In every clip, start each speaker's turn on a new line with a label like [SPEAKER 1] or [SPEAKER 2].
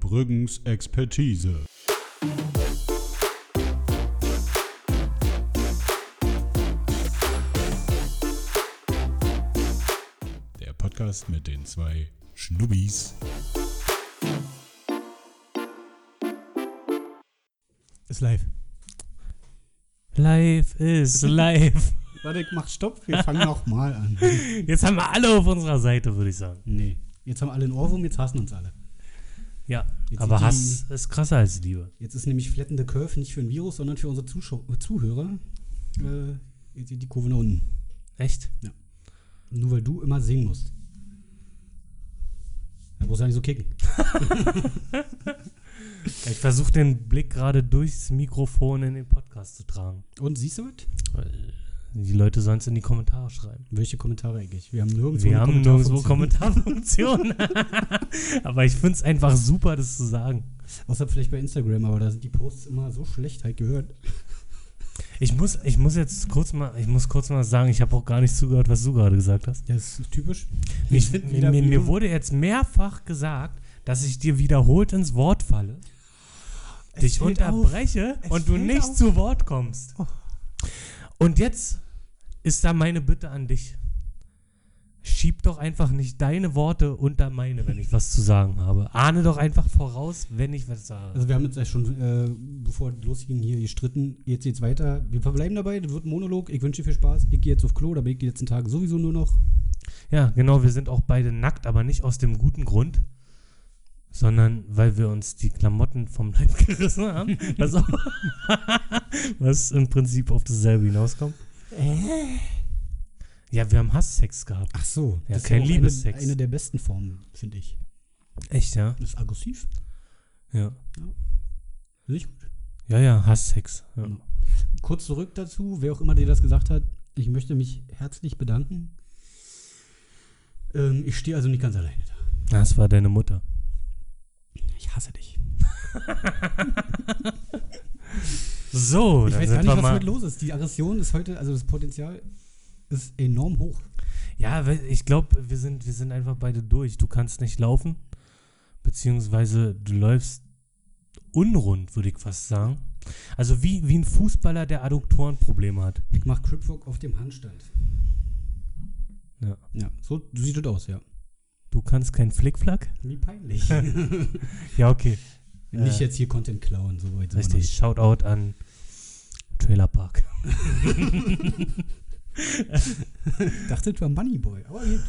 [SPEAKER 1] Brüggens Expertise. Der Podcast mit den zwei Schnubbis.
[SPEAKER 2] Ist live. Live ist live.
[SPEAKER 1] Warte, ich mach Stopp, wir fangen nochmal an.
[SPEAKER 2] Jetzt haben wir alle auf unserer Seite, würde ich sagen.
[SPEAKER 1] Nee, jetzt haben alle einen Ohrwurm, jetzt hassen uns alle.
[SPEAKER 2] Ja,
[SPEAKER 1] Jetzt
[SPEAKER 2] aber
[SPEAKER 1] sind
[SPEAKER 2] Hass ist krasser als Liebe.
[SPEAKER 1] Jetzt ist nämlich flattende Curve nicht für ein Virus, sondern für unsere Zuschau Zuhörer. Äh, jetzt geht die Kurve nach unten.
[SPEAKER 2] Echt?
[SPEAKER 1] Nur weil du immer singen musst. Da brauchst du ja nicht so kicken.
[SPEAKER 2] Ich versuche den Blick gerade durchs Mikrofon in den Podcast zu tragen.
[SPEAKER 1] Und siehst du was?
[SPEAKER 2] Die Leute sollen es in die Kommentare schreiben.
[SPEAKER 1] Welche Kommentare eigentlich? Wir haben nirgendwo
[SPEAKER 2] Wir
[SPEAKER 1] eine
[SPEAKER 2] haben nirgendwo
[SPEAKER 1] Kommentarfunktion.
[SPEAKER 2] Kommentarfunktion. aber ich finde es einfach super, das zu sagen.
[SPEAKER 1] Außer vielleicht bei Instagram, aber da sind die Posts immer so schlecht, halt gehört.
[SPEAKER 2] Ich muss, ich muss jetzt kurz mal, ich muss kurz mal sagen, ich habe auch gar nicht zugehört, was du gerade gesagt hast.
[SPEAKER 1] Das ist typisch.
[SPEAKER 2] Ich,
[SPEAKER 1] sind
[SPEAKER 2] mir, mir, mir
[SPEAKER 1] Bienen.
[SPEAKER 2] wurde jetzt mehrfach gesagt, dass ich dir wiederholt ins Wort falle,
[SPEAKER 1] Es
[SPEAKER 2] dich
[SPEAKER 1] fällt auf.
[SPEAKER 2] unterbreche
[SPEAKER 1] Es Oh.
[SPEAKER 2] und du
[SPEAKER 1] fällt
[SPEAKER 2] nicht
[SPEAKER 1] auf.
[SPEAKER 2] zu Wort kommst. Und jetzt ist da meine Bitte an dich. Schieb doch einfach nicht deine Worte unter meine, wenn ich was zu sagen habe. Ahne doch einfach voraus, wenn ich was sage.
[SPEAKER 1] Also wir haben jetzt ja schon, äh, bevor es losging, hier gestritten. Jetzt geht's weiter. Wir verbleiben dabei. Das wird ein Monolog. Ich wünsche dir viel Spaß. Ich gehe jetzt auf Klo, da bin ich die letzten Tage sowieso nur noch.
[SPEAKER 2] Ja, genau, wir sind auch beide nackt, aber nicht aus dem guten Grund, sondern weil wir uns die Klamotten vom Leib gerissen haben. Was, auch, was im Prinzip auf dasselbe hinauskommt.
[SPEAKER 1] Äh.
[SPEAKER 2] Ja, wir haben Hasssex gehabt.
[SPEAKER 1] Ach so.
[SPEAKER 2] Ja,
[SPEAKER 1] das ist
[SPEAKER 2] kein
[SPEAKER 1] auch
[SPEAKER 2] Liebessex.
[SPEAKER 1] Eine, eine der besten Formen, finde ich.
[SPEAKER 2] Echt, ja?
[SPEAKER 1] Das ist aggressiv.
[SPEAKER 2] Ja.
[SPEAKER 1] Finde ich gut.
[SPEAKER 2] Ja, ja, Hasssex. Ja.
[SPEAKER 1] Hm. Kurz zurück dazu, wer auch immer dir das gesagt hat, ich möchte mich herzlich bedanken. Ähm, ich stehe also nicht ganz alleine da.
[SPEAKER 2] Das war deine Mutter.
[SPEAKER 1] Ich hasse dich.
[SPEAKER 2] So,
[SPEAKER 1] ich
[SPEAKER 2] dann
[SPEAKER 1] weiß
[SPEAKER 2] sind
[SPEAKER 1] gar
[SPEAKER 2] wir
[SPEAKER 1] nicht, was
[SPEAKER 2] mal.
[SPEAKER 1] mit los ist. Die Aggression ist heute, also das Potenzial ist enorm hoch.
[SPEAKER 2] Ja, weil ich glaube, wir sind, wir sind einfach beide durch. Du kannst nicht laufen, beziehungsweise du läufst unrund, würde ich fast sagen. Also wie, wie ein Fußballer, der Adduktorenprobleme hat.
[SPEAKER 1] Ich mache Cripwalk auf dem Handstand.
[SPEAKER 2] Ja.
[SPEAKER 1] Ja, so sieht das aus, ja.
[SPEAKER 2] Du kannst kein Flickflack?
[SPEAKER 1] Wie peinlich.
[SPEAKER 2] Ja, okay.
[SPEAKER 1] nicht
[SPEAKER 2] Äh,
[SPEAKER 1] jetzt hier Content klauen, so weit. sind wir noch
[SPEAKER 2] Richtig.
[SPEAKER 1] nicht.
[SPEAKER 2] Shoutout an Trailer Park.
[SPEAKER 1] Ich dachte, du war Money Boy. Aber hier.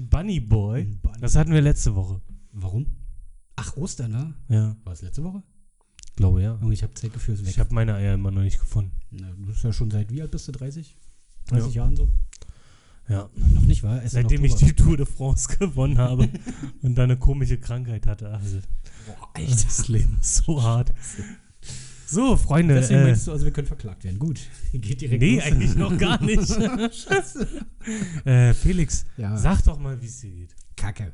[SPEAKER 2] Bunny Boy.
[SPEAKER 1] Bunny.
[SPEAKER 2] Das hatten wir letzte Woche.
[SPEAKER 1] Warum? Ach, Ostern, ne?
[SPEAKER 2] Ja,
[SPEAKER 1] War es letzte Woche?
[SPEAKER 2] glaube ja.
[SPEAKER 1] Junge, ich habe Zeit gefühlt.
[SPEAKER 2] Ich habe meine Eier immer noch nicht gefunden.
[SPEAKER 1] Na, du bist ja schon seit wie alt bist du? 30?
[SPEAKER 2] Ja.
[SPEAKER 1] 30 Jahren so?
[SPEAKER 2] Ja.
[SPEAKER 1] Nein, noch nicht, war es ist im
[SPEAKER 2] Seitdem ich
[SPEAKER 1] Oktober.
[SPEAKER 2] die Tour de France gewonnen habe und dann eine komische Krankheit hatte. Also,
[SPEAKER 1] Boah,
[SPEAKER 2] Echt,
[SPEAKER 1] Alter.
[SPEAKER 2] das Leben ist so hart. So, Freunde.
[SPEAKER 1] Deswegen
[SPEAKER 2] äh,
[SPEAKER 1] meinst du, also wir können verklagt werden. Gut. Geht direkt
[SPEAKER 2] nee,
[SPEAKER 1] los.
[SPEAKER 2] eigentlich noch gar nicht. äh, Felix,
[SPEAKER 1] Ja,
[SPEAKER 2] sag doch mal, wie es dir geht.
[SPEAKER 1] Kacke.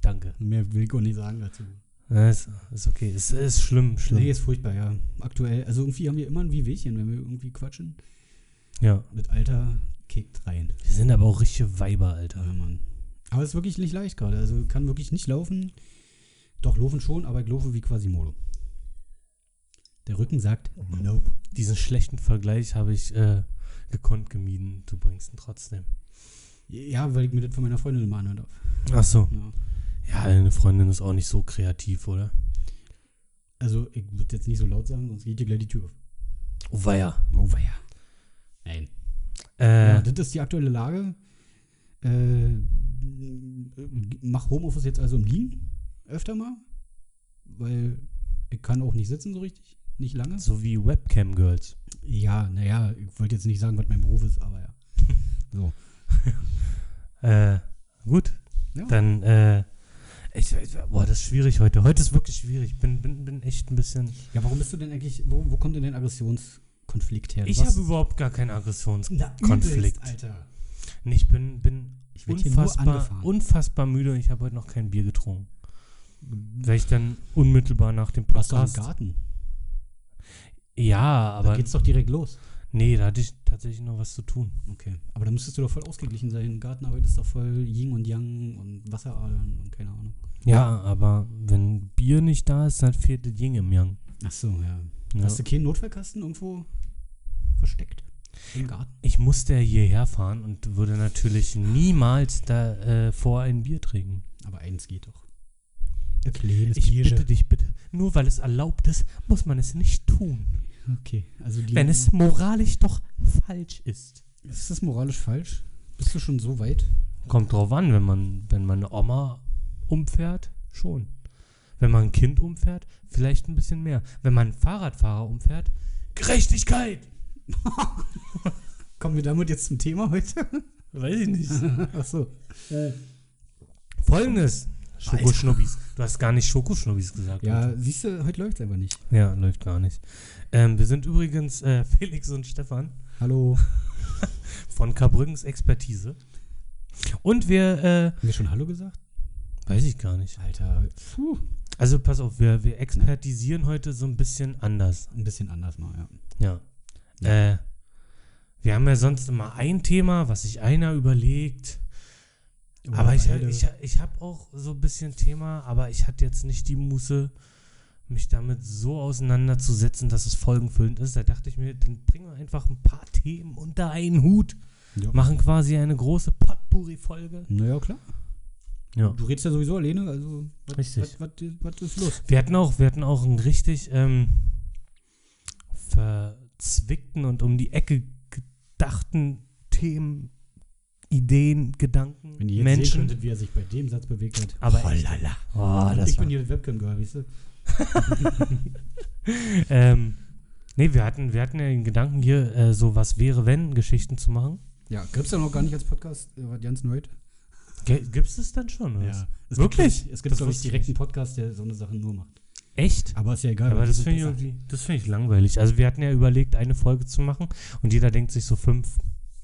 [SPEAKER 2] Danke.
[SPEAKER 1] Mehr will ich auch nicht sagen dazu.
[SPEAKER 2] Ja, ist, ist okay. Ist, ist schlimm, schlimm.
[SPEAKER 1] Nee, ist furchtbar, ja. Aktuell, also irgendwie haben wir immer ein Wiewechen, wenn wir irgendwie quatschen.
[SPEAKER 2] Ja.
[SPEAKER 1] Mit Alter kickt rein.
[SPEAKER 2] Wir sind aber auch richtige Weiber, Alter.
[SPEAKER 1] Ja, Mann. Aber es ist wirklich nicht leicht gerade. Also kann wirklich nicht laufen. Doch, laufen schon, aber ich laufe wie Quasimodo. Der Rücken sagt, nope.
[SPEAKER 2] Diesen schlechten Vergleich habe ich äh, gekonnt gemieden. Du bringst ihn trotzdem.
[SPEAKER 1] Ja, weil ich mir das von meiner Freundin immer anhören darf.
[SPEAKER 2] Ach so.
[SPEAKER 1] Ja.
[SPEAKER 2] Ja, deine Freundin ist auch nicht so kreativ, oder?
[SPEAKER 1] Also, ich würde jetzt nicht so laut sagen, sonst geht dir gleich die Tür auf.
[SPEAKER 2] Oh, weia.
[SPEAKER 1] Oh, weia. Nein.
[SPEAKER 2] Äh,
[SPEAKER 1] Ja, das ist die aktuelle Lage. Äh, mach Homeoffice jetzt also im Liegen öfter mal, weil ich kann auch nicht sitzen so richtig, nicht lange.
[SPEAKER 2] so wie Webcam Girls.
[SPEAKER 1] Ja, naja, ich wollte jetzt nicht sagen, was mein Beruf ist, aber ja. So.
[SPEAKER 2] Äh, gut.
[SPEAKER 1] Ja.
[SPEAKER 2] Dann, äh, ich, ich- boah, das ist schwierig heute. Heute ist wirklich schwierig. Ich bin, bin, bin echt ein bisschen.
[SPEAKER 1] Ja, warum bist du denn eigentlich, wo, wo kommt denn dein Aggressionskonflikt her? Du
[SPEAKER 2] Ich
[SPEAKER 1] warst-
[SPEAKER 2] habe überhaupt gar keinen Aggressions.
[SPEAKER 1] Na, übelst,
[SPEAKER 2] Konflikt.
[SPEAKER 1] Alter.
[SPEAKER 2] Nee, Ich bin, bin
[SPEAKER 1] Ich werd hier nur
[SPEAKER 2] unfassbar,
[SPEAKER 1] angefahren.
[SPEAKER 2] unfassbar müde und ich habe heute noch kein Bier getrunken. Weil ich dann unmittelbar nach dem
[SPEAKER 1] Mhm. Warst du im
[SPEAKER 2] Podcast.
[SPEAKER 1] Garten?
[SPEAKER 2] Ja, aber.
[SPEAKER 1] da geht's doch direkt los.
[SPEAKER 2] Nee, da hatte ich tatsächlich noch was zu tun.
[SPEAKER 1] Okay. Aber da müsstest du doch voll ausgeglichen sein. Gartenarbeit ist doch voll Yin und Yang und Wasseradern und keine Ahnung.
[SPEAKER 2] Ja, aber wenn Bier nicht da ist, dann fehlt das Yin im Yang. ne?
[SPEAKER 1] Ach so, ja.
[SPEAKER 2] Ja.
[SPEAKER 1] Hast du keinen Notfallkasten irgendwo versteckt? Im Garten?
[SPEAKER 2] Ich musste ja hierher fahren und würde natürlich niemals da äh, vor ein Bier trinken.
[SPEAKER 1] Aber eins geht doch. Ein kleines
[SPEAKER 2] Ich
[SPEAKER 1] Bierchen.
[SPEAKER 2] bitte dich, bitte. Nur weil es erlaubt ist, muss man es nicht tun.
[SPEAKER 1] Okay. Also die,
[SPEAKER 2] Wenn es moralisch doch falsch ist.
[SPEAKER 1] Ist das moralisch falsch? Bist du schon so weit?
[SPEAKER 2] Kommt drauf an, wenn man, wenn man eine Oma umfährt, schon. Wenn man ein Kind umfährt, vielleicht ein bisschen mehr. Wenn man einen Fahrradfahrer umfährt, Gerechtigkeit!
[SPEAKER 1] Kommen wir damit jetzt zum Thema heute?
[SPEAKER 2] Weiß ich nicht.
[SPEAKER 1] Ach so.
[SPEAKER 2] Folgendes. Schokoschnubbis. Du hast gar nicht Schokoschnubbis gesagt.
[SPEAKER 1] Ja, siehst du, heute läuft es einfach nicht.
[SPEAKER 2] Ja, läuft gar nicht. Ähm, wir sind übrigens äh, Felix und Stefan
[SPEAKER 1] Hallo.
[SPEAKER 2] von Karbrückens Expertise. Und wir, äh,
[SPEAKER 1] Haben wir schon Hallo gesagt?
[SPEAKER 2] weiß ich gar nicht.
[SPEAKER 1] Alter, puh.
[SPEAKER 2] Also pass auf, wir, wir expertisieren heute so ein bisschen anders.
[SPEAKER 1] Ein bisschen anders mal, ja.
[SPEAKER 2] Ja. Äh, wir haben ja sonst immer ein Thema, was sich einer überlegt. aber ich,
[SPEAKER 1] beide.
[SPEAKER 2] ich, ich habe auch so ein bisschen Thema, aber ich hatte jetzt nicht die Muße, mich damit so auseinanderzusetzen, dass es folgenfüllend ist. Da dachte ich mir, dann bringen wir einfach ein paar Themen unter einen Hut.
[SPEAKER 1] Ja.
[SPEAKER 2] Machen quasi eine große Potpourri-Folge.
[SPEAKER 1] Naja, klar.
[SPEAKER 2] Ja.
[SPEAKER 1] Du redest ja sowieso alleine, also was,
[SPEAKER 2] Richtig.
[SPEAKER 1] Was, was, was ist los?
[SPEAKER 2] Wir hatten auch, wir hatten auch einen richtig ähm, verzwickten und um die Ecke gedachten Themen, Ideen, Gedanken,
[SPEAKER 1] Wenn ihr jetzt Menschen. sehen
[SPEAKER 2] Menschen.
[SPEAKER 1] könntet, wie er sich bei dem Satz bewegt hat.
[SPEAKER 2] Aber
[SPEAKER 1] oh,
[SPEAKER 2] echt.
[SPEAKER 1] lala.
[SPEAKER 2] Oh, das
[SPEAKER 1] ich
[SPEAKER 2] war,
[SPEAKER 1] bin hier das Webcam-Girl, weißt du?
[SPEAKER 2] ähm, nee, wir hatten, wir hatten ja den Gedanken hier, äh, so was wäre, wenn Geschichten zu machen.
[SPEAKER 1] Ja, gibt's ja noch gar nicht als Podcast, äh, was ganz neu.
[SPEAKER 2] Ge- Gibt's es dann schon? Oder? was?
[SPEAKER 1] Es
[SPEAKER 2] Wirklich?
[SPEAKER 1] Gibt, es gibt,
[SPEAKER 2] Das
[SPEAKER 1] glaube ich,
[SPEAKER 2] wusste ich
[SPEAKER 1] direkt einen Podcast, der so eine Sache nur macht.
[SPEAKER 2] Echt?
[SPEAKER 1] Aber ist ja egal.
[SPEAKER 2] Aber
[SPEAKER 1] weil
[SPEAKER 2] das
[SPEAKER 1] die
[SPEAKER 2] finde ich,
[SPEAKER 1] sind besser.
[SPEAKER 2] irgendwie- das finde ich langweilig. Also wir hatten ja überlegt, eine Folge zu machen und jeder denkt sich so fünf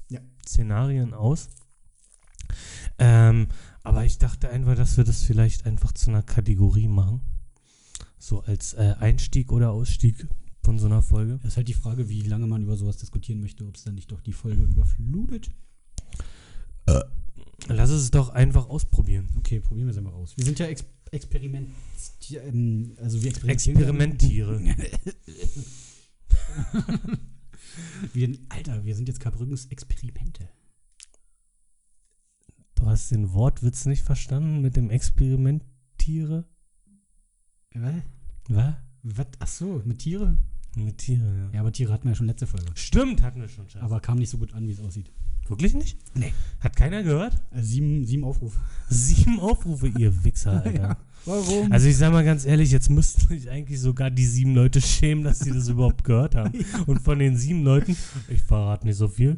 [SPEAKER 1] Ja.
[SPEAKER 2] Szenarien aus. Ähm, aber ich dachte einfach, dass wir das vielleicht einfach zu einer Kategorie machen. So als äh, Einstieg oder Ausstieg von so einer Folge.
[SPEAKER 1] Das ist halt die Frage, wie lange man über sowas diskutieren möchte, ob es dann nicht doch die Folge überflutet.
[SPEAKER 2] Lass es doch einfach ausprobieren.
[SPEAKER 1] Okay, probieren wir es einfach aus. Wir sind ja Ex Experiment. ähm, Also wir
[SPEAKER 2] Experimentiere.
[SPEAKER 1] Wir, Alter, wir sind jetzt Karbrückens Experimente.
[SPEAKER 2] Du hast den Wortwitz nicht verstanden mit dem Experimentiere?
[SPEAKER 1] Was?
[SPEAKER 2] Was?
[SPEAKER 1] Was? Ach so, mit Tiere?
[SPEAKER 2] Mit Tiere, ja.
[SPEAKER 1] Ja, aber Tiere hatten wir ja schon letzte Folge.
[SPEAKER 2] Stimmt, hatten wir schon. Scheiße.
[SPEAKER 1] Aber kam nicht so gut an, wie es aussieht.
[SPEAKER 2] wirklich nicht?
[SPEAKER 1] Nee.
[SPEAKER 2] Hat keiner gehört?
[SPEAKER 1] Äh, sieben, sieben Aufrufe.
[SPEAKER 2] Sieben Aufrufe, ihr Wichser, Alter.
[SPEAKER 1] Ja. Warum?
[SPEAKER 2] Also ich sag mal ganz ehrlich, jetzt müssten sich eigentlich sogar die sieben Leute schämen, dass sie das überhaupt gehört haben. Und von den sieben Leuten, ich verrate nicht so viel,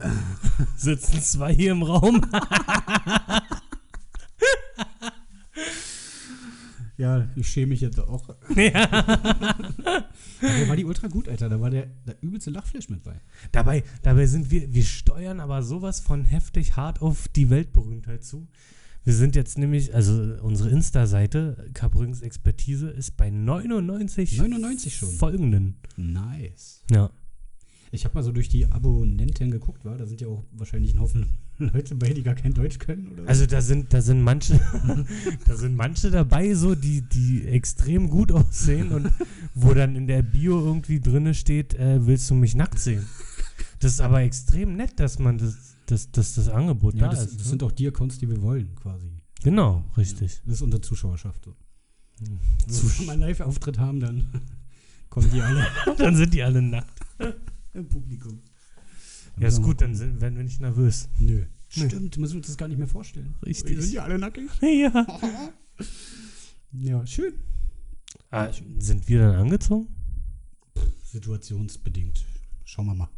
[SPEAKER 2] sitzen zwei hier im Raum.
[SPEAKER 1] ja, ich schäme mich jetzt auch. Da war die ultra gut, Alter. Da war der, der übelste Lachflash mit bei.
[SPEAKER 2] dabei, dabei sind wir, wir steuern aber sowas von heftig hart auf die Weltberühmtheit zu. Wir sind jetzt nämlich, also unsere Insta-Seite, Kabrüngs Expertise, ist bei 99,
[SPEAKER 1] 99 schon.
[SPEAKER 2] folgenden.
[SPEAKER 1] Nice.
[SPEAKER 2] Ja.
[SPEAKER 1] Ich habe mal so durch die Abonnenten geguckt, war. Da sind ja auch wahrscheinlich ein Haufen Leute bei, die gar kein Deutsch können. Oder? so.
[SPEAKER 2] Also da sind, da sind manche, da sind manche dabei, so, die, die extrem gut aussehen und wo dann in der Bio irgendwie drinne steht, äh, willst du mich nackt sehen? Das ist aber extrem nett, dass man das, das, das, das Angebot
[SPEAKER 1] ja,
[SPEAKER 2] da
[SPEAKER 1] das,
[SPEAKER 2] ist.
[SPEAKER 1] das
[SPEAKER 2] ne?
[SPEAKER 1] sind auch die Accounts, die wir wollen, quasi.
[SPEAKER 2] genau, richtig.
[SPEAKER 1] Das ist unsere Zuschauerschaft. So.
[SPEAKER 2] Mhm.
[SPEAKER 1] Wenn wir mal einen Live-Auftritt haben, dann kommen die alle
[SPEAKER 2] Dann sind die alle nackt.
[SPEAKER 1] im Publikum.
[SPEAKER 2] Ja, ist gut, dann sind, werden wir nicht nervös.
[SPEAKER 1] Nö. Stimmt, man muss uns das gar nicht mehr vorstellen.
[SPEAKER 2] Richtig.
[SPEAKER 1] Wir sind ja alle nackig.
[SPEAKER 2] Ja.
[SPEAKER 1] Ja, schön.
[SPEAKER 2] Ah, sind wir dann angezogen?
[SPEAKER 1] Situationsbedingt. Schauen wir mal.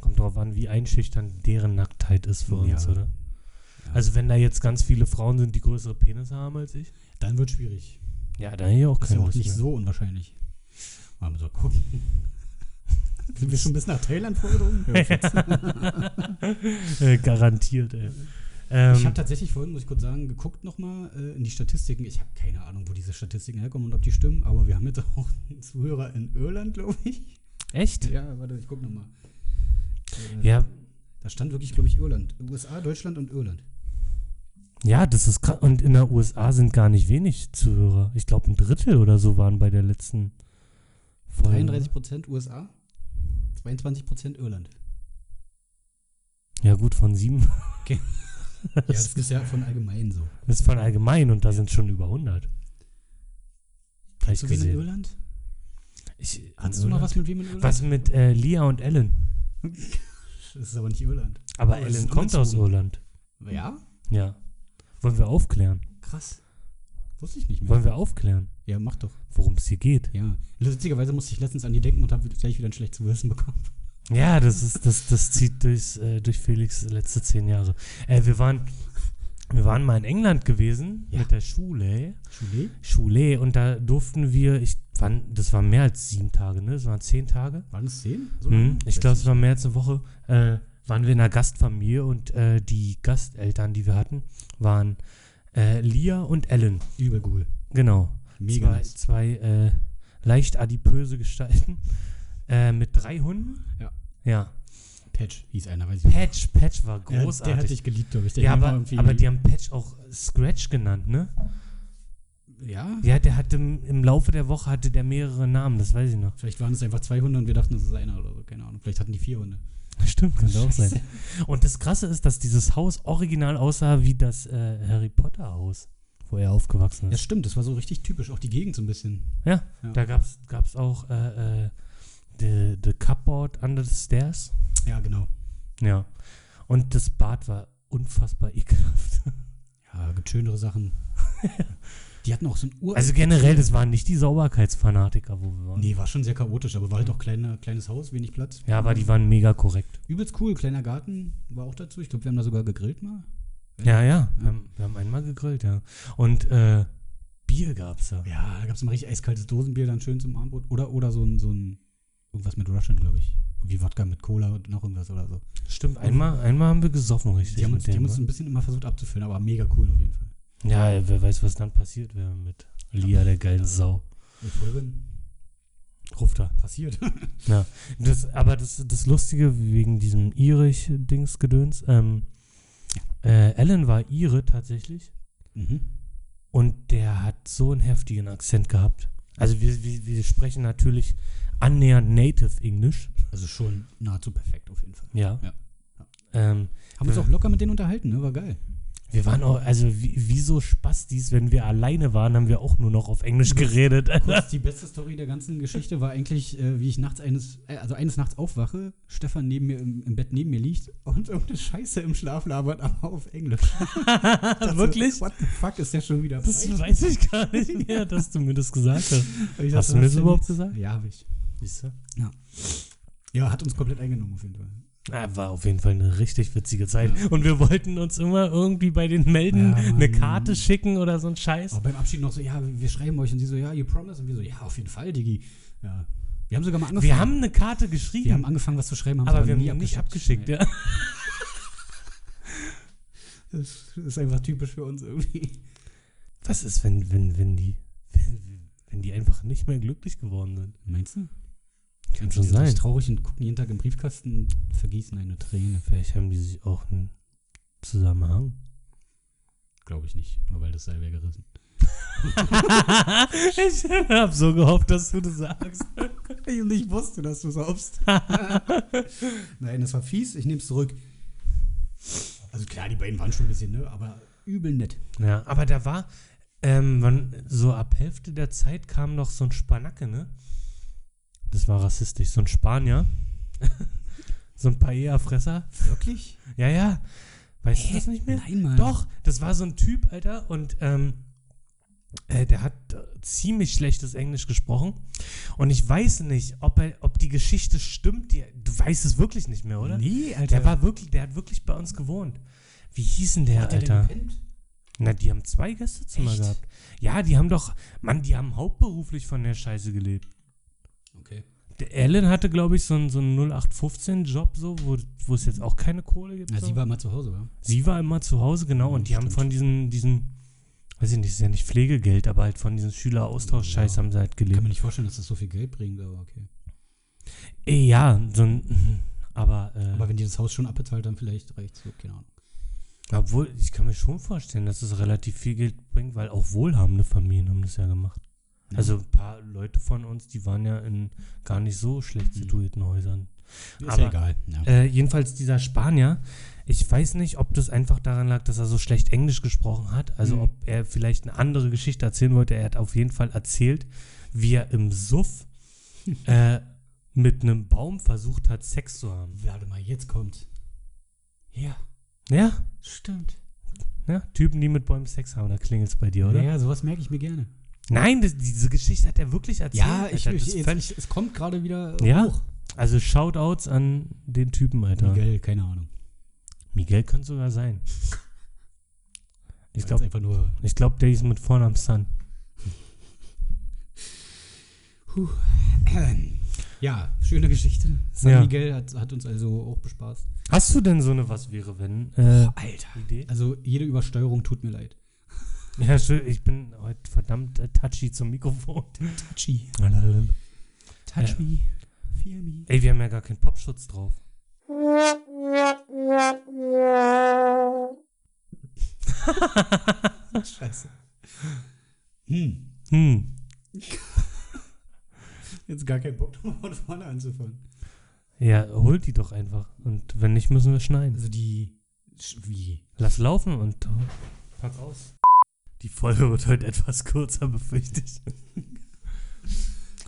[SPEAKER 2] Kommt drauf an, wie einschüchternd deren Nacktheit ist für
[SPEAKER 1] Ja.
[SPEAKER 2] uns, oder?
[SPEAKER 1] Ja.
[SPEAKER 2] Also wenn da jetzt ganz viele Frauen sind, die größere Penisse haben als ich,
[SPEAKER 1] Dann wird schwierig.
[SPEAKER 2] Ja, dann hätte ich auch
[SPEAKER 1] Das ist
[SPEAKER 2] keine
[SPEAKER 1] ja auch
[SPEAKER 2] Lust
[SPEAKER 1] nicht
[SPEAKER 2] mehr.
[SPEAKER 1] so unwahrscheinlich. Mal so gucken. Sind wir schon bis nach Thailand vorgedrungen? Ja, Schatz.
[SPEAKER 2] Äh, garantiert, ey.
[SPEAKER 1] Ich
[SPEAKER 2] Ähm,
[SPEAKER 1] habe tatsächlich vorhin, muss ich kurz sagen, geguckt nochmal äh, in die Statistiken. Ich habe keine Ahnung, wo diese Statistiken herkommen und ob die stimmen, aber wir haben jetzt auch einen Zuhörer in Irland, glaube ich.
[SPEAKER 2] echt?
[SPEAKER 1] Ja, warte, ich gucke nochmal. Äh,
[SPEAKER 2] Ja,
[SPEAKER 1] Da stand wirklich, glaube ich, Irland. USA, Deutschland und Irland.
[SPEAKER 2] ja, das ist krass. Und in der USA sind gar nicht wenig Zuhörer. Ich glaube, ein Drittel oder so waren bei der letzten Folge.
[SPEAKER 1] 33% USA, 22% Irland.
[SPEAKER 2] Ja, gut, von sieben.
[SPEAKER 1] Ja, das ist ja von allgemein so.
[SPEAKER 2] Das ist von allgemein und da sind schon über 100. Gleich
[SPEAKER 1] So wie in
[SPEAKER 2] gesehen.
[SPEAKER 1] Irland?
[SPEAKER 2] Ich,
[SPEAKER 1] Hattest du noch was mit wem in Irland?
[SPEAKER 2] Was mit äh, Lia und Ellen?
[SPEAKER 1] Das ist aber nicht Irland.
[SPEAKER 2] Aber
[SPEAKER 1] Oh, es
[SPEAKER 2] Ellen
[SPEAKER 1] ist
[SPEAKER 2] kommt aus
[SPEAKER 1] umgezogen.
[SPEAKER 2] Irland.
[SPEAKER 1] Ja?
[SPEAKER 2] Ja. Wollen wir aufklären?
[SPEAKER 1] Krass. Wusste ich nicht mehr.
[SPEAKER 2] Wollen wir aufklären,
[SPEAKER 1] Ja, mach doch.
[SPEAKER 2] worum es hier geht?
[SPEAKER 1] Ja. Lustigerweise musste ich letztens an die denken und habe gleich wieder ein schlechtes Gewissen bekommen.
[SPEAKER 2] Ja, das ist, das, das zieht durchs, äh, durch Felix letzte zehn Jahre. Äh, wir waren, wir waren mal in England gewesen
[SPEAKER 1] Ja.
[SPEAKER 2] mit der Schule,
[SPEAKER 1] Chile?
[SPEAKER 2] Schule und da durften wir, ich, wann, das waren mehr als sieben Tage, ne? Das waren zehn Tage.
[SPEAKER 1] Waren es 10? So
[SPEAKER 2] Mhm.
[SPEAKER 1] lange?
[SPEAKER 2] Ich
[SPEAKER 1] Weiß
[SPEAKER 2] glaube, es
[SPEAKER 1] nicht.
[SPEAKER 2] war mehr als eine Woche. Äh, waren wir in einer Gastfamilie und äh, die Gasteltern, die wir hatten, waren äh, Lia und Ellen.
[SPEAKER 1] Übel cool.
[SPEAKER 2] Genau.
[SPEAKER 1] Mega
[SPEAKER 2] Zwei,
[SPEAKER 1] nice.
[SPEAKER 2] zwei äh, leicht adipöse Gestalten äh, mit drei Hunden.
[SPEAKER 1] Ja.
[SPEAKER 2] Ja.
[SPEAKER 1] Patch hieß einer, weiß ich nicht.
[SPEAKER 2] Patch, Patch war
[SPEAKER 1] Ja, Der hat
[SPEAKER 2] großartig.
[SPEAKER 1] dich geliebt, glaube ich. Der
[SPEAKER 2] ja,
[SPEAKER 1] kam
[SPEAKER 2] aber,
[SPEAKER 1] irgendwie-
[SPEAKER 2] aber die haben Patch auch Scratch genannt, ne?
[SPEAKER 1] ja?
[SPEAKER 2] Ja, der hatte im, im Laufe der Woche hatte der mehrere Namen, das weiß ich noch.
[SPEAKER 1] Vielleicht waren es einfach zwei Hunde und wir dachten, es ist einer oder so. Keine Ahnung. Vielleicht hatten die vier Hunde.
[SPEAKER 2] Stimmt, könnte auch sein. Und das Krasse ist, dass dieses Haus original aussah wie das äh, Harry Potter Haus, wo er aufgewachsen
[SPEAKER 1] Ja,
[SPEAKER 2] ist.
[SPEAKER 1] stimmt. Das war so richtig typisch. Auch die Gegend so ein bisschen.
[SPEAKER 2] Ja,
[SPEAKER 1] ja.
[SPEAKER 2] Da gab es gab's auch äh, äh, the, the Cupboard Under the Stairs.
[SPEAKER 1] Ja, genau.
[SPEAKER 2] Ja. Und das Bad war unfassbar ekelhaft.
[SPEAKER 1] Ja, gibt schönere Sachen. die hatten auch so ein Ur...
[SPEAKER 2] Also generell, das waren nicht die Sauberkeitsfanatiker, wo wir waren.
[SPEAKER 1] nee, war schon sehr chaotisch, aber war halt auch kleine, kleines Haus, wenig Platz.
[SPEAKER 2] Ja, aber die waren mega korrekt.
[SPEAKER 1] Übelst cool, kleiner Garten war auch dazu. Ich glaube, wir haben da sogar gegrillt mal.
[SPEAKER 2] Ja, ja.
[SPEAKER 1] Ja.
[SPEAKER 2] Wir haben, wir haben einmal gegrillt, ja. Und äh, Bier gab's da.
[SPEAKER 1] Ja, da gab es mal richtig eiskaltes Dosenbier dann schön zum Abendbrot. Oder, oder so ein, so ein, irgendwas mit Russian, glaube ich. Wie Wodka mit Cola und noch irgendwas oder so.
[SPEAKER 2] Stimmt, einmal, einmal haben wir gesoffen, richtig.
[SPEAKER 1] Die haben, uns,
[SPEAKER 2] mit ne?
[SPEAKER 1] die haben
[SPEAKER 2] denen,
[SPEAKER 1] uns ein bisschen immer versucht abzufüllen, aber mega cool auf jeden Fall.
[SPEAKER 2] wa? ja, wer weiß, was dann passiert wäre mit Lia, der geilen Sau.
[SPEAKER 1] Und Folgen
[SPEAKER 2] Ruft da.
[SPEAKER 1] passiert.
[SPEAKER 2] Das, aber das, das Lustige wegen diesem Irisch-Dingsgedöns, ähm, äh, Alan war Ire tatsächlich.
[SPEAKER 1] mhm.
[SPEAKER 2] Und der hat so einen heftigen Akzent gehabt. Also wir, wir, wir sprechen natürlich annähernd Native Englisch.
[SPEAKER 1] Also schon nahezu perfekt auf jeden Fall.
[SPEAKER 2] Ja.
[SPEAKER 1] Ja.
[SPEAKER 2] Ähm,
[SPEAKER 1] Haben uns
[SPEAKER 2] Ja.
[SPEAKER 1] auch locker mit denen unterhalten, ne? War geil.
[SPEAKER 2] wir waren auch, also wie, wie so Spastis, wenn wir alleine waren, haben wir auch nur noch auf Englisch geredet.
[SPEAKER 1] Kurz, die beste Story der ganzen Geschichte war eigentlich, äh, wie ich nachts eines, äh, also eines Nachts aufwache, Stefan neben mir im, im Bett neben mir liegt und irgendeine Scheiße im Schlaf labert, aber auf Englisch. dachte,
[SPEAKER 2] Wirklich?
[SPEAKER 1] What the fuck ist der schon wieder?
[SPEAKER 2] Das
[SPEAKER 1] breit?
[SPEAKER 2] weiß ich gar nicht mehr, dass du mir das gesagt hast.
[SPEAKER 1] Und ich
[SPEAKER 2] Hast
[SPEAKER 1] dachte,
[SPEAKER 2] du mir
[SPEAKER 1] was
[SPEAKER 2] das
[SPEAKER 1] denn
[SPEAKER 2] überhaupt
[SPEAKER 1] jetzt?
[SPEAKER 2] gesagt?
[SPEAKER 1] Ja, habe ich.
[SPEAKER 2] Siehst du?
[SPEAKER 1] Ja, hat uns komplett eingenommen auf jeden Fall.
[SPEAKER 2] Ah, War auf jeden Fall eine richtig witzige Zeit. Und wir wollten uns immer irgendwie bei den melden,
[SPEAKER 1] Ja,
[SPEAKER 2] eine
[SPEAKER 1] Mann.
[SPEAKER 2] Karte schicken oder so ein Scheiß.
[SPEAKER 1] Aber beim Abschied noch so, ja, wir schreiben euch und sie so, ja, you promise und wir so, ja, auf jeden Fall, Digi. Ja. Wir haben sogar mal angefangen.
[SPEAKER 2] wir haben eine Karte geschrieben,
[SPEAKER 1] wir haben angefangen, was zu schreiben, haben's
[SPEAKER 2] aber wir haben die
[SPEAKER 1] nie
[SPEAKER 2] nicht abgeschickt. Ja.
[SPEAKER 1] Das ist einfach typisch für uns irgendwie.
[SPEAKER 2] Was ist, wenn, wenn, wenn die, wenn, wenn die einfach nicht mehr glücklich geworden sind?
[SPEAKER 1] Meinst du?
[SPEAKER 2] Kann
[SPEAKER 1] Die
[SPEAKER 2] schon
[SPEAKER 1] sind
[SPEAKER 2] sein.
[SPEAKER 1] richtig traurig und gucken jeden Tag im Briefkasten und vergießen eine Träne.
[SPEAKER 2] Vielleicht haben die sich auch einen Zusammenhang.
[SPEAKER 1] Glaube ich nicht, nur weil das Seil wäre gerissen.
[SPEAKER 2] ich habe so gehofft, dass du das sagst.
[SPEAKER 1] Ich, ich wusste, dass du saufst. Nein, das war fies, ich nehme es zurück. Also klar, die beiden waren schon ein bisschen, ne? Aber übel nett.
[SPEAKER 2] Ja, aber da war, ähm, wann, so ab Hälfte der Zeit kam noch so ein Spanacke, ne? Das war rassistisch, so ein Spanier. so ein Paella-Fresser.
[SPEAKER 1] Wirklich?
[SPEAKER 2] Ja, ja. Weißt du
[SPEAKER 1] Hä?
[SPEAKER 2] das nicht mehr?
[SPEAKER 1] Nein, Mann.
[SPEAKER 2] Doch, das war so ein Typ, Alter, und ähm, äh, der hat äh, ziemlich schlechtes Englisch gesprochen. Und ich weiß nicht, ob, er, ob die Geschichte stimmt. Die, du weißt es wirklich nicht mehr, oder?
[SPEAKER 1] Nee, Alter.
[SPEAKER 2] der war wirklich, der hat wirklich bei uns gewohnt. Wie hieß denn der,
[SPEAKER 1] Hat der
[SPEAKER 2] Alter?
[SPEAKER 1] denn gepennt?
[SPEAKER 2] Na, die haben zwei Gästezimmer
[SPEAKER 1] Echt?
[SPEAKER 2] gehabt. Ja, die haben doch, Mann, die haben hauptberuflich von der Scheiße gelebt.
[SPEAKER 1] Okay.
[SPEAKER 2] Der Ellen hatte, glaube ich, so einen, so einen 0815-Job, so, wo, wo es jetzt auch keine Kohle gibt. so.
[SPEAKER 1] Na, Also sie war mal zu Hause, wa?
[SPEAKER 2] Sie war immer zu Hause, genau, und die haben
[SPEAKER 1] Stimmt.
[SPEAKER 2] von diesem, diesem, weiß ich nicht, ist ja nicht Pflegegeld, aber halt von diesem Schüleraustausch-Scheiß
[SPEAKER 1] Ja.
[SPEAKER 2] haben sie halt
[SPEAKER 1] Ich kann
[SPEAKER 2] gelebt.
[SPEAKER 1] mir nicht vorstellen, dass das so viel Geld bringt, aber okay.
[SPEAKER 2] Äh, Ja, so ein, Aber, äh,
[SPEAKER 1] Aber wenn die das Haus schon abbezahlt haben, vielleicht reicht so, keine Ahnung.
[SPEAKER 2] obwohl, ich kann mir schon vorstellen, dass es relativ viel Geld bringt, weil auch wohlhabende Familien haben das ja gemacht.
[SPEAKER 1] Ja.
[SPEAKER 2] Also ein paar Leute von uns, die waren ja in gar nicht so schlecht
[SPEAKER 1] Mhm.
[SPEAKER 2] situierten Häusern.
[SPEAKER 1] Ist
[SPEAKER 2] aber-
[SPEAKER 1] ja egal. Ja.
[SPEAKER 2] Äh, jedenfalls dieser Spanier, ich weiß nicht, ob das einfach daran lag, dass er so schlecht Englisch gesprochen hat. Also
[SPEAKER 1] Mhm.
[SPEAKER 2] ob er vielleicht eine andere Geschichte erzählen wollte. Er hat auf jeden Fall erzählt, wie er im Suff äh, mit einem Baum versucht hat, Sex zu haben.
[SPEAKER 1] Warte mal, jetzt kommt. Ja,
[SPEAKER 2] Ja,
[SPEAKER 1] stimmt.
[SPEAKER 2] ja Typen, die mit Bäumen Sex haben, da klingelt es bei dir, oder?
[SPEAKER 1] Oder? Ja, sowas merke ich mir gerne.
[SPEAKER 2] Nein, das, diese Geschichte hat er wirklich erzählt.
[SPEAKER 1] Ja, ich,
[SPEAKER 2] Alter. Das
[SPEAKER 1] ich,
[SPEAKER 2] ist
[SPEAKER 1] jetzt,
[SPEAKER 2] völlig-
[SPEAKER 1] ich, es kommt gerade wieder
[SPEAKER 2] Ja,
[SPEAKER 1] hoch.
[SPEAKER 2] Also Shoutouts an den Typen, Alter. Miguel,
[SPEAKER 1] Miguel, keine Ahnung.
[SPEAKER 2] kann sogar sein. Ich
[SPEAKER 1] Weil's
[SPEAKER 2] glaube,
[SPEAKER 1] einfach nur.
[SPEAKER 2] Ich glaube, der ist mit Vornamen Sun.
[SPEAKER 1] Ja, schöne Geschichte. San
[SPEAKER 2] Ja.
[SPEAKER 1] Miguel hat, hat uns also auch bespaßt.
[SPEAKER 2] Hast du denn so eine Was wäre wenn äh,
[SPEAKER 1] Alter.
[SPEAKER 2] Idee?
[SPEAKER 1] Also jede Übersteuerung tut mir leid.
[SPEAKER 2] Ja, schön. Ich bin heute verdammt äh, touchy zum Mikrofon.
[SPEAKER 1] Touchy.
[SPEAKER 2] Touch Ja.
[SPEAKER 1] me. Feel me.
[SPEAKER 2] Ey, wir haben ja gar keinen Popschutz drauf.
[SPEAKER 1] Scheiße. Hm.
[SPEAKER 2] Hm.
[SPEAKER 1] Jetzt gar kein Bock drauf, von vorne anzufangen.
[SPEAKER 2] Ja, holt die doch einfach. Und wenn nicht, müssen wir schneiden.
[SPEAKER 1] Also die. Sch- Wie?
[SPEAKER 2] Lass laufen und äh, pack aus. Die Folge wird heute etwas kürzer, befürchte ich.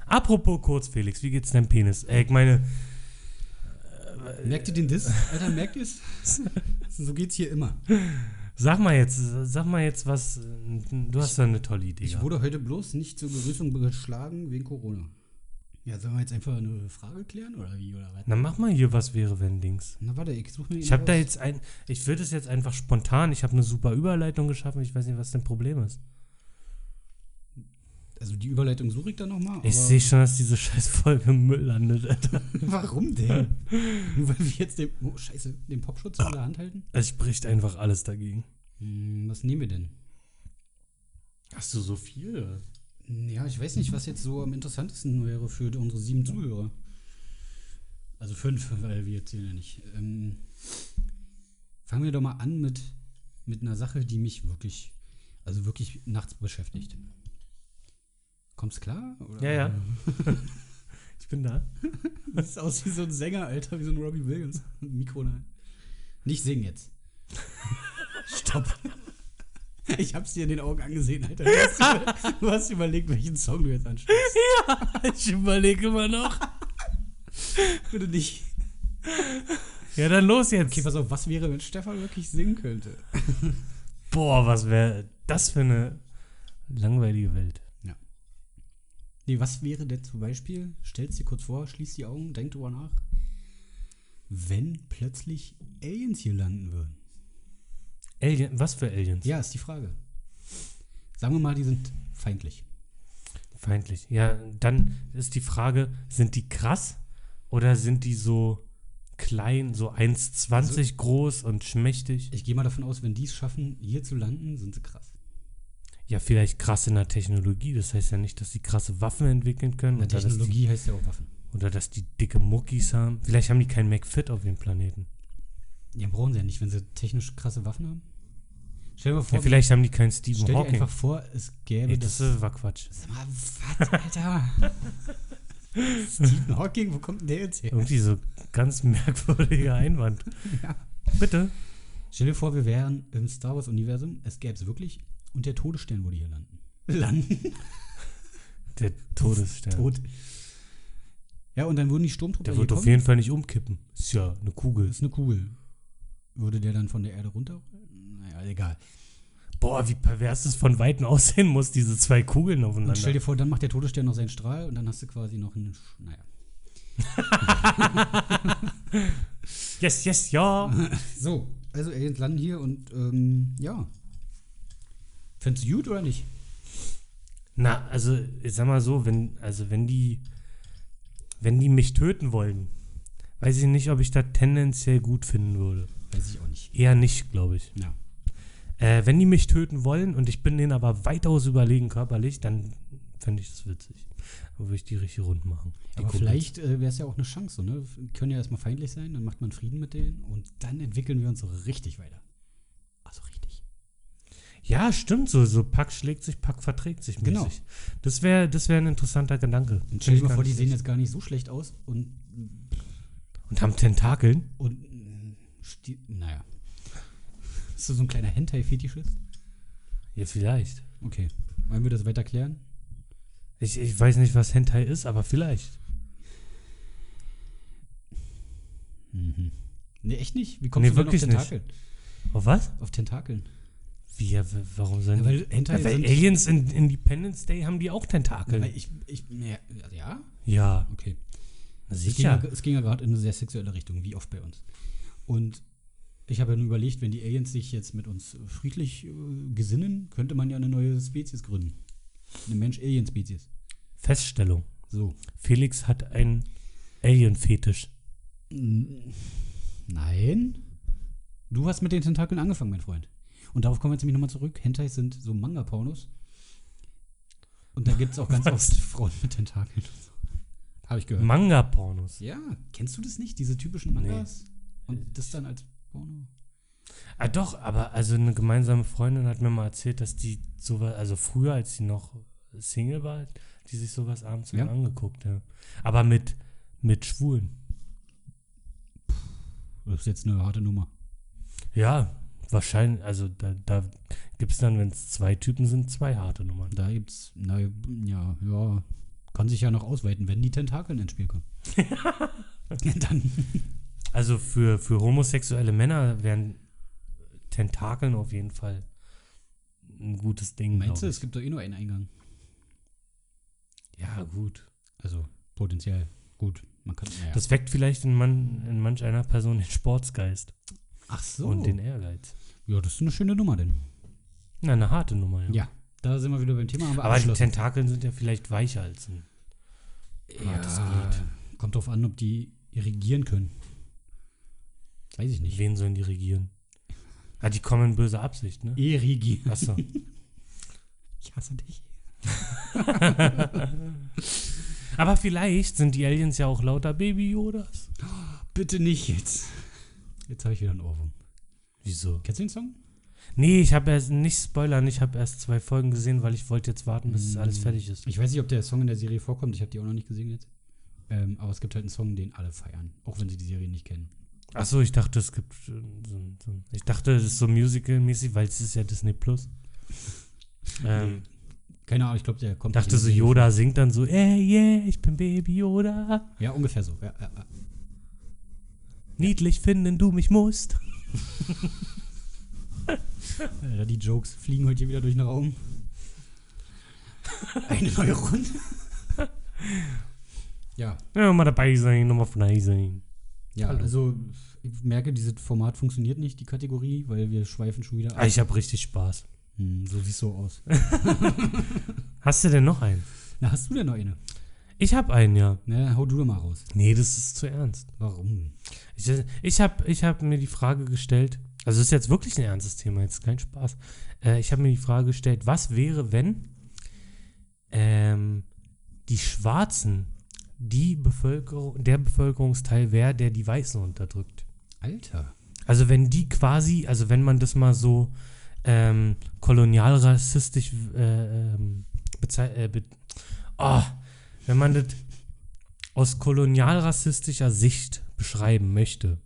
[SPEAKER 2] Apropos kurz, Felix, wie geht's deinem Penis? Äh, ich meine,
[SPEAKER 1] Merkt ihr den Diss? Alter, merkt ihr es? so geht's hier immer.
[SPEAKER 2] sag mal jetzt, sag mal jetzt was. äh, Du hast da eine tolle Idee.
[SPEAKER 1] Ich
[SPEAKER 2] gehabt.
[SPEAKER 1] wurde heute bloß nicht zur Begrüßung geschlagen wegen Corona. Ja, sollen wir jetzt einfach eine Frage klären oder wie oder was?
[SPEAKER 2] Na, mach mal hier was wäre, wenn Dings.
[SPEAKER 1] Na warte, ich suche mir
[SPEAKER 2] Ich
[SPEAKER 1] ihn
[SPEAKER 2] habe da
[SPEAKER 1] raus.
[SPEAKER 2] jetzt ein. Ich würde es jetzt einfach spontan. Ich habe eine super Überleitung geschaffen. Ich weiß nicht, was dein Problem ist. Also,
[SPEAKER 1] Also die Überleitung suche ich dann nochmal.
[SPEAKER 2] ich sehe schon, dass diese Scheißfolge im Müll landet. Alter.
[SPEAKER 1] Warum denn? Nur weil wir jetzt den, oh, scheiße, den Popschutz in der Hand halten?
[SPEAKER 2] Es spricht einfach alles dagegen.
[SPEAKER 1] Hm, was nehmen wir denn?
[SPEAKER 2] Hast du so viel?
[SPEAKER 1] Ja, ich weiß nicht, was jetzt so am interessantesten wäre für unsere sieben Zuhörer. Also fünf, weil wir zählen ja nicht. Ähm, fangen wir doch mal an mit, mit einer Sache, die mich wirklich, also wirklich nachts beschäftigt. Kommst klar? Oder?
[SPEAKER 2] Ja, ja. ich bin da.
[SPEAKER 1] Du siehst aus wie so ein Sänger, Alter, wie so ein Robbie Williams. Mikro nein. Nicht singen jetzt. Stopp. Ich hab's dir in den Augen angesehen, Alter. Du hast, über, du hast überlegt, welchen Song du jetzt anspielst.
[SPEAKER 2] Ich überlege immer noch.
[SPEAKER 1] Bitte nicht.
[SPEAKER 2] Ja, dann los jetzt.
[SPEAKER 1] Okay, pass auf, was wäre, wenn Stefan wirklich singen könnte?
[SPEAKER 2] Boah, was wäre das für eine langweilige Welt?
[SPEAKER 1] Nee, was wäre denn zum Beispiel, stell's dir kurz vor, schließ die Augen, denk drüber nach, wenn plötzlich Aliens hier landen würden?
[SPEAKER 2] Alien, was für Aliens?
[SPEAKER 1] Ja, ist die Frage. Sagen wir mal, die sind feindlich.
[SPEAKER 2] Feindlich. Ja, dann ist die Frage, sind die krass oder sind die so klein, so 1,20 groß und schmächtig?
[SPEAKER 1] Ich gehe mal davon aus, wenn die es schaffen, hier zu landen, sind sie krass.
[SPEAKER 2] Ja, vielleicht krass in der Technologie. Das heißt ja nicht, dass sie krasse Waffen entwickeln können
[SPEAKER 1] Na,
[SPEAKER 2] oder dass, die,
[SPEAKER 1] Technologie heißt ja auch Waffen.
[SPEAKER 2] oder dass die dicke Muckis haben. Vielleicht haben die keinen McFit auf dem Planeten.
[SPEAKER 1] Ja, brauchen sie ja nicht, wenn sie technisch krasse Waffen haben. Stell dir mal vor,
[SPEAKER 2] Ja, vielleicht haben die keinen
[SPEAKER 1] stell
[SPEAKER 2] Stephen
[SPEAKER 1] dir
[SPEAKER 2] Hawking.
[SPEAKER 1] einfach vor, es gäbe
[SPEAKER 2] Ey,
[SPEAKER 1] das.
[SPEAKER 2] das äh, war Quatsch.
[SPEAKER 1] Sag mal, was, Alter? Stephen Hawking, wo kommt denn der jetzt her?
[SPEAKER 2] Irgendwie so ganz merkwürdiger Einwand.
[SPEAKER 1] Ja.
[SPEAKER 2] Bitte.
[SPEAKER 1] Stell dir vor, wir wären im Star Wars-Universum, es gäbe es wirklich und der Todesstern würde hier landen. Landen?
[SPEAKER 2] Der Todesstern.
[SPEAKER 1] Tot. Ja, und dann würden die Sturmtruppen
[SPEAKER 2] Der
[SPEAKER 1] hier
[SPEAKER 2] wird auf
[SPEAKER 1] kommen.
[SPEAKER 2] jeden Fall nicht umkippen. Ist ja eine Kugel.
[SPEAKER 1] Das ist eine Kugel. Würde der dann von der Erde runter? Naja, egal.
[SPEAKER 2] Boah, wie pervers das von Weitem aussehen muss, diese zwei Kugeln
[SPEAKER 1] Und stell
[SPEAKER 2] aufeinander.
[SPEAKER 1] dir vor, dann macht der Todesstern noch seinen Strahl und dann hast du quasi noch einen. Sch naja.
[SPEAKER 2] Yes, yes, ja.
[SPEAKER 1] So, also Aliens landen hier und ähm, ja. Findest du gut oder nicht?
[SPEAKER 2] Na, also, ich sag mal so, wenn, also wenn die, wenn die mich töten wollen, weiß ich nicht, ob ich das tendenziell gut finden würde.
[SPEAKER 1] Weiß ich auch nicht.
[SPEAKER 2] Eher nicht, glaube ich.
[SPEAKER 1] Ja.
[SPEAKER 2] Äh, wenn die mich töten wollen und ich bin denen aber weitaus überlegen körperlich, dann Fände ich das witzig. Dann würde ich die richtig rund machen. Die
[SPEAKER 1] Aber
[SPEAKER 2] Kumpels.
[SPEAKER 1] vielleicht äh, wäre es ja auch eine Chance, ne? Können ja erstmal feindlich sein, dann macht man Frieden mit denen und dann entwickeln wir uns so richtig weiter. Also richtig.
[SPEAKER 2] Ja, stimmt, so, so Pack schlägt sich, Pack verträgt sich.
[SPEAKER 1] Genau.
[SPEAKER 2] Mäßig. Das wäre das wär ein interessanter Gedanke.
[SPEAKER 1] Und stell
[SPEAKER 2] Find ich
[SPEAKER 1] dir mal vor,
[SPEAKER 2] gar
[SPEAKER 1] die
[SPEAKER 2] nicht
[SPEAKER 1] sehen
[SPEAKER 2] schlecht.
[SPEAKER 1] jetzt gar nicht so schlecht aus und,
[SPEAKER 2] Und haben Tentakeln?
[SPEAKER 1] und äh, sti- naja. Bist du so ein kleiner Hentai-Fetischist?
[SPEAKER 2] Ja, vielleicht.
[SPEAKER 1] Okay. Wollen wir das weiter klären?
[SPEAKER 2] Ich, ich weiß nicht, was Hentai ist, aber vielleicht.
[SPEAKER 1] Mhm. Nee, echt nicht? Wie kommst
[SPEAKER 2] Nee,
[SPEAKER 1] du denn
[SPEAKER 2] wirklich
[SPEAKER 1] auf
[SPEAKER 2] nicht.
[SPEAKER 1] Tentakeln?
[SPEAKER 2] Auf Oh, was?
[SPEAKER 1] Auf Tentakeln.
[SPEAKER 2] Wie, ja, w- warum sind
[SPEAKER 1] Ja, weil Hentai
[SPEAKER 2] ja, weil
[SPEAKER 1] sind-
[SPEAKER 2] Aliens in Independence Day haben die auch Tentakeln.
[SPEAKER 1] Weil ich, ich, ja, also ja,
[SPEAKER 2] ja,
[SPEAKER 1] okay.
[SPEAKER 2] na
[SPEAKER 1] Es ging, ja,
[SPEAKER 2] sicher.
[SPEAKER 1] es ging ja gerade in eine sehr sexuelle Richtung, wie oft bei uns. Und ich habe ja nur überlegt, wenn die Aliens sich jetzt mit uns friedlich äh, gesinnen, könnte man ja eine neue Spezies gründen. Eine Mensch-Alien-Spezies.
[SPEAKER 2] Feststellung.
[SPEAKER 1] So.
[SPEAKER 2] Felix hat einen Alien-Fetisch.
[SPEAKER 1] Mm, Nein. Du hast mit den Tentakeln angefangen, mein Freund. Und darauf kommen wir jetzt nämlich nochmal zurück. Hentais sind so Manga-Pornos. Und da gibt es auch ganz
[SPEAKER 2] Was?
[SPEAKER 1] oft Frauen mit Tentakeln. und so. Habe ich gehört.
[SPEAKER 2] Manga-Pornos.
[SPEAKER 1] ja, kennst du das nicht? Diese typischen Mangas? Und das dann als Porno?
[SPEAKER 2] Ah, doch, aber also eine gemeinsame Freundin hat mir mal erzählt, dass die sowas, also früher, als sie noch Single war, hat die sich sowas abends
[SPEAKER 1] Ja.
[SPEAKER 2] mal angeguckt, ja. Aber mit, mit Schwulen.
[SPEAKER 1] Das ist jetzt eine harte Nummer.
[SPEAKER 2] Ja, wahrscheinlich, also da, da gibt es dann, wenn es zwei Typen sind, zwei harte Nummern.
[SPEAKER 1] Da gibt's, na ja, ja, kann sich ja noch ausweiten, wenn die Tentakeln ins Spiel kommen. ja, dann.
[SPEAKER 2] Also für, für homosexuelle Männer wären Tentakeln auf jeden Fall ein gutes Ding.
[SPEAKER 1] Meinst du,
[SPEAKER 2] glaub
[SPEAKER 1] es gibt doch eh nur einen Eingang?
[SPEAKER 2] ich. Ja, gut.
[SPEAKER 1] Also, potenziell. Gut, man kann. Naja.
[SPEAKER 2] Das weckt vielleicht in, man, in manch einer Person den Sportsgeist
[SPEAKER 1] Ach so.
[SPEAKER 2] und den Ehrgeiz.
[SPEAKER 1] ja, das ist eine schöne Nummer denn.
[SPEAKER 2] Na, eine harte Nummer, ja.
[SPEAKER 1] Ja, da sind wir wieder beim Thema. haben wir
[SPEAKER 2] Aber die
[SPEAKER 1] abgeschlossen.
[SPEAKER 2] Tentakeln sind ja vielleicht weicher als ein hartes
[SPEAKER 1] ja,
[SPEAKER 2] Glied.
[SPEAKER 1] kommt drauf an, ob die irrigieren können. Weiß ich nicht.
[SPEAKER 2] Wen sollen die regieren? Ah, die kommen in böser Absicht, ne?
[SPEAKER 1] Irrigieren.
[SPEAKER 2] Achso.
[SPEAKER 1] Ich hasse dich.
[SPEAKER 2] Aber vielleicht sind die Aliens ja auch lauter Baby-Yodas.
[SPEAKER 1] Bitte nicht jetzt. Jetzt habe ich wieder einen Ohrwurm.
[SPEAKER 2] Wieso?
[SPEAKER 1] Kennst du den Song?
[SPEAKER 2] Nee, ich habe erst nicht spoilern, ich habe erst zwei Folgen gesehen, weil ich wollte jetzt warten, bis
[SPEAKER 1] Mm.
[SPEAKER 2] alles fertig ist.
[SPEAKER 1] Ich weiß nicht, ob der Song in der Serie vorkommt. Ich habe die auch noch nicht gesehen jetzt. Ähm, aber es gibt halt einen Song, den alle feiern, auch wenn sie die Serie nicht kennen.
[SPEAKER 2] Achso, ich dachte, es gibt äh, so, ein- so ein- Ich dachte, das ist so musical-mäßig, weil es ist ja Disney Plus. Ähm,
[SPEAKER 1] Keine Ahnung, ich glaube, der kommt.
[SPEAKER 2] dachte
[SPEAKER 1] nicht
[SPEAKER 2] so,
[SPEAKER 1] in die Serie.
[SPEAKER 2] Yoda singt dann so, ey, yeah, ich bin Baby Yoda.
[SPEAKER 1] Ja, ungefähr so. Ja, ja, ja.
[SPEAKER 2] Niedlich finden du mich musst.
[SPEAKER 1] Alter, die Jokes fliegen heute hier wieder durch den Raum. Eine neue Runde. ja,
[SPEAKER 2] Ja, mal dabei sein, nochmal frei sein.
[SPEAKER 1] ja.
[SPEAKER 2] Hallo.
[SPEAKER 1] Also ich merke, dieses Format funktioniert nicht, die Kategorie, weil wir schweifen schon wieder.
[SPEAKER 2] Ah, ich habe richtig Spaß.
[SPEAKER 1] Hm, so siehst du aus.
[SPEAKER 2] Hast du denn noch einen?
[SPEAKER 1] Na, hast du denn noch eine?
[SPEAKER 2] Ich habe einen, ja.
[SPEAKER 1] Na, hau du doch mal raus.
[SPEAKER 2] Nee, das ist zu ernst.
[SPEAKER 1] Warum?
[SPEAKER 2] Ich, ich habe ich hab mir die Frage gestellt, also es ist jetzt wirklich ein ernstes Thema, jetzt kein Spaß. Äh, ich habe mir die Frage gestellt, was wäre, wenn ähm, die Schwarzen die Bevölkerung, der Bevölkerungsteil wäre, der die Weißen unterdrückt?
[SPEAKER 1] Alter.
[SPEAKER 2] Also wenn die quasi, also wenn man das mal so ähm, kolonialrassistisch äh, ähm, bezei- äh, be oh, wenn man das aus kolonialrassistischer Sicht beschreiben möchte,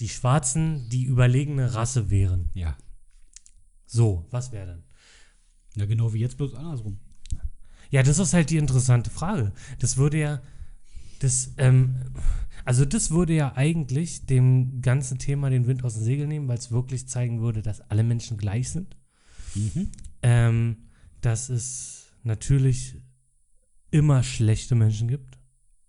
[SPEAKER 2] die Schwarzen die überlegene Rasse wären.
[SPEAKER 1] Ja.
[SPEAKER 2] So, was wäre dann?
[SPEAKER 1] Na genau wie jetzt bloß andersrum.
[SPEAKER 2] Ja, das ist halt die interessante Frage. Das würde ja, das, ähm, also das würde ja eigentlich dem ganzen Thema den Wind aus dem Segel nehmen, weil es wirklich zeigen würde, dass alle Menschen gleich sind.
[SPEAKER 1] Mhm.
[SPEAKER 2] Ähm, dass es natürlich immer schlechte Menschen gibt.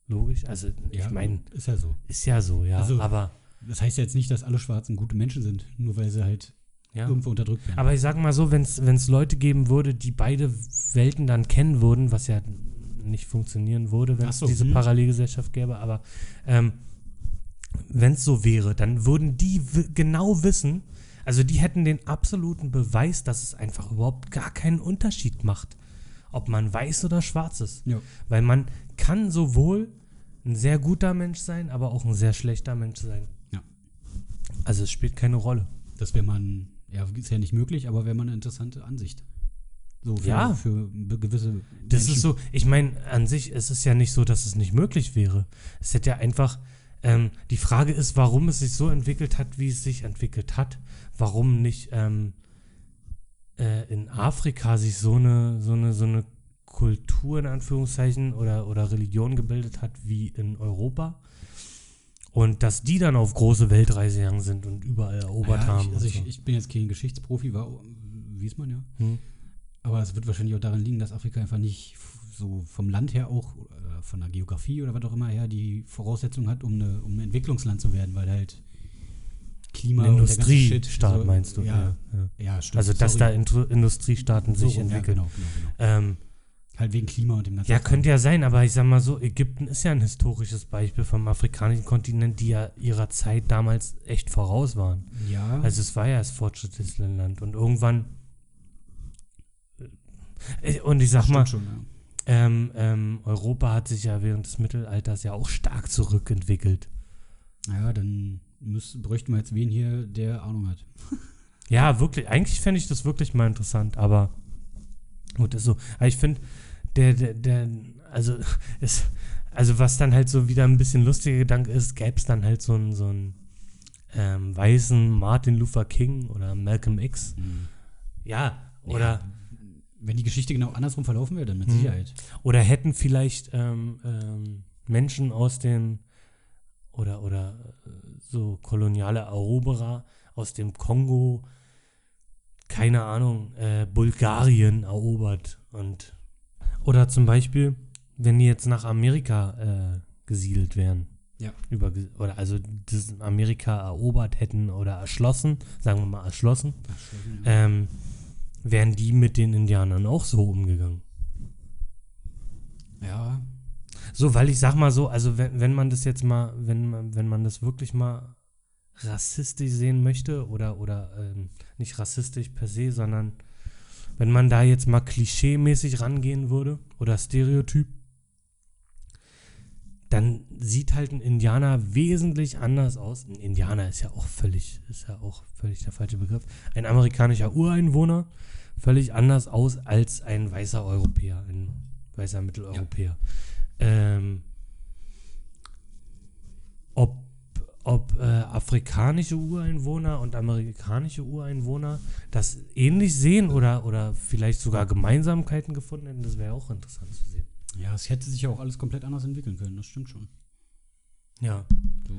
[SPEAKER 2] Logisch. Also ich meine,
[SPEAKER 1] ist ja so.
[SPEAKER 2] ist ja so, ja.
[SPEAKER 1] Also-
[SPEAKER 2] aber
[SPEAKER 1] Das heißt ja jetzt nicht, dass alle Schwarzen gute Menschen sind, nur weil sie halt
[SPEAKER 2] ja.
[SPEAKER 1] irgendwo unterdrückt werden.
[SPEAKER 2] Aber ich sag mal so, wenn es Leute geben würde, die beide Welten dann kennen würden, was ja nicht funktionieren würde, wenn
[SPEAKER 1] Ach
[SPEAKER 2] es
[SPEAKER 1] so,
[SPEAKER 2] diese
[SPEAKER 1] hm.
[SPEAKER 2] Parallelgesellschaft gäbe, aber ähm, wenn es so wäre, dann würden die wi- genau wissen, also die hätten den absoluten Beweis, dass es einfach überhaupt gar keinen Unterschied macht, ob man weiß oder schwarz ist.
[SPEAKER 1] Ja.
[SPEAKER 2] Weil man kann sowohl ein sehr guter Mensch sein, aber auch ein sehr schlechter Mensch sein.
[SPEAKER 1] Ja.
[SPEAKER 2] Also es spielt keine Rolle.
[SPEAKER 1] Das wäre man, ja, ist ja nicht möglich, aber wäre man eine interessante Ansicht. So für,
[SPEAKER 2] Ja.
[SPEAKER 1] für be- gewisse.
[SPEAKER 2] Das
[SPEAKER 1] Menschen.
[SPEAKER 2] ist so, ich meine, an sich es ist ja nicht so, dass es nicht möglich wäre. Es hätte ja einfach, ähm, die Frage ist, warum es sich so entwickelt hat, wie es sich entwickelt hat. Warum nicht ähm, äh, in Afrika sich so eine, so eine, so eine Kultur in Anführungszeichen oder, oder Religion gebildet hat wie in Europa. Und dass die dann auf große Weltreise gegangen sind und überall erobert
[SPEAKER 1] ja,
[SPEAKER 2] haben.
[SPEAKER 1] ich, also
[SPEAKER 2] und so.
[SPEAKER 1] ich, ich bin jetzt kein Geschichtsprofi, war, wies man ja.
[SPEAKER 2] Hm.
[SPEAKER 1] Aber es wird wahrscheinlich auch daran liegen, dass Afrika einfach nicht f- so vom Land her auch, oder von der Geografie oder was auch immer her, die Voraussetzung hat, um, eine, um ein Entwicklungsland zu werden, weil halt Klima
[SPEAKER 2] Ein
[SPEAKER 1] und der ganze
[SPEAKER 2] Industriestaat
[SPEAKER 1] so-
[SPEAKER 2] meinst du?
[SPEAKER 1] Ja,
[SPEAKER 2] ja.
[SPEAKER 1] ja stimmt.
[SPEAKER 2] Also, dass da
[SPEAKER 1] sorry.
[SPEAKER 2] Intru- Industriestaaten
[SPEAKER 1] So
[SPEAKER 2] sich
[SPEAKER 1] rum,
[SPEAKER 2] entwickeln.
[SPEAKER 1] Ja, genau, genau, genau.
[SPEAKER 2] Ähm,
[SPEAKER 1] Halt wegen Klima und dem ganzen.
[SPEAKER 2] ja, könnte ja sein, aber ich sag mal so, Ägypten ist ja ein historisches Beispiel vom afrikanischen Kontinent, die ja ihrer Zeit damals echt voraus waren.
[SPEAKER 1] Ja,
[SPEAKER 2] Also es war ja das fortschrittliches Land und irgendwann äh, und ich sag
[SPEAKER 1] stimmt
[SPEAKER 2] mal,
[SPEAKER 1] schon. Ja.
[SPEAKER 2] ähm, ähm, Europa hat sich ja während des Mittelalters ja auch stark zurückentwickelt.
[SPEAKER 1] Naja, dann müß, bräuchten wir jetzt wen hier, der Ahnung hat.
[SPEAKER 2] Ja, wirklich. Eigentlich fände ich das wirklich mal interessant, aber gut, ist so. Aber ich finde, der, der, der, also, es, also was dann halt so wieder ein bisschen lustiger Gedanke ist, gäbe es dann halt so einen, so einen ähm, weißen Martin Luther King oder Malcolm X. Ja, oder,
[SPEAKER 1] Ja, wenn die Geschichte genau andersrum verlaufen wäre, dann mit
[SPEAKER 2] Mhm.
[SPEAKER 1] Sicherheit.
[SPEAKER 2] oder hätten vielleicht ähm, ähm, Menschen aus den, oder, oder äh, so koloniale Eroberer aus dem Kongo, keine Ahnung, äh, Bulgarien erobert und oder zum Beispiel, wenn die jetzt nach Amerika äh, gesiedelt wären.
[SPEAKER 1] Ja.
[SPEAKER 2] Über, oder also das Amerika erobert hätten oder erschlossen, sagen wir mal erschlossen, ähm, wären die mit den Indianern auch so umgegangen.
[SPEAKER 1] Ja,
[SPEAKER 2] So, weil ich sag mal so, also wenn, wenn man das jetzt mal, wenn man, wenn man das wirklich mal rassistisch sehen möchte oder, oder ähm, nicht rassistisch per se, sondern wenn man da jetzt mal klischeemäßig rangehen würde oder Stereotyp, dann sieht halt ein Indianer wesentlich anders aus. Ein Indianer ist ja auch völlig, ist ja auch völlig der falsche Begriff. Ein amerikanischer Ureinwohner völlig anders aus als ein weißer Europäer, ein weißer Mitteleuropäer. Ähm, ob ob äh, afrikanische Ureinwohner und amerikanische Ureinwohner das ähnlich sehen oder, oder vielleicht sogar Gemeinsamkeiten gefunden hätten, das wäre auch interessant zu sehen.
[SPEAKER 1] ja, es hätte sich ja auch alles komplett anders entwickeln können, das stimmt schon.
[SPEAKER 2] Ja.
[SPEAKER 1] So.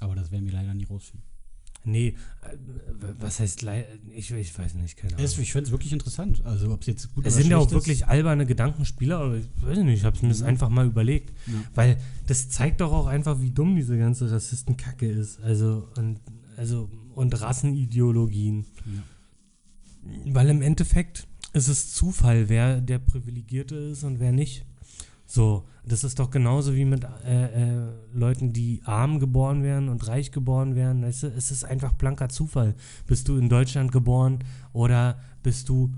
[SPEAKER 1] Aber das werden wir leider nie rausfinden.
[SPEAKER 2] Nee, äh, w- was heißt lei- ich, ich weiß nicht, keine Ahnung.
[SPEAKER 1] Es, ich finde es wirklich interessant. Also, ob es jetzt gut
[SPEAKER 2] Es
[SPEAKER 1] oder
[SPEAKER 2] sind ja auch
[SPEAKER 1] schlecht ist.
[SPEAKER 2] wirklich alberne Gedankenspiele, aber ich weiß nicht, ich habe es mir das
[SPEAKER 1] Mhm.
[SPEAKER 2] einfach mal überlegt.
[SPEAKER 1] Ja.
[SPEAKER 2] Weil das zeigt doch auch einfach, wie dumm diese ganze Rassistenkacke ist. Also und, also, und Rassenideologien. Weil im Endeffekt ist es Zufall, wer der Privilegierte ist und wer nicht. So, das ist doch genauso wie mit äh, äh, Leuten, die arm geboren werden und reich geboren werden. Weißt du, es ist einfach blanker Zufall. Bist du in Deutschland geboren oder bist du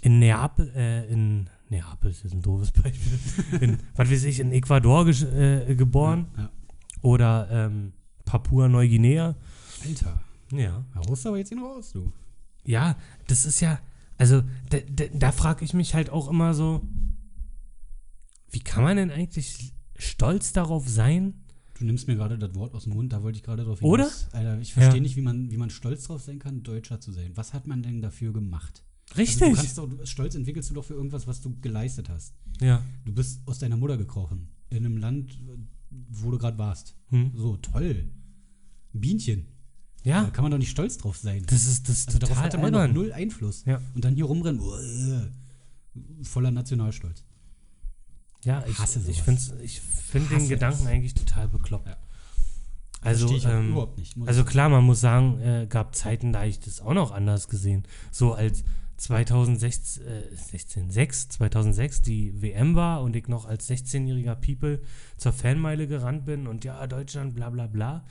[SPEAKER 2] in Neapel, äh, in Neapel ist jetzt ein doofes Beispiel, in, was weiß ich, in Ecuador gesch- äh, geboren
[SPEAKER 1] Ja, ja.
[SPEAKER 2] oder ähm, Papua-Neuguinea.
[SPEAKER 1] Alter,
[SPEAKER 2] Ja.
[SPEAKER 1] da haust du aber jetzt ihn raus, du.
[SPEAKER 2] Ja, das ist ja, also da, da, da frage ich mich halt auch immer so, wie kann man denn eigentlich stolz darauf sein?
[SPEAKER 1] Du nimmst mir gerade das Wort aus dem Mund, da wollte ich gerade drauf
[SPEAKER 2] Oder?
[SPEAKER 1] Alter, ich verstehe
[SPEAKER 2] Ja.
[SPEAKER 1] nicht, wie man, wie man stolz drauf sein kann, Deutscher zu sein. Was hat man denn dafür gemacht?
[SPEAKER 2] Richtig.
[SPEAKER 1] Also du kannst doch, du, Stolz entwickelst du doch für irgendwas, was du geleistet hast.
[SPEAKER 2] ja.
[SPEAKER 1] Du bist aus deiner Mutter gekrochen. In einem Land, wo du gerade warst.
[SPEAKER 2] Hm.
[SPEAKER 1] So, toll. Bienchen. Da
[SPEAKER 2] Ja,
[SPEAKER 1] kann man doch nicht stolz drauf sein.
[SPEAKER 2] das ist das ist
[SPEAKER 1] also darauf
[SPEAKER 2] total
[SPEAKER 1] hatte man
[SPEAKER 2] albern.
[SPEAKER 1] noch null Einfluss.
[SPEAKER 2] Ja.
[SPEAKER 1] Und dann hier rumrennen. uah, voller Nationalstolz.
[SPEAKER 2] Ja, ich,
[SPEAKER 1] Hasse
[SPEAKER 2] ich
[SPEAKER 1] sowas.
[SPEAKER 2] finde ich find
[SPEAKER 1] Hasse
[SPEAKER 2] den Gedanken
[SPEAKER 1] es.
[SPEAKER 2] eigentlich total bekloppt.
[SPEAKER 1] Ja.
[SPEAKER 2] Also,
[SPEAKER 1] Verstehe ich auch
[SPEAKER 2] ähm,
[SPEAKER 1] überhaupt nicht. Muss
[SPEAKER 2] Also klar, man muss sagen, äh, gab Zeiten, da hab ich das auch noch anders gesehen. So als 2006, äh, 16, 6, 2006 die WM war und ich noch als 16-jähriger People zur Fanmeile gerannt bin und ja, Deutschland, bla bla bla.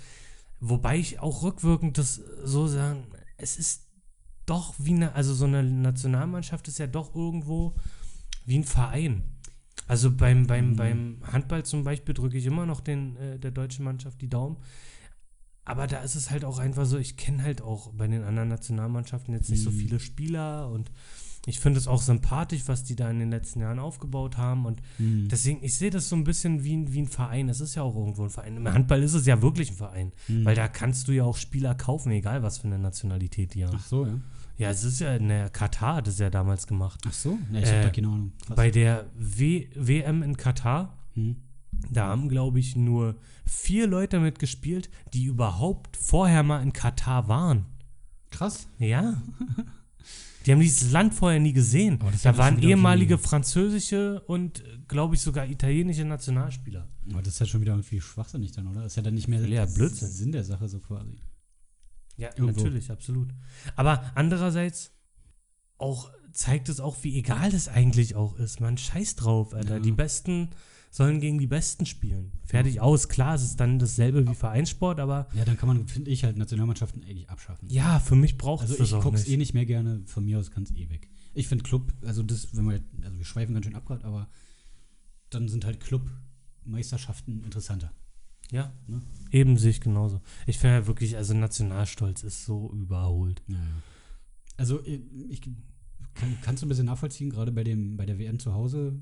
[SPEAKER 2] Wobei ich auch rückwirkend das so sagen, ne, es ist doch wie eine, also so eine Nationalmannschaft ist ja doch irgendwo wie ein Verein. Also beim,
[SPEAKER 1] Mhm.
[SPEAKER 2] beim, beim Handball zum Beispiel drücke ich immer noch den, äh, der deutschen Mannschaft die Daumen. Aber da ist es halt auch einfach so, ich kenne halt auch bei den anderen Nationalmannschaften jetzt nicht so
[SPEAKER 1] Mhm.
[SPEAKER 2] viele Spieler und ich finde es auch sympathisch, was die da in den letzten Jahren aufgebaut haben. Und
[SPEAKER 1] Mhm.
[SPEAKER 2] deswegen, ich sehe das so ein bisschen wie, ein- wie ein Verein. Es ist ja auch irgendwo ein Verein. Im Handball ist es ja wirklich ein Verein,
[SPEAKER 1] Mhm.
[SPEAKER 2] weil da kannst du ja auch Spieler kaufen, egal was für eine Nationalität die haben.
[SPEAKER 1] Ach so, ja.
[SPEAKER 2] Ja, es ist ja in der Katar, hat es ja damals gemacht.
[SPEAKER 1] Ach so? Ne, ich hab
[SPEAKER 2] Äh,
[SPEAKER 1] da keine Ahnung. Krass.
[SPEAKER 2] Bei der w WM in Katar
[SPEAKER 1] Mhm.
[SPEAKER 2] Da haben, glaube ich, nur vier Leute mitgespielt, die überhaupt vorher mal in Katar waren.
[SPEAKER 1] Krass.
[SPEAKER 2] Ja. Die haben dieses Land vorher nie gesehen.
[SPEAKER 1] Aber das hat
[SPEAKER 2] da
[SPEAKER 1] auch
[SPEAKER 2] waren
[SPEAKER 1] schon wieder
[SPEAKER 2] ehemalige
[SPEAKER 1] irgendwie-
[SPEAKER 2] französische und, äh, glaube ich, sogar italienische Nationalspieler.
[SPEAKER 1] Aber das ist ja schon wieder irgendwie schwachsinnig dann, oder? Das ist ja dann nicht mehr
[SPEAKER 2] Ja, Blödsinn.
[SPEAKER 1] Sinn der Sache so quasi.
[SPEAKER 2] Ja,
[SPEAKER 1] Irgendwo.
[SPEAKER 2] natürlich, absolut. Aber andererseits auch zeigt es auch, wie egal das eigentlich auch ist. Man scheiß drauf, Alter.
[SPEAKER 1] Ja.
[SPEAKER 2] Die Besten sollen gegen die Besten spielen. Fertig aus. Klar, es ist dann dasselbe wie Vereinssport, aber
[SPEAKER 1] Ja, dann kann man, finde ich, halt Nationalmannschaften eigentlich abschaffen.
[SPEAKER 2] ja, für mich braucht es
[SPEAKER 1] also
[SPEAKER 2] das
[SPEAKER 1] ich
[SPEAKER 2] auch
[SPEAKER 1] guck's
[SPEAKER 2] nicht.
[SPEAKER 1] eh nicht mehr gerne, von mir aus ganz eh weg. Ich finde Club, also das, wenn wir, also wir schweifen ganz schön ab grad, aber dann sind halt Club-Meisterschaften interessanter.
[SPEAKER 2] Ja,
[SPEAKER 1] Ne?
[SPEAKER 2] eben sehe ich genauso. Ich finde ja wirklich, also Nationalstolz ist so überholt.
[SPEAKER 1] Ja, ja. Also ich ich kann, kannst du ein bisschen nachvollziehen, gerade bei dem, bei der WM zu Hause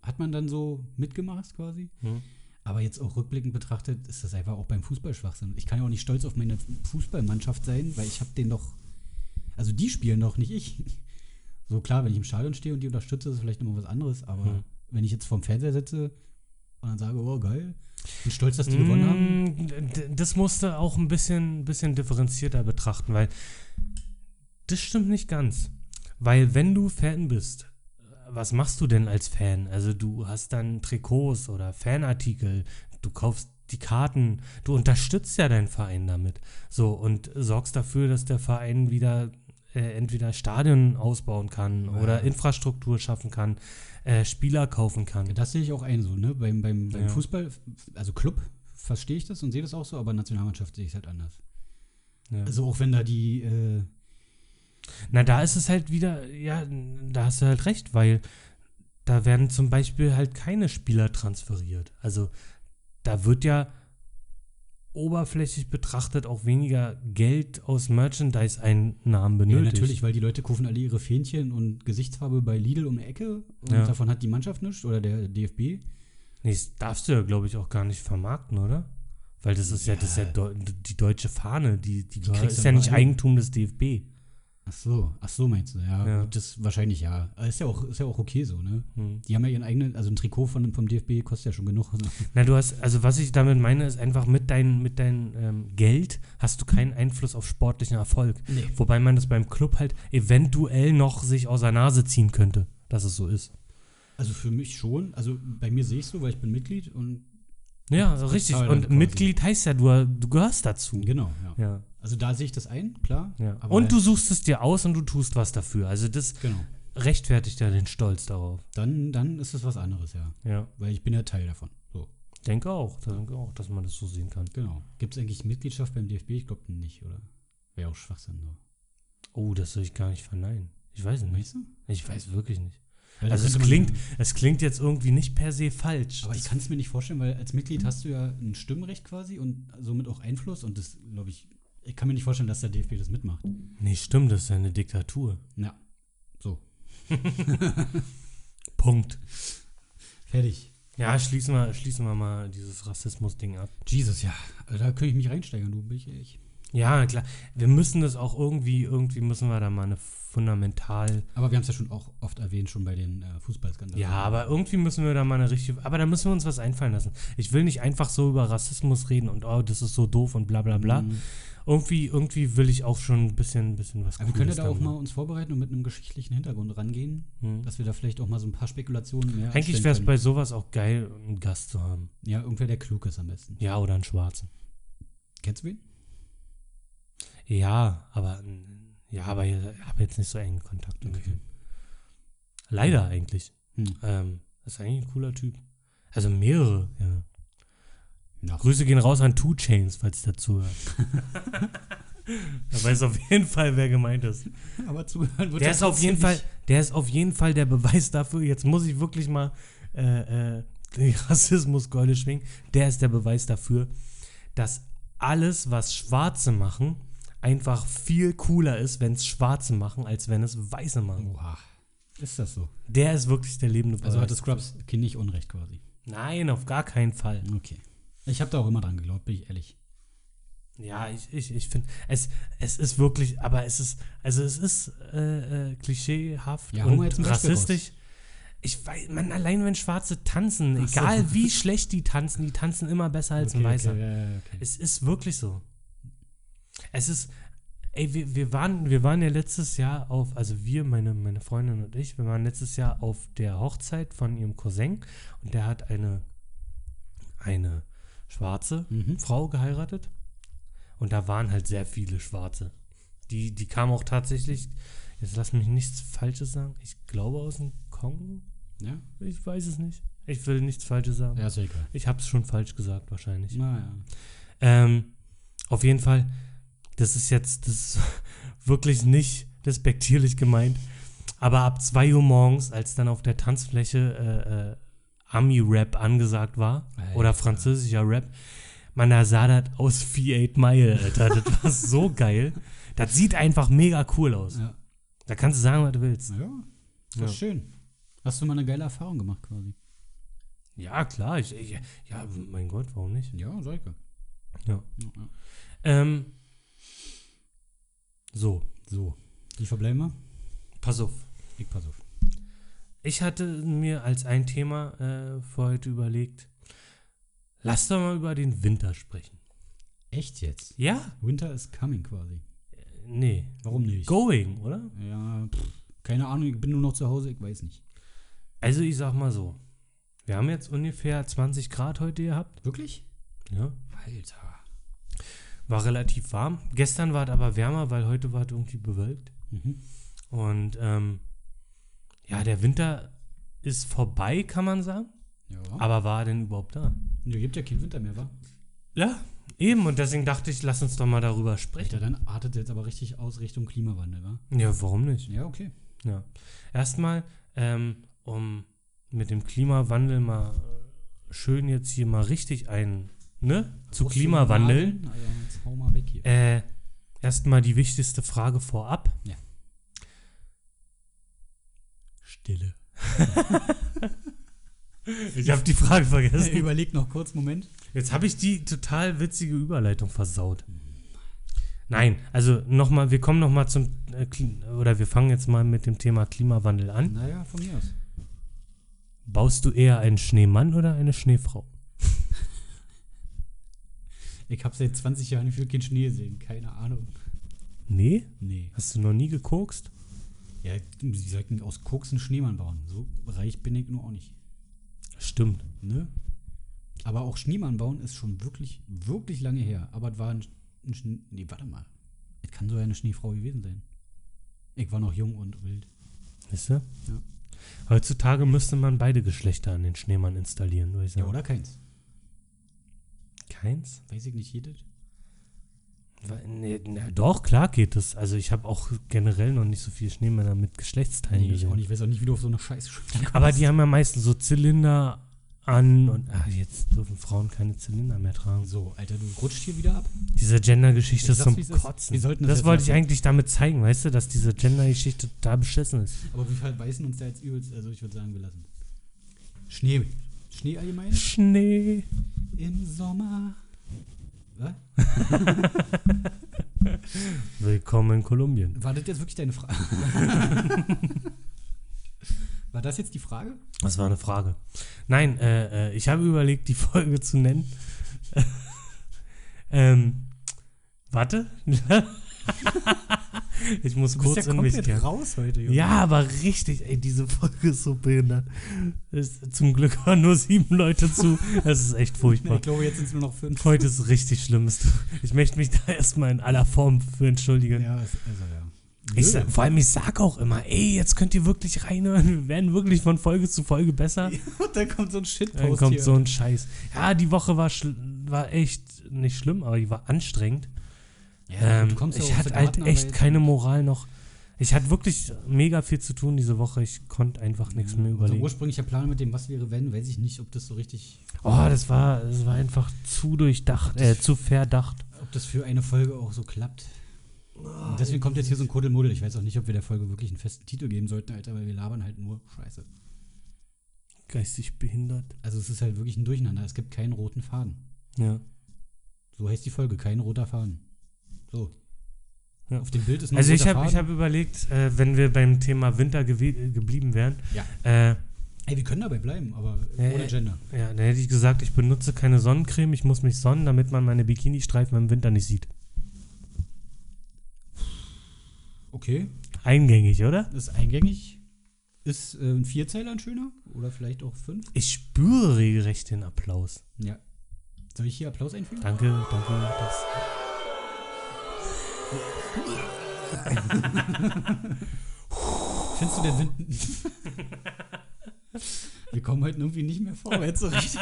[SPEAKER 1] hat man dann so mitgemacht quasi.
[SPEAKER 2] Hm?
[SPEAKER 1] Aber jetzt auch rückblickend betrachtet, ist das einfach auch beim Fußball Schwachsinn. Ich kann ja auch nicht stolz auf meine Fußballmannschaft sein, weil ich habe den doch, also die spielen doch, nicht ich. So klar, wenn ich im Stadion stehe und die unterstütze, ist vielleicht immer was anderes, aber
[SPEAKER 2] Hm.
[SPEAKER 1] wenn ich jetzt vorm Fernseher sitze und dann sage, oh geil, bin stolz, dass die
[SPEAKER 2] Mhm.
[SPEAKER 1] gewonnen haben.
[SPEAKER 2] Mm, d- Das musste auch ein bisschen, bisschen differenzierter betrachten, weil das stimmt nicht ganz. Weil wenn du Fan bist, was machst du denn als Fan? Also du hast dann Trikots oder Fanartikel, du kaufst die Karten, du unterstützt ja deinen Verein damit. So und sorgst dafür, dass der Verein wieder äh, entweder Stadion ausbauen kann oder Infrastruktur schaffen kann, äh, Spieler kaufen kann.
[SPEAKER 1] Das sehe ich auch ein so, ne? Beim, beim, beim
[SPEAKER 2] Ja.
[SPEAKER 1] Fußball, also Club, verstehe ich das und sehe das auch so, aber Nationalmannschaft sehe ich es halt anders.
[SPEAKER 2] Ja.
[SPEAKER 1] Also auch wenn da die, äh,
[SPEAKER 2] Na, da ist es halt wieder, ja, da hast du halt recht, weil da werden zum Beispiel halt keine Spieler transferiert. Also da wird ja oberflächlich betrachtet auch weniger Geld aus Merchandise-Einnahmen
[SPEAKER 1] Ja,
[SPEAKER 2] benötigt.
[SPEAKER 1] natürlich, weil die Leute kaufen alle ihre Fähnchen und Gesichtsfarbe bei Lidl um die Ecke und
[SPEAKER 2] Ja.
[SPEAKER 1] davon hat die Mannschaft nichts oder der DFB.
[SPEAKER 2] Nee, das darfst du ja, glaube ich, auch gar nicht vermarkten, oder? Weil das ist ja, das ist ja
[SPEAKER 1] Ja.
[SPEAKER 2] deu- die deutsche Fahne, die, die, gehört-
[SPEAKER 1] kriegst
[SPEAKER 2] ist
[SPEAKER 1] du
[SPEAKER 2] ja nicht
[SPEAKER 1] überall.
[SPEAKER 2] Eigentum des DFB.
[SPEAKER 1] Ach so, ach so meinst du, ja,
[SPEAKER 2] Ja.
[SPEAKER 1] gut, Das wahrscheinlich ja. Aber Ist ja auch, ist ja auch okay so, ne?
[SPEAKER 2] Hm.
[SPEAKER 1] Die haben ja ihren eigenen, also ein Trikot von, vom DFB kostet ja schon genug.
[SPEAKER 2] Na, du hast, also was ich damit meine, ist einfach mit deinem mit dein, ähm, Geld hast du keinen Einfluss auf sportlichen Erfolg.
[SPEAKER 1] Nee.
[SPEAKER 2] Wobei man das beim Club halt eventuell noch sich aus der Nase ziehen könnte, dass es so ist.
[SPEAKER 1] Also für mich schon, also bei mir sehe ich so, weil ich bin Mitglied und
[SPEAKER 2] Ja, also richtig.
[SPEAKER 1] total,
[SPEAKER 2] Und
[SPEAKER 1] quasi.
[SPEAKER 2] Mitglied heißt ja, du, du gehörst dazu.
[SPEAKER 1] genau, ja.
[SPEAKER 2] Ja,
[SPEAKER 1] Also da sehe ich das ein, klar.
[SPEAKER 2] ja.
[SPEAKER 1] Aber
[SPEAKER 2] Und du suchst es dir aus und du tust was dafür. Also das
[SPEAKER 1] Genau.
[SPEAKER 2] rechtfertigt ja den Stolz darauf.
[SPEAKER 1] Dann, dann ist das was anderes, ja.
[SPEAKER 2] Ja,
[SPEAKER 1] Weil ich bin ja Teil davon. So,
[SPEAKER 2] denke auch. Denke auch, dass man das so sehen kann.
[SPEAKER 1] genau. Gibt es eigentlich Mitgliedschaft beim DFB? Ich glaube nicht, oder? Wäre auch Schwachsinn, so.
[SPEAKER 2] Oh, das will ich gar nicht verneinen. Ich weiß es nicht.
[SPEAKER 1] Weißt du?
[SPEAKER 2] Ich weiß wirklich nicht.
[SPEAKER 1] Weil da
[SPEAKER 2] Mhm. Also es
[SPEAKER 1] könnte man
[SPEAKER 2] klingt,
[SPEAKER 1] ja-
[SPEAKER 2] es klingt jetzt irgendwie nicht per se falsch.
[SPEAKER 1] Aber ich kann es mir nicht vorstellen, weil als Mitglied hast du ja ein Stimmrecht quasi und somit auch Einfluss und das, glaube ich, ich kann mir nicht vorstellen, dass der DFB das mitmacht.
[SPEAKER 2] Nee, stimmt, das ist ja eine Diktatur.
[SPEAKER 1] Ja, so.
[SPEAKER 2] Punkt.
[SPEAKER 1] Fertig.
[SPEAKER 2] Ja, schließen wir, schließen wir mal dieses Rassismus-Ding ab.
[SPEAKER 1] Jesus, ja. Also da könnte ich mich reinsteigern, du, bin ich ehrlich.
[SPEAKER 2] Ja, na klar. Wir müssen das auch irgendwie, irgendwie müssen wir da mal eine fundamental.
[SPEAKER 1] Aber wir haben es ja schon auch oft erwähnt, schon bei den äh, Fußballskandalen.
[SPEAKER 2] Ja, aber irgendwie müssen wir da mal eine richtige. Aber da müssen wir uns was einfallen lassen. Ich will nicht einfach so über Rassismus reden und oh, das ist so doof und bla bla bla.
[SPEAKER 1] Mhm.
[SPEAKER 2] Irgendwie, irgendwie will ich auch schon ein bisschen, bisschen was
[SPEAKER 1] Aber wir können
[SPEAKER 2] Cooles
[SPEAKER 1] ja da auch
[SPEAKER 2] machen.
[SPEAKER 1] mal uns vorbereiten und mit einem geschichtlichen Hintergrund rangehen,
[SPEAKER 2] Hm.
[SPEAKER 1] dass wir da vielleicht auch mal so ein paar Spekulationen mehr
[SPEAKER 2] Eigentlich
[SPEAKER 1] anstellen
[SPEAKER 2] wäre es
[SPEAKER 1] können.
[SPEAKER 2] bei sowas auch geil, einen Gast zu haben.
[SPEAKER 1] Ja, irgendwer, der klug ist am besten.
[SPEAKER 2] Ja, oder einen Schwarzen.
[SPEAKER 1] Kennst du wen?
[SPEAKER 2] Ja, aber ja, aber ich habe jetzt nicht so engen Kontakt. mit
[SPEAKER 1] Okay.
[SPEAKER 2] ihm. Leider eigentlich.
[SPEAKER 1] Hm.
[SPEAKER 2] Ähm, ist eigentlich ein cooler Typ. Also mehrere, ja.
[SPEAKER 1] Nach
[SPEAKER 2] Grüße gehen raus an Two Chains, falls dazu hört. Da weiß auf jeden Fall, wer gemeint ist.
[SPEAKER 1] Aber zuhören wird
[SPEAKER 2] Der
[SPEAKER 1] er
[SPEAKER 2] ist auf jeden
[SPEAKER 1] trotzdem
[SPEAKER 2] Fall,
[SPEAKER 1] nicht.
[SPEAKER 2] der ist auf jeden Fall der Beweis dafür. Jetzt muss ich wirklich mal äh, äh, die Rassismuskeule schwingen. Der ist der Beweis dafür, dass alles, was Schwarze machen, einfach viel cooler ist, wenn es Schwarze machen, als wenn es Weiße machen.
[SPEAKER 1] Oha. Ist das so?
[SPEAKER 2] Der ist wirklich der lebende Beweis.
[SPEAKER 1] Oh. Also hatte Scrubs Kind nicht Unrecht quasi.
[SPEAKER 2] Nein, auf gar keinen Fall.
[SPEAKER 1] Okay. Ich habe da auch immer dran geglaubt, bin ich ehrlich.
[SPEAKER 2] Ja, ich, ich, ich finde, es, es ist wirklich, aber es ist, also es ist äh, äh, klischeehaft
[SPEAKER 1] Ja, hol
[SPEAKER 2] und
[SPEAKER 1] mal jetzt ein Beispiel
[SPEAKER 2] rassistisch. Ich weiß, man, allein wenn Schwarze tanzen,
[SPEAKER 1] Ach so.
[SPEAKER 2] egal wie schlecht die tanzen, die tanzen immer besser als ein Weißer.
[SPEAKER 1] Okay, ja, ja, okay.
[SPEAKER 2] Es ist wirklich so. Es ist, ey, wir, wir, waren, wir waren ja letztes Jahr auf, also wir, meine, meine Freundin und ich, wir waren letztes Jahr auf der Hochzeit von ihrem Cousin und der hat eine, eine Schwarze
[SPEAKER 1] Mhm.
[SPEAKER 2] Hm? Frau geheiratet. Und da waren halt sehr viele Schwarze. Die, die kamen auch tatsächlich, jetzt lass mich nichts Falsches sagen, ich glaube aus dem Kongo.
[SPEAKER 1] Ja?
[SPEAKER 2] Ich weiß es nicht. Ich will nichts Falsches sagen.
[SPEAKER 1] ja, ist ja egal.
[SPEAKER 2] Ich habe es schon falsch gesagt, wahrscheinlich.
[SPEAKER 1] Naja.
[SPEAKER 2] Ähm, auf jeden Fall, das ist jetzt das ist wirklich nicht despektierlich gemeint. Aber ab 2 Uhr morgens, als dann auf der Tanzfläche äh, äh, Ami-Rap angesagt war
[SPEAKER 1] Alter.
[SPEAKER 2] oder französischer Rap, man, da sah das aus wie 8 Mile, Alter. Das war so geil. Das sieht einfach mega cool aus.
[SPEAKER 1] Ja.
[SPEAKER 2] Da kannst du sagen, was du willst.
[SPEAKER 1] Ja, das
[SPEAKER 2] Ja.
[SPEAKER 1] ist schön. Hast du mal eine geile Erfahrung gemacht quasi.
[SPEAKER 2] Ja, klar. Ich, ich, ja, mein Gott, warum nicht?
[SPEAKER 1] Ja, solche.
[SPEAKER 2] Ja.
[SPEAKER 1] Ja.
[SPEAKER 2] Ähm, so,
[SPEAKER 1] So. Die verbleiben wir?
[SPEAKER 2] pass auf.
[SPEAKER 1] Ich pass auf.
[SPEAKER 2] Ich hatte mir als ein Thema äh, für heute überlegt, lass doch mal über den Winter sprechen.
[SPEAKER 1] Echt jetzt?
[SPEAKER 2] Ja?
[SPEAKER 1] Winter is coming quasi.
[SPEAKER 2] Nee.
[SPEAKER 1] Warum nicht?
[SPEAKER 2] Going, oder?
[SPEAKER 1] Ja, pff, keine Ahnung, ich bin nur noch zu Hause, ich weiß nicht.
[SPEAKER 2] Also ich sag mal so, wir haben jetzt ungefähr 20 Grad heute gehabt.
[SPEAKER 1] Wirklich?
[SPEAKER 2] Ja.
[SPEAKER 1] Alter.
[SPEAKER 2] War relativ warm. Gestern war es aber wärmer, weil heute war es irgendwie bewölkt.
[SPEAKER 1] Mhm.
[SPEAKER 2] Und ähm, ja, der Winter ist vorbei, kann man sagen.
[SPEAKER 1] Ja.
[SPEAKER 2] Aber war er denn überhaupt da?
[SPEAKER 1] Ne, gibt ja keinen Winter mehr, wa?
[SPEAKER 2] Ja, eben. Und deswegen dachte ich, lass uns doch mal darüber sprechen.
[SPEAKER 1] Alter, dann artet jetzt aber richtig aus Richtung Klimawandel, wa?
[SPEAKER 2] Ja, warum nicht?
[SPEAKER 1] Ja, okay.
[SPEAKER 2] Ja. Erstmal, ähm, um mit dem Klimawandel mal äh, schön jetzt hier mal richtig ein, ne? Zu
[SPEAKER 1] Brauchst du
[SPEAKER 2] Klimawandel.
[SPEAKER 1] Nadeln? Alter, jetzt hau mal weg hier.
[SPEAKER 2] Äh, erstmal die wichtigste Frage vorab.
[SPEAKER 1] Ja.
[SPEAKER 2] Stille. ich habe die Frage vergessen.
[SPEAKER 1] Überleg noch kurz, Moment.
[SPEAKER 2] Jetzt habe ich die total witzige Überleitung versaut.
[SPEAKER 1] Hm.
[SPEAKER 2] Nein, also nochmal, wir kommen nochmal zum, äh, Kli- oder wir fangen jetzt mal mit dem Thema Klimawandel an.
[SPEAKER 1] Naja, von mir aus.
[SPEAKER 2] Baust du eher einen Schneemann oder eine Schneefrau?
[SPEAKER 1] Ich habe seit 20 Jahren für keinen Schnee gesehen, keine Ahnung.
[SPEAKER 2] Nee?
[SPEAKER 1] Nee.
[SPEAKER 2] Hast du noch nie gekokst?
[SPEAKER 1] Ja, sie sollten aus Koks einen Schneemann bauen. So reich bin ich nur auch nicht.
[SPEAKER 2] Stimmt.
[SPEAKER 1] Ne? Aber auch Schneemann bauen ist schon wirklich, wirklich lange her. Aber es war ein, ein Schne Nee, warte mal. Es kann so ja eine Schneefrau gewesen sein. Ich war noch jung und wild.
[SPEAKER 2] Weißt du?
[SPEAKER 1] Ja.
[SPEAKER 2] Heutzutage müsste man beide Geschlechter an den Schneemann installieren, würde ich
[SPEAKER 1] Ja,
[SPEAKER 2] sagen.
[SPEAKER 1] oder keins?
[SPEAKER 2] Keins?
[SPEAKER 1] Weiß ich nicht, jedes?
[SPEAKER 2] Weil- Nee, na, doch, klar geht es. Also ich habe auch generell noch nicht so viele Schneemänner mit Geschlechtsteilen
[SPEAKER 1] Nee, ich
[SPEAKER 2] gesehen.
[SPEAKER 1] auch nicht. Weiß auch nicht, wie du auf so eine Scheiße schon
[SPEAKER 2] Aber die haben ja meistens so Zylinder an und ah, jetzt dürfen Frauen keine Zylinder mehr tragen.
[SPEAKER 1] So, Alter, du rutscht hier wieder ab.
[SPEAKER 2] Diese Gender-Geschichte ist
[SPEAKER 1] Ich sag's,
[SPEAKER 2] zum
[SPEAKER 1] wie's ist.
[SPEAKER 2] Kotzen.
[SPEAKER 1] Wir sollten das
[SPEAKER 2] das
[SPEAKER 1] jetzt
[SPEAKER 2] wollte ich
[SPEAKER 1] lassen.
[SPEAKER 2] eigentlich damit zeigen, weißt du, dass diese Gender-Geschichte total beschissen ist.
[SPEAKER 1] Aber wir verbeißen uns da jetzt übelst. Also, ich würde sagen, wir lassen. Schnee. Schnee allgemein?
[SPEAKER 2] Schnee.
[SPEAKER 1] Im Sommer. Was?
[SPEAKER 2] Willkommen in Kolumbien.
[SPEAKER 1] War das jetzt wirklich deine Frage? War das jetzt die Frage?
[SPEAKER 2] Das war eine Frage. Nein, äh, äh, ich habe überlegt, die Folge zu nennen. ähm, warte. ich muss kurz in mich kehren.
[SPEAKER 1] raus heute, Junge.
[SPEAKER 2] Ja, aber richtig, ey, diese Folge ist so behindert. Es, zum Glück hören nur sieben Leute zu. Das ist echt
[SPEAKER 1] Na,
[SPEAKER 2] furchtbar.
[SPEAKER 1] ich glaube, jetzt sind es nur noch fünf.
[SPEAKER 2] Heute ist richtig schlimm. Es- Ich möchte mich da erstmal in aller Form für entschuldigen.
[SPEAKER 1] Ja, es- also ja.
[SPEAKER 2] Ich sag, vor allem, ich sag auch immer, ey, jetzt könnt ihr wirklich reinhören. Wir werden wirklich von Folge zu Folge besser.
[SPEAKER 1] Und dann kommt so ein
[SPEAKER 2] Dann
[SPEAKER 1] Shitpost
[SPEAKER 2] kommt
[SPEAKER 1] hier.
[SPEAKER 2] so ein Scheiß. Ja, die Woche war, schl- war echt nicht schlimm, aber die war anstrengend.
[SPEAKER 1] Ja,
[SPEAKER 2] Ähm,
[SPEAKER 1] du kommst ja
[SPEAKER 2] ich
[SPEAKER 1] auch
[SPEAKER 2] hatte
[SPEAKER 1] zur
[SPEAKER 2] halt echt
[SPEAKER 1] Gartenarbeit.
[SPEAKER 2] keine Moral noch. Ich hatte wirklich mega viel zu tun diese Woche. Ich konnte einfach nichts mehr
[SPEAKER 1] Unser
[SPEAKER 2] überlegen.
[SPEAKER 1] Also, ursprünglicher Plan mit dem Was wäre wenn, weiß ich nicht, ob das so richtig,
[SPEAKER 2] Oh, das war, das war einfach zu durchdacht, äh, zu verdacht.
[SPEAKER 1] ob das für eine Folge auch so klappt.
[SPEAKER 2] Oh,
[SPEAKER 1] Und deswegen kommt jetzt hier so ein Kuddelmuddel. Ich weiß auch nicht, ob wir der Folge wirklich einen festen Titel geben sollten, Alter, weil wir labern halt nur Scheiße.
[SPEAKER 2] Geistig behindert.
[SPEAKER 1] Also es ist halt wirklich ein Durcheinander. Es gibt keinen roten Faden.
[SPEAKER 2] Ja.
[SPEAKER 1] So heißt die Folge, kein roter Faden. So.
[SPEAKER 2] Ja.
[SPEAKER 1] Auf dem Bild ist noch
[SPEAKER 2] Also
[SPEAKER 1] ein
[SPEAKER 2] ich
[SPEAKER 1] roter
[SPEAKER 2] habe ich
[SPEAKER 1] Faden.
[SPEAKER 2] hab überlegt, äh, wenn wir beim Thema Winter gewe- geblieben wären,
[SPEAKER 1] Ja.
[SPEAKER 2] äh,
[SPEAKER 1] Ey, wir können dabei bleiben, aber
[SPEAKER 2] Äh,
[SPEAKER 1] ohne
[SPEAKER 2] äh,
[SPEAKER 1] Gender.
[SPEAKER 2] ja, dann hätte ich gesagt, ich benutze keine Sonnencreme, ich muss mich sonnen, damit man meine Bikini-Streifen im Winter nicht sieht.
[SPEAKER 1] Okay.
[SPEAKER 2] Eingängig, oder?
[SPEAKER 1] Ist eingängig. Ist äh, ein Vierzeiler ein schöner? Oder vielleicht auch fünf?
[SPEAKER 2] Ich spüre regelrecht den Applaus.
[SPEAKER 1] Ja. Soll ich hier Applaus einfügen?
[SPEAKER 2] Danke, danke. Das
[SPEAKER 1] Findest du den Wind? Wir kommen heute irgendwie nicht mehr vorwärts so richtig.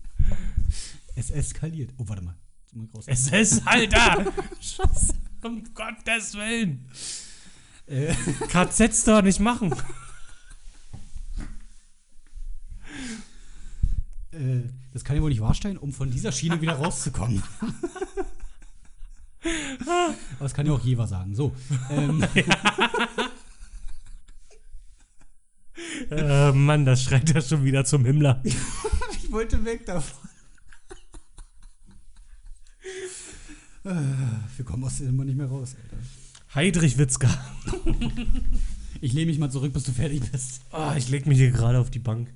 [SPEAKER 1] es eskaliert. Oh, warte mal. Jetzt mal raus.
[SPEAKER 2] es ist, Alter! Scheiße. Um Gottes Willen.
[SPEAKER 1] Äh,
[SPEAKER 2] KZs doch nicht machen.
[SPEAKER 1] äh, das kann ja wohl nicht wahr sein, um von dieser Schiene wieder rauszukommen. Aber das kann ja auch Jever sagen. So. Ähm,
[SPEAKER 2] äh, Mann, das schreit ja schon wieder zum Himmler.
[SPEAKER 1] ich wollte weg davon. Äh, Wir kommen aus dem Mann nicht mehr raus, Alter.
[SPEAKER 2] Heidrich Witzka.
[SPEAKER 1] Ich lehne mich mal zurück, bis du fertig bist.
[SPEAKER 2] Oh, ich leg mich hier gerade auf die Bank.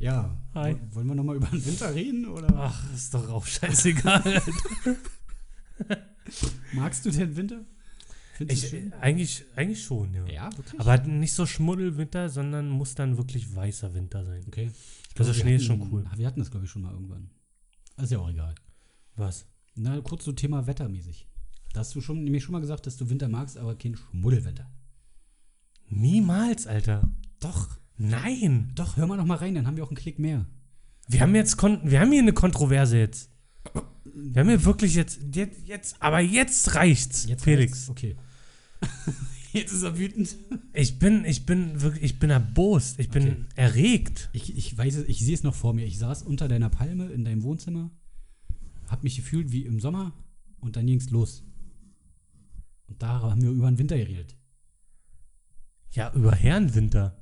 [SPEAKER 1] Ja.
[SPEAKER 2] Hi.
[SPEAKER 1] wo- Wollen wir nochmal über den Winter reden? Oder?
[SPEAKER 2] Ach, ist doch auch scheißegal.
[SPEAKER 1] Magst du den Winter? Findest
[SPEAKER 2] ich, eigentlich, eigentlich schon, ja.
[SPEAKER 1] äh, Ja, wirklich.
[SPEAKER 2] Aber halt nicht so Schmuddelwinter, sondern muss dann wirklich weißer Winter sein.
[SPEAKER 1] okay.
[SPEAKER 2] Also
[SPEAKER 1] Wir
[SPEAKER 2] Schnee ist
[SPEAKER 1] hatten- Ah,
[SPEAKER 2] schon cool.
[SPEAKER 1] Wir hatten das, glaube ich, schon mal irgendwann. Ah, Ist ja auch egal.
[SPEAKER 2] Was?
[SPEAKER 1] Na, kurz so Thema wettermäßig. Da hast du schon, mir schon mal gesagt, dass du Winter magst, aber kein Schmuddelwetter.
[SPEAKER 2] Niemals, Alter.
[SPEAKER 1] Doch.
[SPEAKER 2] Nein.
[SPEAKER 1] Doch, hör mal noch mal rein, dann haben wir auch einen Klick mehr.
[SPEAKER 2] Wir haben jetzt kon wir haben hier eine Kontroverse jetzt. Wir haben hier wirklich jetzt, jetzt, jetzt aber jetzt reicht's, Felix.
[SPEAKER 1] Okay. jetzt ist er wütend.
[SPEAKER 2] Ich bin, ich bin wirklich, ich bin erbost, ich bin
[SPEAKER 1] Okay.
[SPEAKER 2] erregt.
[SPEAKER 1] Ich, ich weiß es, ich sehe es noch vor mir. Ich saß unter deiner Palme in deinem Wohnzimmer, hab mich gefühlt wie im Sommer und dann ging's los. Und da haben wir über den Winter geredet.
[SPEAKER 2] Ja, über Herrenwinter.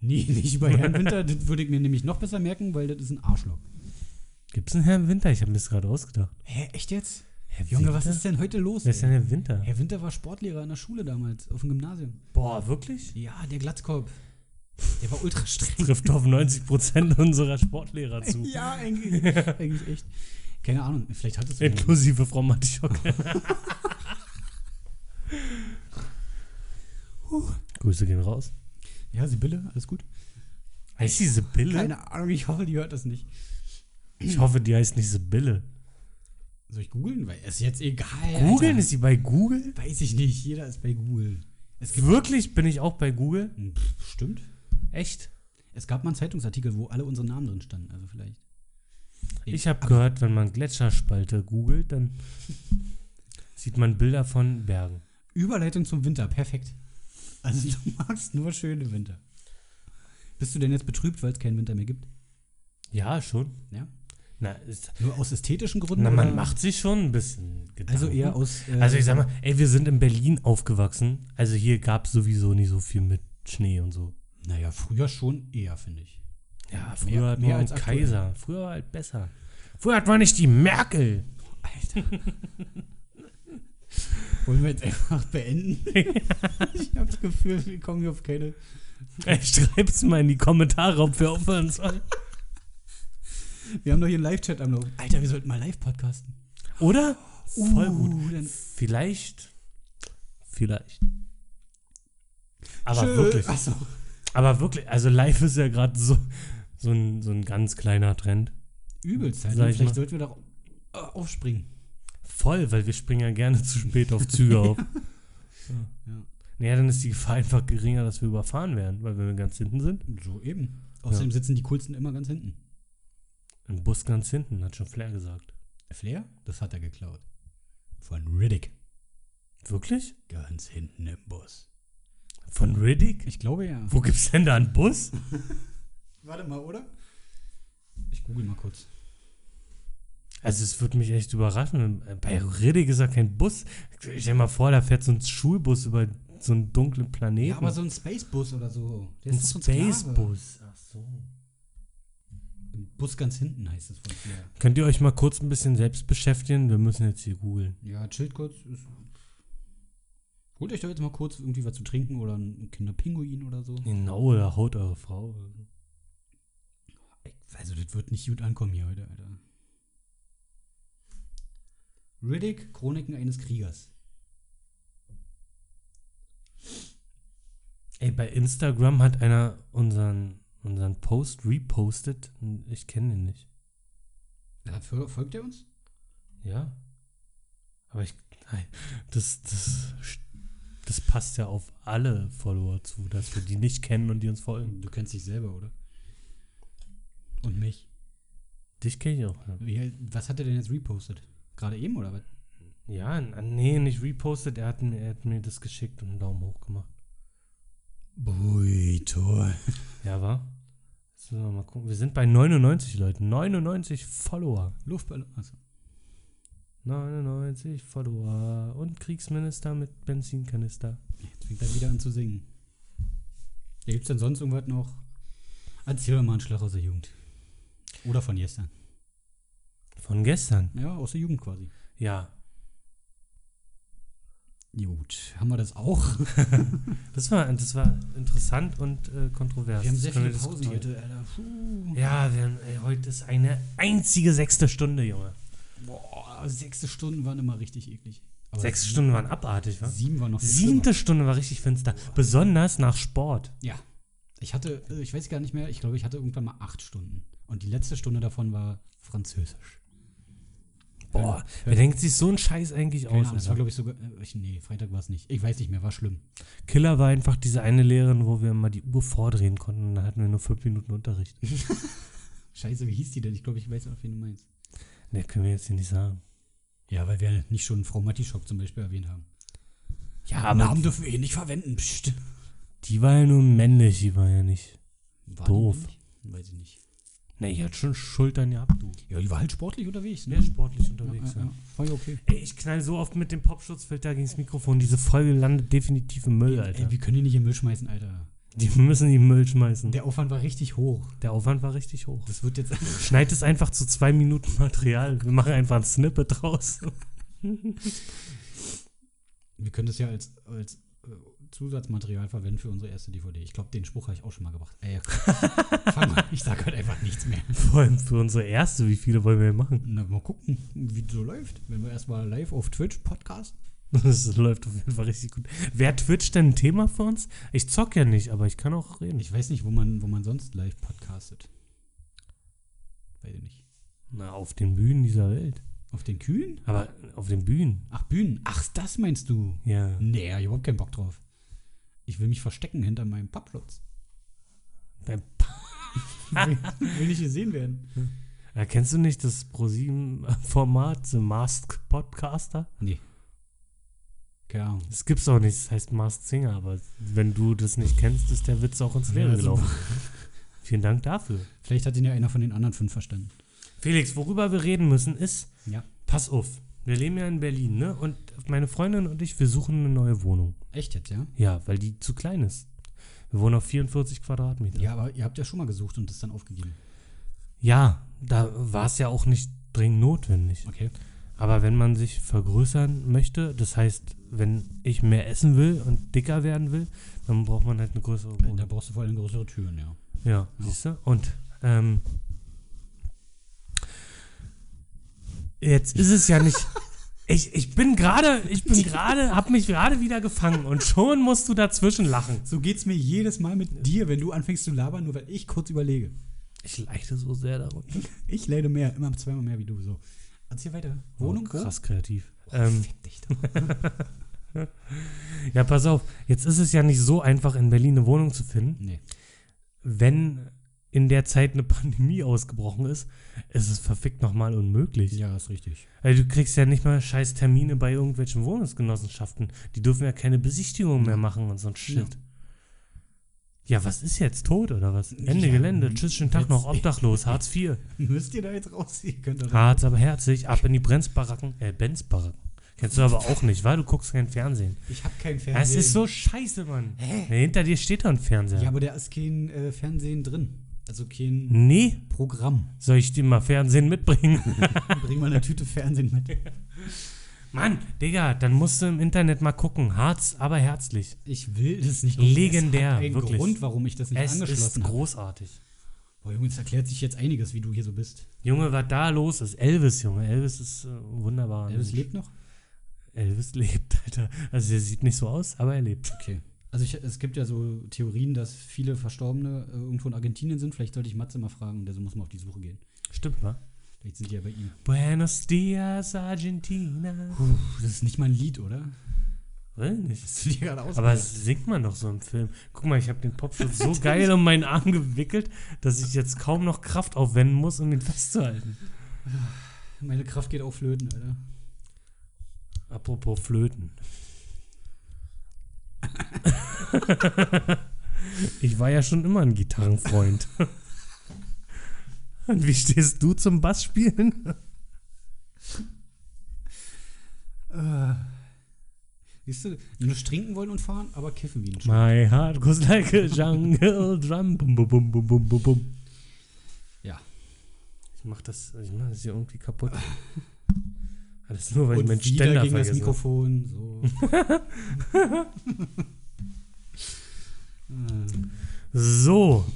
[SPEAKER 1] Nee, nicht über Herrn Winter, das würde ich mir nämlich noch besser merken, weil das ist ein Arschloch.
[SPEAKER 2] Gibt's einen Herrenwinter? Ich habe mir das gerade ausgedacht.
[SPEAKER 1] Hä, echt jetzt?
[SPEAKER 2] Herr
[SPEAKER 1] Junge,
[SPEAKER 2] Winter?
[SPEAKER 1] was ist denn heute los?
[SPEAKER 2] Wer ist denn
[SPEAKER 1] ey?
[SPEAKER 2] der Winter?
[SPEAKER 1] Herr Winter war Sportlehrer in der Schule damals, auf dem Gymnasium.
[SPEAKER 2] Boah, wirklich?
[SPEAKER 1] Ja, der Glatzkorb. Der war ultra streng.
[SPEAKER 2] Trifft auf 90% unserer Sportlehrer zu.
[SPEAKER 1] ja, eigentlich, eigentlich echt. Keine Ahnung, vielleicht hat es.
[SPEAKER 2] Inklusive Frau Matischocke. Grüße gehen raus.
[SPEAKER 1] Ja, Sibylle, alles gut.
[SPEAKER 2] Heißt sie Sibylle?
[SPEAKER 1] Keine Ahnung, ich hoffe, die hört das nicht.
[SPEAKER 2] Ich hoffe, die heißt nicht Sibylle.
[SPEAKER 1] Soll ich googeln? Weil ist jetzt egal.
[SPEAKER 2] Googeln
[SPEAKER 1] Alter.
[SPEAKER 2] ist sie bei Google?
[SPEAKER 1] Weiß ich nicht, jeder ist bei Google. Es gibt.
[SPEAKER 2] Wirklich bin ich auch bei Google?
[SPEAKER 1] Hm, pff, Stimmt.
[SPEAKER 2] Echt?
[SPEAKER 1] Es gab mal einen Zeitungsartikel, wo alle unsere Namen drin standen, also vielleicht.
[SPEAKER 2] Ich habe gehört, wenn man Gletscherspalte googelt, dann sieht man Bilder von Bergen.
[SPEAKER 1] Überleitung zum Winter, perfekt. Also du magst nur schöne Winter. Bist du denn jetzt betrübt, weil es keinen Winter mehr gibt?
[SPEAKER 2] Ja, schon.
[SPEAKER 1] Ja.
[SPEAKER 2] Na, ist,
[SPEAKER 1] Nur aus ästhetischen Gründen?
[SPEAKER 2] na man
[SPEAKER 1] oder-
[SPEAKER 2] macht sich schon ein bisschen Gedanken.
[SPEAKER 1] Also eher aus. äh,
[SPEAKER 2] Also ich sag mal, ey, wir sind in Berlin aufgewachsen. Also hier gab es sowieso nicht so viel mit Schnee und so.
[SPEAKER 1] Naja, früher schon eher, finde ich.
[SPEAKER 2] Ja, früher
[SPEAKER 1] Mehr-
[SPEAKER 2] hat
[SPEAKER 1] mehr
[SPEAKER 2] man
[SPEAKER 1] als
[SPEAKER 2] als
[SPEAKER 1] aktuell.
[SPEAKER 2] Kaiser. Früher war halt besser. Früher hat man nicht die Merkel.
[SPEAKER 1] Alter. Wollen wir jetzt einfach beenden? ich habe das Gefühl, wir kommen hier auf keine.
[SPEAKER 2] Ey, schreib's mal in die Kommentare, ob wir aufhören sollen.
[SPEAKER 1] Wir haben doch hier einen Live-Chat am Laufen. Alter, wir sollten mal live podcasten.
[SPEAKER 2] Oder? Voll gut.
[SPEAKER 1] Uh, dann-
[SPEAKER 2] Vielleicht. Vielleicht. Aber
[SPEAKER 1] Tschö.
[SPEAKER 2] wirklich.
[SPEAKER 1] Ach so.
[SPEAKER 2] Aber wirklich. Also live ist ja gerade so, so, ein, so ein ganz kleiner Trend.
[SPEAKER 1] Übelst halt.
[SPEAKER 2] Sag
[SPEAKER 1] ne?
[SPEAKER 2] ich
[SPEAKER 1] Vielleicht
[SPEAKER 2] mal.
[SPEAKER 1] sollten wir doch äh, aufspringen.
[SPEAKER 2] Voll, weil wir springen ja gerne zu spät auf Züge auf.
[SPEAKER 1] Ja.
[SPEAKER 2] Naja, dann ist die Gefahr einfach geringer, dass wir überfahren werden, weil wenn wir ganz hinten sind.
[SPEAKER 1] So eben. Außerdem sitzen die coolsten immer ganz hinten.
[SPEAKER 2] Ein Bus ganz hinten, hat schon Flair gesagt.
[SPEAKER 1] Flair? Das hat er geklaut. Von Riddick.
[SPEAKER 2] Wirklich?
[SPEAKER 1] Ganz hinten im Bus.
[SPEAKER 2] Von Riddick?
[SPEAKER 1] Ich glaube ja.
[SPEAKER 2] Wo gibt's denn da einen Bus?
[SPEAKER 1] Warte mal, oder? Ich google mal kurz.
[SPEAKER 2] Also es würde mich echt überraschen. wenn- äh, Bei Riddick ist ja kein Bus. Stell dir mal vor, da fährt so ein Schulbus über so einen dunklen Planeten.
[SPEAKER 1] Ja, aber so ein Spacebus oder so. Der
[SPEAKER 2] ein
[SPEAKER 1] ist doch so ein Sklave.
[SPEAKER 2] Spacebus. Ach so.
[SPEAKER 1] Im Bus ganz hinten heißt es von Flair.
[SPEAKER 2] Könnt ihr euch mal kurz ein bisschen selbst beschäftigen? Wir müssen jetzt hier googeln.
[SPEAKER 1] Ja, chillt kurz. Ist, holt euch doch jetzt mal kurz irgendwie was zu trinken oder einen Kinderpinguin oder so.
[SPEAKER 2] Genau, oder haut eure Frau.
[SPEAKER 1] Also, das wird nicht gut ankommen hier heute, Alter. Riddick, Chroniken eines Kriegers.
[SPEAKER 2] Ey, bei Instagram hat einer unseren, unseren Post repostet. Ich kenne den nicht.
[SPEAKER 1] Ja, fol- folgt er uns?
[SPEAKER 2] Ja. Aber ich. Nein, das, das, das passt ja auf alle Follower zu, dass wir die nicht kennen und die uns folgen.
[SPEAKER 1] Du kennst dich selber, oder? Und mich.
[SPEAKER 2] Dich kenne ich auch. ja.
[SPEAKER 1] Wie, was hat er denn jetzt repostet? Gerade eben, oder was?
[SPEAKER 2] Ja, n- nee, nicht repostet. Er hat, mir- er hat mir das geschickt und einen Daumen hoch gemacht.
[SPEAKER 1] Bui, toll.
[SPEAKER 2] Ja, war? Jetzt müssen wir mal gucken. Wir sind bei 99 Leuten. 99 Follower.
[SPEAKER 1] Luftballon. Achso.
[SPEAKER 2] 99 Follower. Und Kriegsminister mit Benzinkanister.
[SPEAKER 1] Jetzt fängt er wieder an zu singen. Ja, gibt's denn sonst irgendwas noch? Erzähl mir mal einen Schlag aus der Jugend. Oder von gestern.
[SPEAKER 2] Von gestern.
[SPEAKER 1] Ja, aus der Jugend quasi.
[SPEAKER 2] Ja.
[SPEAKER 1] Gut, haben wir das auch?
[SPEAKER 2] Das war, das war interessant und äh, kontrovers.
[SPEAKER 1] wir haben
[SPEAKER 2] Das
[SPEAKER 1] sehr
[SPEAKER 2] können
[SPEAKER 1] viele Pausen
[SPEAKER 2] diskutieren.
[SPEAKER 1] heute, Alter. Puh.
[SPEAKER 2] Ja, wir haben, ey, heute ist eine einzige sechste Stunde, Junge.
[SPEAKER 1] Boah, sechste Stunden waren immer richtig eklig. Aber
[SPEAKER 2] Sechs
[SPEAKER 1] sie-
[SPEAKER 2] Stunden waren abartig, wa?
[SPEAKER 1] Sieben waren noch viel
[SPEAKER 2] Siebte Stunde war richtig finster. Besonders nach Sport.
[SPEAKER 1] schlimmer. Ja. Ich hatte, äh, ich weiß gar nicht mehr, ich glaube, ich hatte irgendwann mal acht Stunden. Und die letzte Stunde davon war Französisch.
[SPEAKER 2] Boah, wer denkt sich so ein Scheiß eigentlich
[SPEAKER 1] Keine
[SPEAKER 2] aus?
[SPEAKER 1] Ahnung, das war,
[SPEAKER 2] Alter?
[SPEAKER 1] glaube ich, sogar. äh, Ich, nee, Freitag war es nicht. Ich weiß nicht mehr, war schlimm.
[SPEAKER 2] Killer war einfach diese eine Lehrerin, wo wir mal die Uhr vordrehen konnten und dann hatten wir nur fünf Minuten Unterricht.
[SPEAKER 1] Scheiße, wie hieß die denn? Ich glaube, ich weiß auch, wen du meinst.
[SPEAKER 2] Ne, können wir jetzt hier nicht sagen.
[SPEAKER 1] Ja, weil wir nicht schon Frau Matti-Shop zum Beispiel erwähnt haben.
[SPEAKER 2] Ja,
[SPEAKER 1] Namen dürfen wir hier nicht verwenden. Psst.
[SPEAKER 2] die war ja nur männlich, die war ja nicht.
[SPEAKER 1] War
[SPEAKER 2] Doof.
[SPEAKER 1] Die männlich? weiß ich nicht.
[SPEAKER 2] Ne, die hat schon Schultern gehabt, du.
[SPEAKER 1] Ja, die war halt sportlich unterwegs.
[SPEAKER 2] Sehr sportlich unterwegs,
[SPEAKER 1] ja, ja,
[SPEAKER 2] ja.
[SPEAKER 1] ja. Voll okay.
[SPEAKER 2] Ey, ich knall so oft mit dem Popschutzfilter gegens Mikrofon. Diese Folge landet definitiv im Müll, Alter.
[SPEAKER 1] Ey, wir können die nicht im Müll schmeißen, Alter.
[SPEAKER 2] Die müssen die Müll schmeißen.
[SPEAKER 1] Der Aufwand war richtig hoch.
[SPEAKER 2] Der Aufwand war richtig hoch.
[SPEAKER 1] Das wird jetzt.
[SPEAKER 2] Schneid es einfach zu zwei Minuten Material. Wir machen einfach ein Snippet draus.
[SPEAKER 1] wir können das ja als, als äh, Zusatzmaterial verwenden für unsere erste DVD. Ich glaube, den Spruch habe ich auch schon mal gebracht. Ey, fang mal. Ich sage halt einfach nichts mehr.
[SPEAKER 2] Vor allem für unsere erste, wie viele wollen wir denn machen?
[SPEAKER 1] Na, mal gucken, wie das so läuft. Wenn wir erstmal live auf Twitch Podcast.
[SPEAKER 2] Das läuft auf jeden Fall richtig gut. Wer Twitch denn ein Thema für uns? Ich zock ja nicht, aber ich kann auch reden.
[SPEAKER 1] Ich weiß nicht, wo man, wo man sonst live podcastet. Weiß ich nicht.
[SPEAKER 2] Na, auf den Bühnen dieser Welt.
[SPEAKER 1] Auf den Kühen?
[SPEAKER 2] Aber auf den Bühnen.
[SPEAKER 1] Ach, Bühnen. Ach, das meinst du?
[SPEAKER 2] Ja.
[SPEAKER 1] Nee, hab ich überhaupt keinen Bock drauf. Ich will mich verstecken hinter meinem Papplutz.
[SPEAKER 2] Beim
[SPEAKER 1] will, will nicht gesehen werden.
[SPEAKER 2] Äh, Kennst du nicht das ProSieben-Format, The Masked Podcaster?
[SPEAKER 1] Nee. Keine Ahnung.
[SPEAKER 2] Das gibt's auch nicht, das heißt Masked Singer, aber wenn du das nicht kennst, ist der Witz auch ins Leere
[SPEAKER 1] Ja, also super.
[SPEAKER 2] gelaufen. Vielen Dank dafür.
[SPEAKER 1] Vielleicht hat ihn ja einer von den anderen fünf verstanden.
[SPEAKER 2] Felix, worüber wir reden müssen ist,
[SPEAKER 1] Ja.
[SPEAKER 2] pass auf, wir leben ja in Berlin, ne? Und meine Freundin und ich, wir suchen eine neue Wohnung.
[SPEAKER 1] Echt jetzt, ja?
[SPEAKER 2] Ja, weil die zu klein ist. Wir wohnen auf 44 Quadratmeter.
[SPEAKER 1] Ja, aber ihr habt ja schon mal gesucht und das dann aufgegeben.
[SPEAKER 2] ja da war es ja auch nicht dringend notwendig.
[SPEAKER 1] Okay.
[SPEAKER 2] Aber wenn man sich vergrößern möchte, das heißt, wenn ich mehr essen will und dicker werden will, dann braucht man halt eine größere
[SPEAKER 1] Da
[SPEAKER 2] Wohnung.
[SPEAKER 1] brauchst du vor allem größere Türen, ja.
[SPEAKER 2] Ja, siehst du? Und ähm, jetzt ist es ja nicht. Ich, ich bin gerade, ich bin gerade, hab mich gerade wieder gefangen und schon musst du dazwischen lachen.
[SPEAKER 1] So geht's mir jedes Mal mit dir, wenn du anfängst zu labern, nur weil ich kurz überlege.
[SPEAKER 2] Ich leide so sehr darunter.
[SPEAKER 1] Ich leide mehr, immer zweimal mehr wie du. So. Erzähl weiter. Wohnung?
[SPEAKER 2] Oh, krass kreativ.
[SPEAKER 1] wo?
[SPEAKER 2] Ähm,
[SPEAKER 1] Fick dich doch.
[SPEAKER 2] ja, pass auf, jetzt ist es ja nicht so einfach, in Berlin eine Wohnung zu finden.
[SPEAKER 1] Nee.
[SPEAKER 2] wenn in der Zeit eine Pandemie ausgebrochen ist, ist es verfickt nochmal unmöglich.
[SPEAKER 1] Ja, ist richtig.
[SPEAKER 2] Also du kriegst ja nicht mal scheiß Termine bei irgendwelchen Wohnungsgenossenschaften. Die dürfen ja keine Besichtigungen mehr machen und so ein Shit. Ja, was ist jetzt? Tot oder was? Ende
[SPEAKER 1] Ja, mhm.
[SPEAKER 2] Gelände. Tschüss, schönen Tag noch.
[SPEAKER 1] jetzt-
[SPEAKER 2] Obdachlos. Hartz IV.
[SPEAKER 1] Müsst ihr da jetzt raus? Ihr könnt doch
[SPEAKER 2] Hartz, aber herzig. Ab in die Brenzbaracken. Äh, Benzbaracken. Kennst du aber auch nicht, weil du guckst kein Fernsehen.
[SPEAKER 1] Ich hab kein Fernsehen.
[SPEAKER 2] Das ist so scheiße, Mann. Nee, hinter dir steht doch ein Fernseher.
[SPEAKER 1] Ja, aber da ist kein äh, Fernsehen drin. Also kein
[SPEAKER 2] Nee,
[SPEAKER 1] Programm.
[SPEAKER 2] soll ich dir mal Fernsehen mitbringen?
[SPEAKER 1] Bring mal eine Tüte Fernsehen mit.
[SPEAKER 2] Mann, Digga, dann musst du im Internet mal gucken. Harz, aber herzlich.
[SPEAKER 1] Ich will das nicht.
[SPEAKER 2] Legendär,
[SPEAKER 1] Es hat einen
[SPEAKER 2] wirklich.
[SPEAKER 1] Grund, warum ich das nicht
[SPEAKER 2] es ist
[SPEAKER 1] angeschlossen habe.
[SPEAKER 2] großartig.
[SPEAKER 1] Boah, Junge, es erklärt sich jetzt einiges, wie du hier so bist.
[SPEAKER 2] Junge, was da los ist. Elvis, Junge. Elvis ist äh, wunderbar.
[SPEAKER 1] Elvis lebt noch?
[SPEAKER 2] Elvis lebt, Alter. Also er sieht nicht so aus, aber er lebt.
[SPEAKER 1] Okay. Also ich, es gibt ja so Theorien, dass viele Verstorbene äh, irgendwo in Argentinien sind. Vielleicht sollte ich Matze mal fragen, der so muss mal auf die Suche gehen.
[SPEAKER 2] Stimmt, wa?
[SPEAKER 1] Vielleicht sind die ja bei ihm.
[SPEAKER 2] Buenos dias, Argentina.
[SPEAKER 1] Puh, das ist nicht mal ein Lied, oder?
[SPEAKER 2] Will nicht.
[SPEAKER 1] Hast du dir gerade
[SPEAKER 2] Aber das singt man doch so im Film. Guck mal, ich habe den Popschutz so geil um meinen Arm gewickelt, dass ich jetzt kaum noch Kraft aufwenden muss, um ihn festzuhalten.
[SPEAKER 1] Meine Kraft geht auch flöten, Alter.
[SPEAKER 2] Apropos Flöten. ich war ja schon immer ein Gitarrenfreund. Und wie stehst du zum Bassspielen?
[SPEAKER 1] Äh. Siehst du, nur trinken wollen und fahren, aber kiffen wie ein Sch
[SPEAKER 2] My heart goes like a jungle drum. Bum, bum, bum, bum, bum, bum, bum.
[SPEAKER 1] Ja.
[SPEAKER 2] Ich mach das, ich mach das hier irgendwie kaputt. Alles nur, weil ich
[SPEAKER 1] Und
[SPEAKER 2] meinen
[SPEAKER 1] wieder
[SPEAKER 2] Ständer
[SPEAKER 1] gegen das
[SPEAKER 2] vergessen habe.
[SPEAKER 1] Mikrofon. So. Ähm,
[SPEAKER 2] So.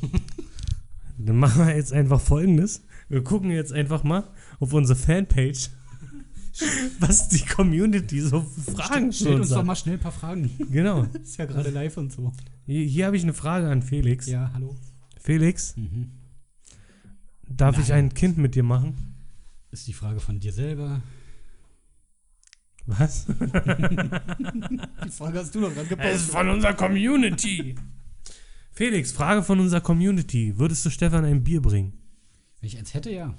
[SPEAKER 2] Dann machen wir jetzt einfach folgendes. Wir gucken jetzt einfach mal auf unsere Fanpage, was die Community so für Fragen
[SPEAKER 1] Stellt
[SPEAKER 2] schon
[SPEAKER 1] uns doch
[SPEAKER 2] sagt.
[SPEAKER 1] mal schnell ein paar Fragen.
[SPEAKER 2] Genau.
[SPEAKER 1] Ist ja gerade live und so.
[SPEAKER 2] Hier, hier habe ich eine Frage an Felix.
[SPEAKER 1] Ja, hallo.
[SPEAKER 2] Felix,
[SPEAKER 1] Mhm.
[SPEAKER 2] darf ich
[SPEAKER 1] Nein.
[SPEAKER 2] ein Kind mit dir machen?
[SPEAKER 1] Ist die Frage von dir selber.
[SPEAKER 2] Was?
[SPEAKER 1] Die Frage hast du doch gerade
[SPEAKER 2] Es ist von unserer Community. Felix, Frage von unserer Community. Würdest du Stefan ein Bier bringen?
[SPEAKER 1] Wenn ich eins hätte, ja.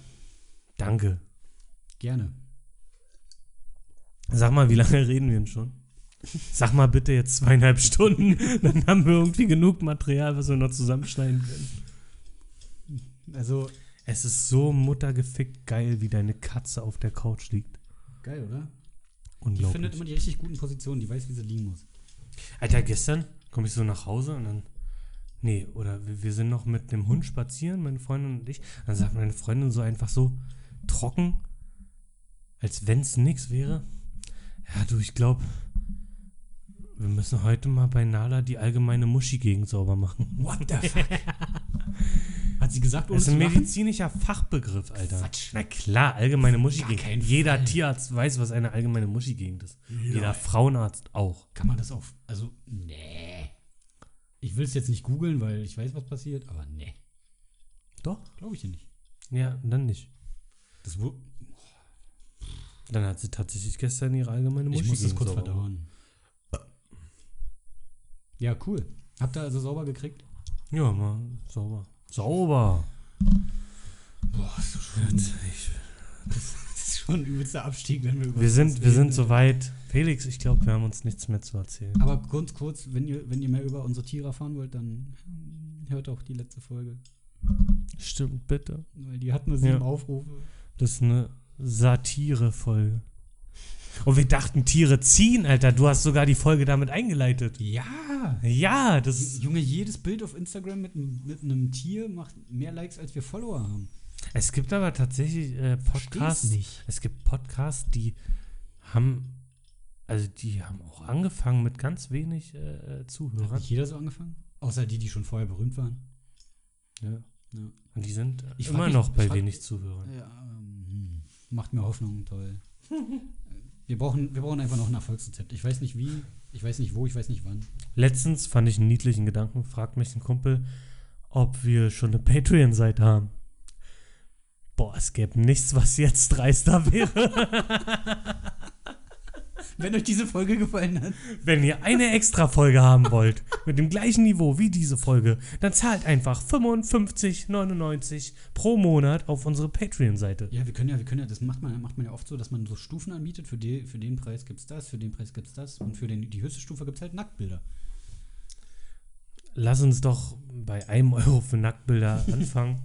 [SPEAKER 2] Danke.
[SPEAKER 1] Gerne.
[SPEAKER 2] Sag mal, wie lange reden wir denn schon? Sag mal bitte jetzt zweieinhalb Stunden, dann haben wir irgendwie genug Material, was wir noch zusammenschneiden können.
[SPEAKER 1] Also,
[SPEAKER 2] Es ist so muttergefickt geil, wie deine Katze auf der Couch liegt.
[SPEAKER 1] geil, oder? Die findet
[SPEAKER 2] Unglaublich.
[SPEAKER 1] immer die richtig guten Positionen. Die weiß, wie sie liegen muss.
[SPEAKER 2] Alter, gestern komme ich so nach Hause und dann. Nee, oder wir, wir sind noch mit dem Hund spazieren, meine Freundin und ich. Dann sagt meine Freundin so einfach so trocken, als wenn es nix wäre. Ja, du, ich glaube, wir müssen heute mal bei Nala die allgemeine Muschi-Gegend sauber machen.
[SPEAKER 1] What the fuck? Hat sie gesagt, ohne
[SPEAKER 2] Das ist
[SPEAKER 1] zu
[SPEAKER 2] ein
[SPEAKER 1] lachen?
[SPEAKER 2] medizinischer Fachbegriff, Alter.
[SPEAKER 1] Quatsch. ne?
[SPEAKER 2] Na klar, allgemeine
[SPEAKER 1] keinen
[SPEAKER 2] Muschigegend. Jeder Tierarzt weiß, was eine allgemeine Muschigegend ist. Jeder Frauenarzt auch.
[SPEAKER 1] Kann man das auf? Also, nee. Ich will es jetzt nicht googeln, weil ich weiß, was passiert, aber nee.
[SPEAKER 2] Doch?
[SPEAKER 1] Glaube ich ja nicht.
[SPEAKER 2] Ja, dann nicht.
[SPEAKER 1] Das wu-
[SPEAKER 2] Dann hat sie tatsächlich gestern ihre allgemeine
[SPEAKER 1] ich
[SPEAKER 2] Muschigegend.
[SPEAKER 1] muss das kurz
[SPEAKER 2] sauber gemacht.
[SPEAKER 1] verdauen. Ja, cool. Habt ihr also sauber gekriegt?
[SPEAKER 2] Ja, mal sauber. Sauber.
[SPEAKER 1] Boah, ist das ist schon ein übelster Abstieg, wenn wir über
[SPEAKER 2] Wir
[SPEAKER 1] sowas
[SPEAKER 2] sind, wir
[SPEAKER 1] reden.
[SPEAKER 2] sind soweit. Felix, ich glaube, wir haben uns nichts mehr zu erzählen.
[SPEAKER 1] Aber kurz, kurz, wenn ihr, wenn ihr mehr über unsere Tiere erfahren wollt, dann hört auch die letzte Folge.
[SPEAKER 2] Stimmt, bitte.
[SPEAKER 1] Weil die hat nur sieben
[SPEAKER 2] Ja.
[SPEAKER 1] Aufrufe.
[SPEAKER 2] Das ist eine Satire-Folge. Und wir dachten, Tiere ziehen, Alter. Du hast sogar die Folge damit eingeleitet.
[SPEAKER 1] Ja!
[SPEAKER 2] Ja, das ist
[SPEAKER 1] Junge, jedes Bild auf Instagram mit, einem- mit einem Tier macht mehr Likes, als wir Follower haben.
[SPEAKER 2] Es gibt aber tatsächlich äh, Podcasts.
[SPEAKER 1] Versteh's nicht.
[SPEAKER 2] Es gibt Podcasts, die haben, also die haben auch angefangen mit ganz wenig äh, äh,
[SPEAKER 1] Hat
[SPEAKER 2] Zuhörern.
[SPEAKER 1] nicht jeder so angefangen? Außer die, die schon vorher berühmt waren.
[SPEAKER 2] Ja.
[SPEAKER 1] Ja.
[SPEAKER 2] Und die sind
[SPEAKER 1] Äh, Ich frag
[SPEAKER 2] immer
[SPEAKER 1] mich-
[SPEAKER 2] noch
[SPEAKER 1] ich
[SPEAKER 2] bei
[SPEAKER 1] frag-
[SPEAKER 2] wenig Zuhörern.
[SPEAKER 1] Ja, ähm, macht mir Hoffnung, toll. wir, brauchen, wir brauchen einfach noch ein Erfolgsrezept. Ich weiß nicht wie, ich weiß nicht wo, ich weiß nicht wann.
[SPEAKER 2] Letztens fand ich einen niedlichen Gedanken, fragt mich ein Kumpel, ob wir schon eine Patreon-Seite haben. Boah, es gäbe nichts, was jetzt dreister wäre.
[SPEAKER 1] Wenn euch diese Folge gefallen hat.
[SPEAKER 2] Wenn ihr eine extra Folge haben wollt, mit dem gleichen Niveau wie diese Folge, dann zahlt einfach 55,99 pro Monat auf unsere Patreon-Seite.
[SPEAKER 1] Ja, wir können ja, wir können ja, das macht man, macht man ja oft so, dass man so Stufen anbietet. Für, die, für den Preis gibt's das, für den Preis gibt's das und für den, die höchste Stufe gibt's halt Nacktbilder.
[SPEAKER 2] Lass uns doch bei einem Euro für Nacktbilder anfangen.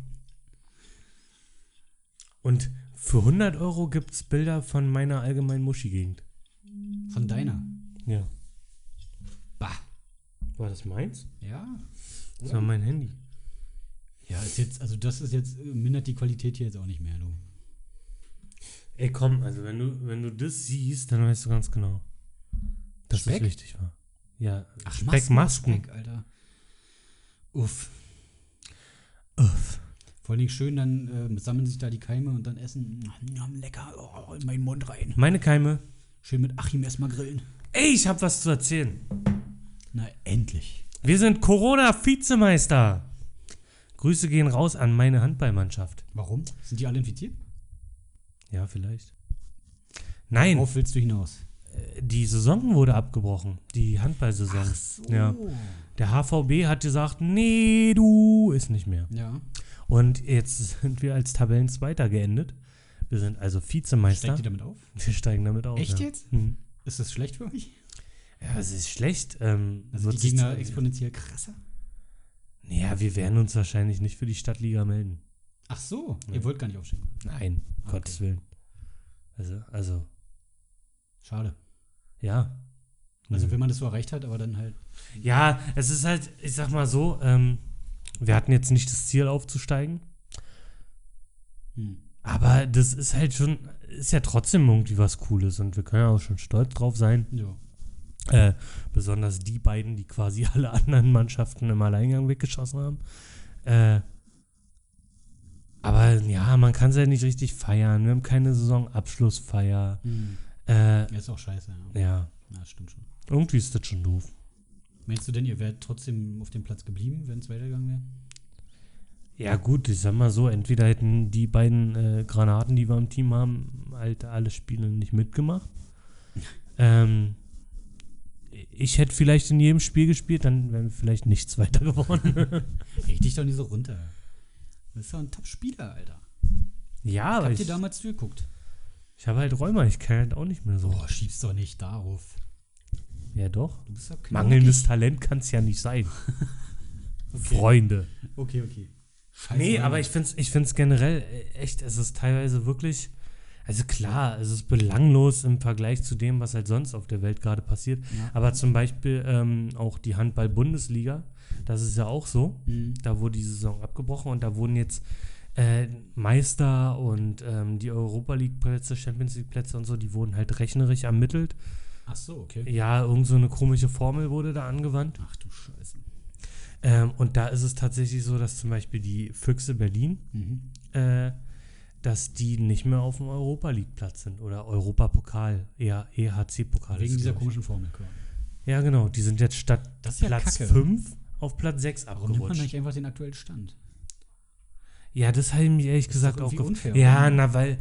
[SPEAKER 2] Und für 100 Euro gibt es Bilder von meiner allgemeinen Muschi-Gegend.
[SPEAKER 1] Von deiner.
[SPEAKER 2] Ja.
[SPEAKER 1] Bah.
[SPEAKER 2] War das meins?
[SPEAKER 1] Ja.
[SPEAKER 2] Das war mein Handy.
[SPEAKER 1] Ja, ist jetzt, also das ist jetzt, äh, mindert die Qualität hier jetzt auch nicht mehr, du.
[SPEAKER 2] Ey, komm, also wenn du, wenn du das siehst, dann weißt du ganz genau, dass
[SPEAKER 1] Speck?
[SPEAKER 2] das wichtig war. Ja,
[SPEAKER 1] Ach,
[SPEAKER 2] Speck, Masken.
[SPEAKER 1] Speck, Alter. Uff.
[SPEAKER 2] Uff.
[SPEAKER 1] Vor allen Dingen schön, dann äh, sammeln sich da die Keime und dann essen. Nom, lecker, oh, in meinen Mund rein.
[SPEAKER 2] Meine Keime.
[SPEAKER 1] Schön mit Achim erstmal grillen.
[SPEAKER 2] Ey, ich hab was zu erzählen.
[SPEAKER 1] Na, endlich.
[SPEAKER 2] Wir sind Corona-Vizemeister. Grüße gehen raus an meine Handballmannschaft.
[SPEAKER 1] Warum? Sind die alle infiziert?
[SPEAKER 2] Ja, vielleicht. Nein, äh,
[SPEAKER 1] Worauf willst du hinaus?
[SPEAKER 2] die Saison wurde abgebrochen. Die Handballsaison. Ja. Der HVB hat gesagt, nee, du ist nicht mehr.
[SPEAKER 1] Ja.
[SPEAKER 2] Und jetzt sind wir als Tabellenzweiter geendet. Wir sind also Vizemeister.
[SPEAKER 1] Steigt ihr damit auf?
[SPEAKER 2] wir steigen damit auf.
[SPEAKER 1] Echt
[SPEAKER 2] ja.
[SPEAKER 1] jetzt?
[SPEAKER 2] Hm.
[SPEAKER 1] Ist das schlecht für euch?
[SPEAKER 2] Ja, es ist schlecht. Ähm,
[SPEAKER 1] Also
[SPEAKER 2] wird
[SPEAKER 1] die
[SPEAKER 2] sich-
[SPEAKER 1] Gegner exponentiell krasser?
[SPEAKER 2] Ja, wir werden uns wahrscheinlich nicht für die Stadtliga melden.
[SPEAKER 1] Ach so,
[SPEAKER 2] Ja.
[SPEAKER 1] ihr wollt gar nicht aufsteigen.
[SPEAKER 2] Nein, um
[SPEAKER 1] Okay.
[SPEAKER 2] Gottes Willen. Also, also,
[SPEAKER 1] Schade.
[SPEAKER 2] ja.
[SPEAKER 1] Also
[SPEAKER 2] Nö.
[SPEAKER 1] wenn man das so erreicht hat, aber dann halt.
[SPEAKER 2] Ja, es ist halt, ich sag mal so, ähm, wir hatten jetzt nicht das Ziel aufzusteigen,
[SPEAKER 1] Hm.
[SPEAKER 2] aber das ist halt schon, ist ja trotzdem irgendwie was Cooles und wir können ja auch schon stolz drauf sein.
[SPEAKER 1] Ja.
[SPEAKER 2] Äh, besonders die beiden, die quasi alle anderen Mannschaften im Alleingang weggeschossen haben. Äh, aber ja, man kann es ja nicht richtig feiern. Wir haben keine Saisonabschlussfeier.
[SPEAKER 1] Hm.
[SPEAKER 2] Äh,
[SPEAKER 1] Ja, ist auch scheiße. Ja.
[SPEAKER 2] ja,
[SPEAKER 1] ja, stimmt schon.
[SPEAKER 2] irgendwie ist das schon doof.
[SPEAKER 1] Meinst du denn, ihr wärt trotzdem auf dem Platz geblieben, wenn es weitergegangen wäre?
[SPEAKER 2] Ja, gut, ich sag mal so, entweder hätten die beiden äh, Granaten, die wir im Team haben, halt alle Spiele nicht mitgemacht. Ähm, ich hätte vielleicht in jedem Spiel gespielt, dann wären wir vielleicht nichts weiter geworden.
[SPEAKER 1] Reg dich doch nicht so runter. Du bist doch ein Top-Spieler, Alter.
[SPEAKER 2] ja, aber
[SPEAKER 1] Habt ihr
[SPEAKER 2] ich,
[SPEAKER 1] damals zugeguckt?
[SPEAKER 2] ich habe halt Rheuma, ich kann halt auch nicht mehr so.
[SPEAKER 1] Boah, schiebst doch nicht darauf.
[SPEAKER 2] Ja, doch.
[SPEAKER 1] Du bist doch knackig.
[SPEAKER 2] Mangelndes Talent kann es ja nicht sein.
[SPEAKER 1] Okay.
[SPEAKER 2] Freunde.
[SPEAKER 1] Okay, okay. Scheiße.
[SPEAKER 2] Nee,
[SPEAKER 1] Mann.
[SPEAKER 2] aber ich finde es ich find's generell äh, echt, es ist teilweise wirklich, also klar, es ist belanglos im Vergleich zu dem, was halt sonst auf der Welt gerade passiert.
[SPEAKER 1] Ja.
[SPEAKER 2] Aber zum Beispiel ähm, auch die Handball-Bundesliga, das ist ja auch so.
[SPEAKER 1] Mhm.
[SPEAKER 2] Da wurde die Saison abgebrochen und da wurden jetzt äh, Meister und ähm, die Europa League-Plätze, Champions League-Plätze und so, die wurden halt rechnerisch ermittelt.
[SPEAKER 1] Ach so, okay.
[SPEAKER 2] Ja, irgend so eine komische Formel wurde da angewandt.
[SPEAKER 1] Ach du Scheiße.
[SPEAKER 2] Ähm, und da ist es tatsächlich so, dass zum Beispiel die Füchse Berlin,
[SPEAKER 1] Mhm.
[SPEAKER 2] äh, dass die nicht mehr auf dem Europa League Platz sind oder Europapokal, eher EHC Pokal.
[SPEAKER 1] Wegen
[SPEAKER 2] ist,
[SPEAKER 1] dieser
[SPEAKER 2] glaub ich.
[SPEAKER 1] komischen Formel. klar.
[SPEAKER 2] Ja, genau. Die sind jetzt statt
[SPEAKER 1] Das ist ja
[SPEAKER 2] Platz
[SPEAKER 1] Kacke.
[SPEAKER 2] 5 auf Platz 6
[SPEAKER 1] Warum nimmt man
[SPEAKER 2] abgerutscht.
[SPEAKER 1] nicht einfach den aktuellen Stand?
[SPEAKER 2] Ja, das habe ich mir ehrlich gesagt
[SPEAKER 1] doch
[SPEAKER 2] auch
[SPEAKER 1] irgendwie unfair,
[SPEAKER 2] Ja,
[SPEAKER 1] oder?
[SPEAKER 2] na, weil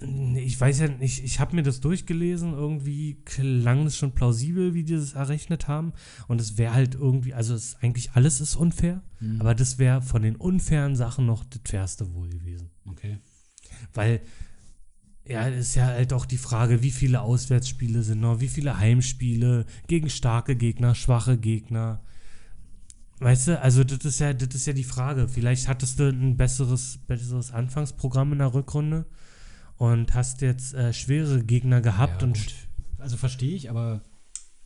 [SPEAKER 2] n- ich weiß ja nicht, ich habe mir das durchgelesen, irgendwie klang es schon plausibel, wie die das errechnet haben. Und es wäre halt irgendwie, also es, eigentlich alles ist unfair,
[SPEAKER 1] Mhm.
[SPEAKER 2] aber das wäre von den unfairen Sachen noch das fairste wohl gewesen.
[SPEAKER 1] Okay.
[SPEAKER 2] Weil, ja, es ist ja halt auch die Frage, wie viele Auswärtsspiele sind noch, wie viele Heimspiele gegen starke Gegner, schwache Gegner. Weißt du, also das ist ja, das ist ja die Frage. Vielleicht hattest du ein besseres, besseres Anfangsprogramm in der Rückrunde und hast jetzt äh, schwere Gegner gehabt
[SPEAKER 1] Ja,
[SPEAKER 2] und
[SPEAKER 1] gut. Also verstehe ich, aber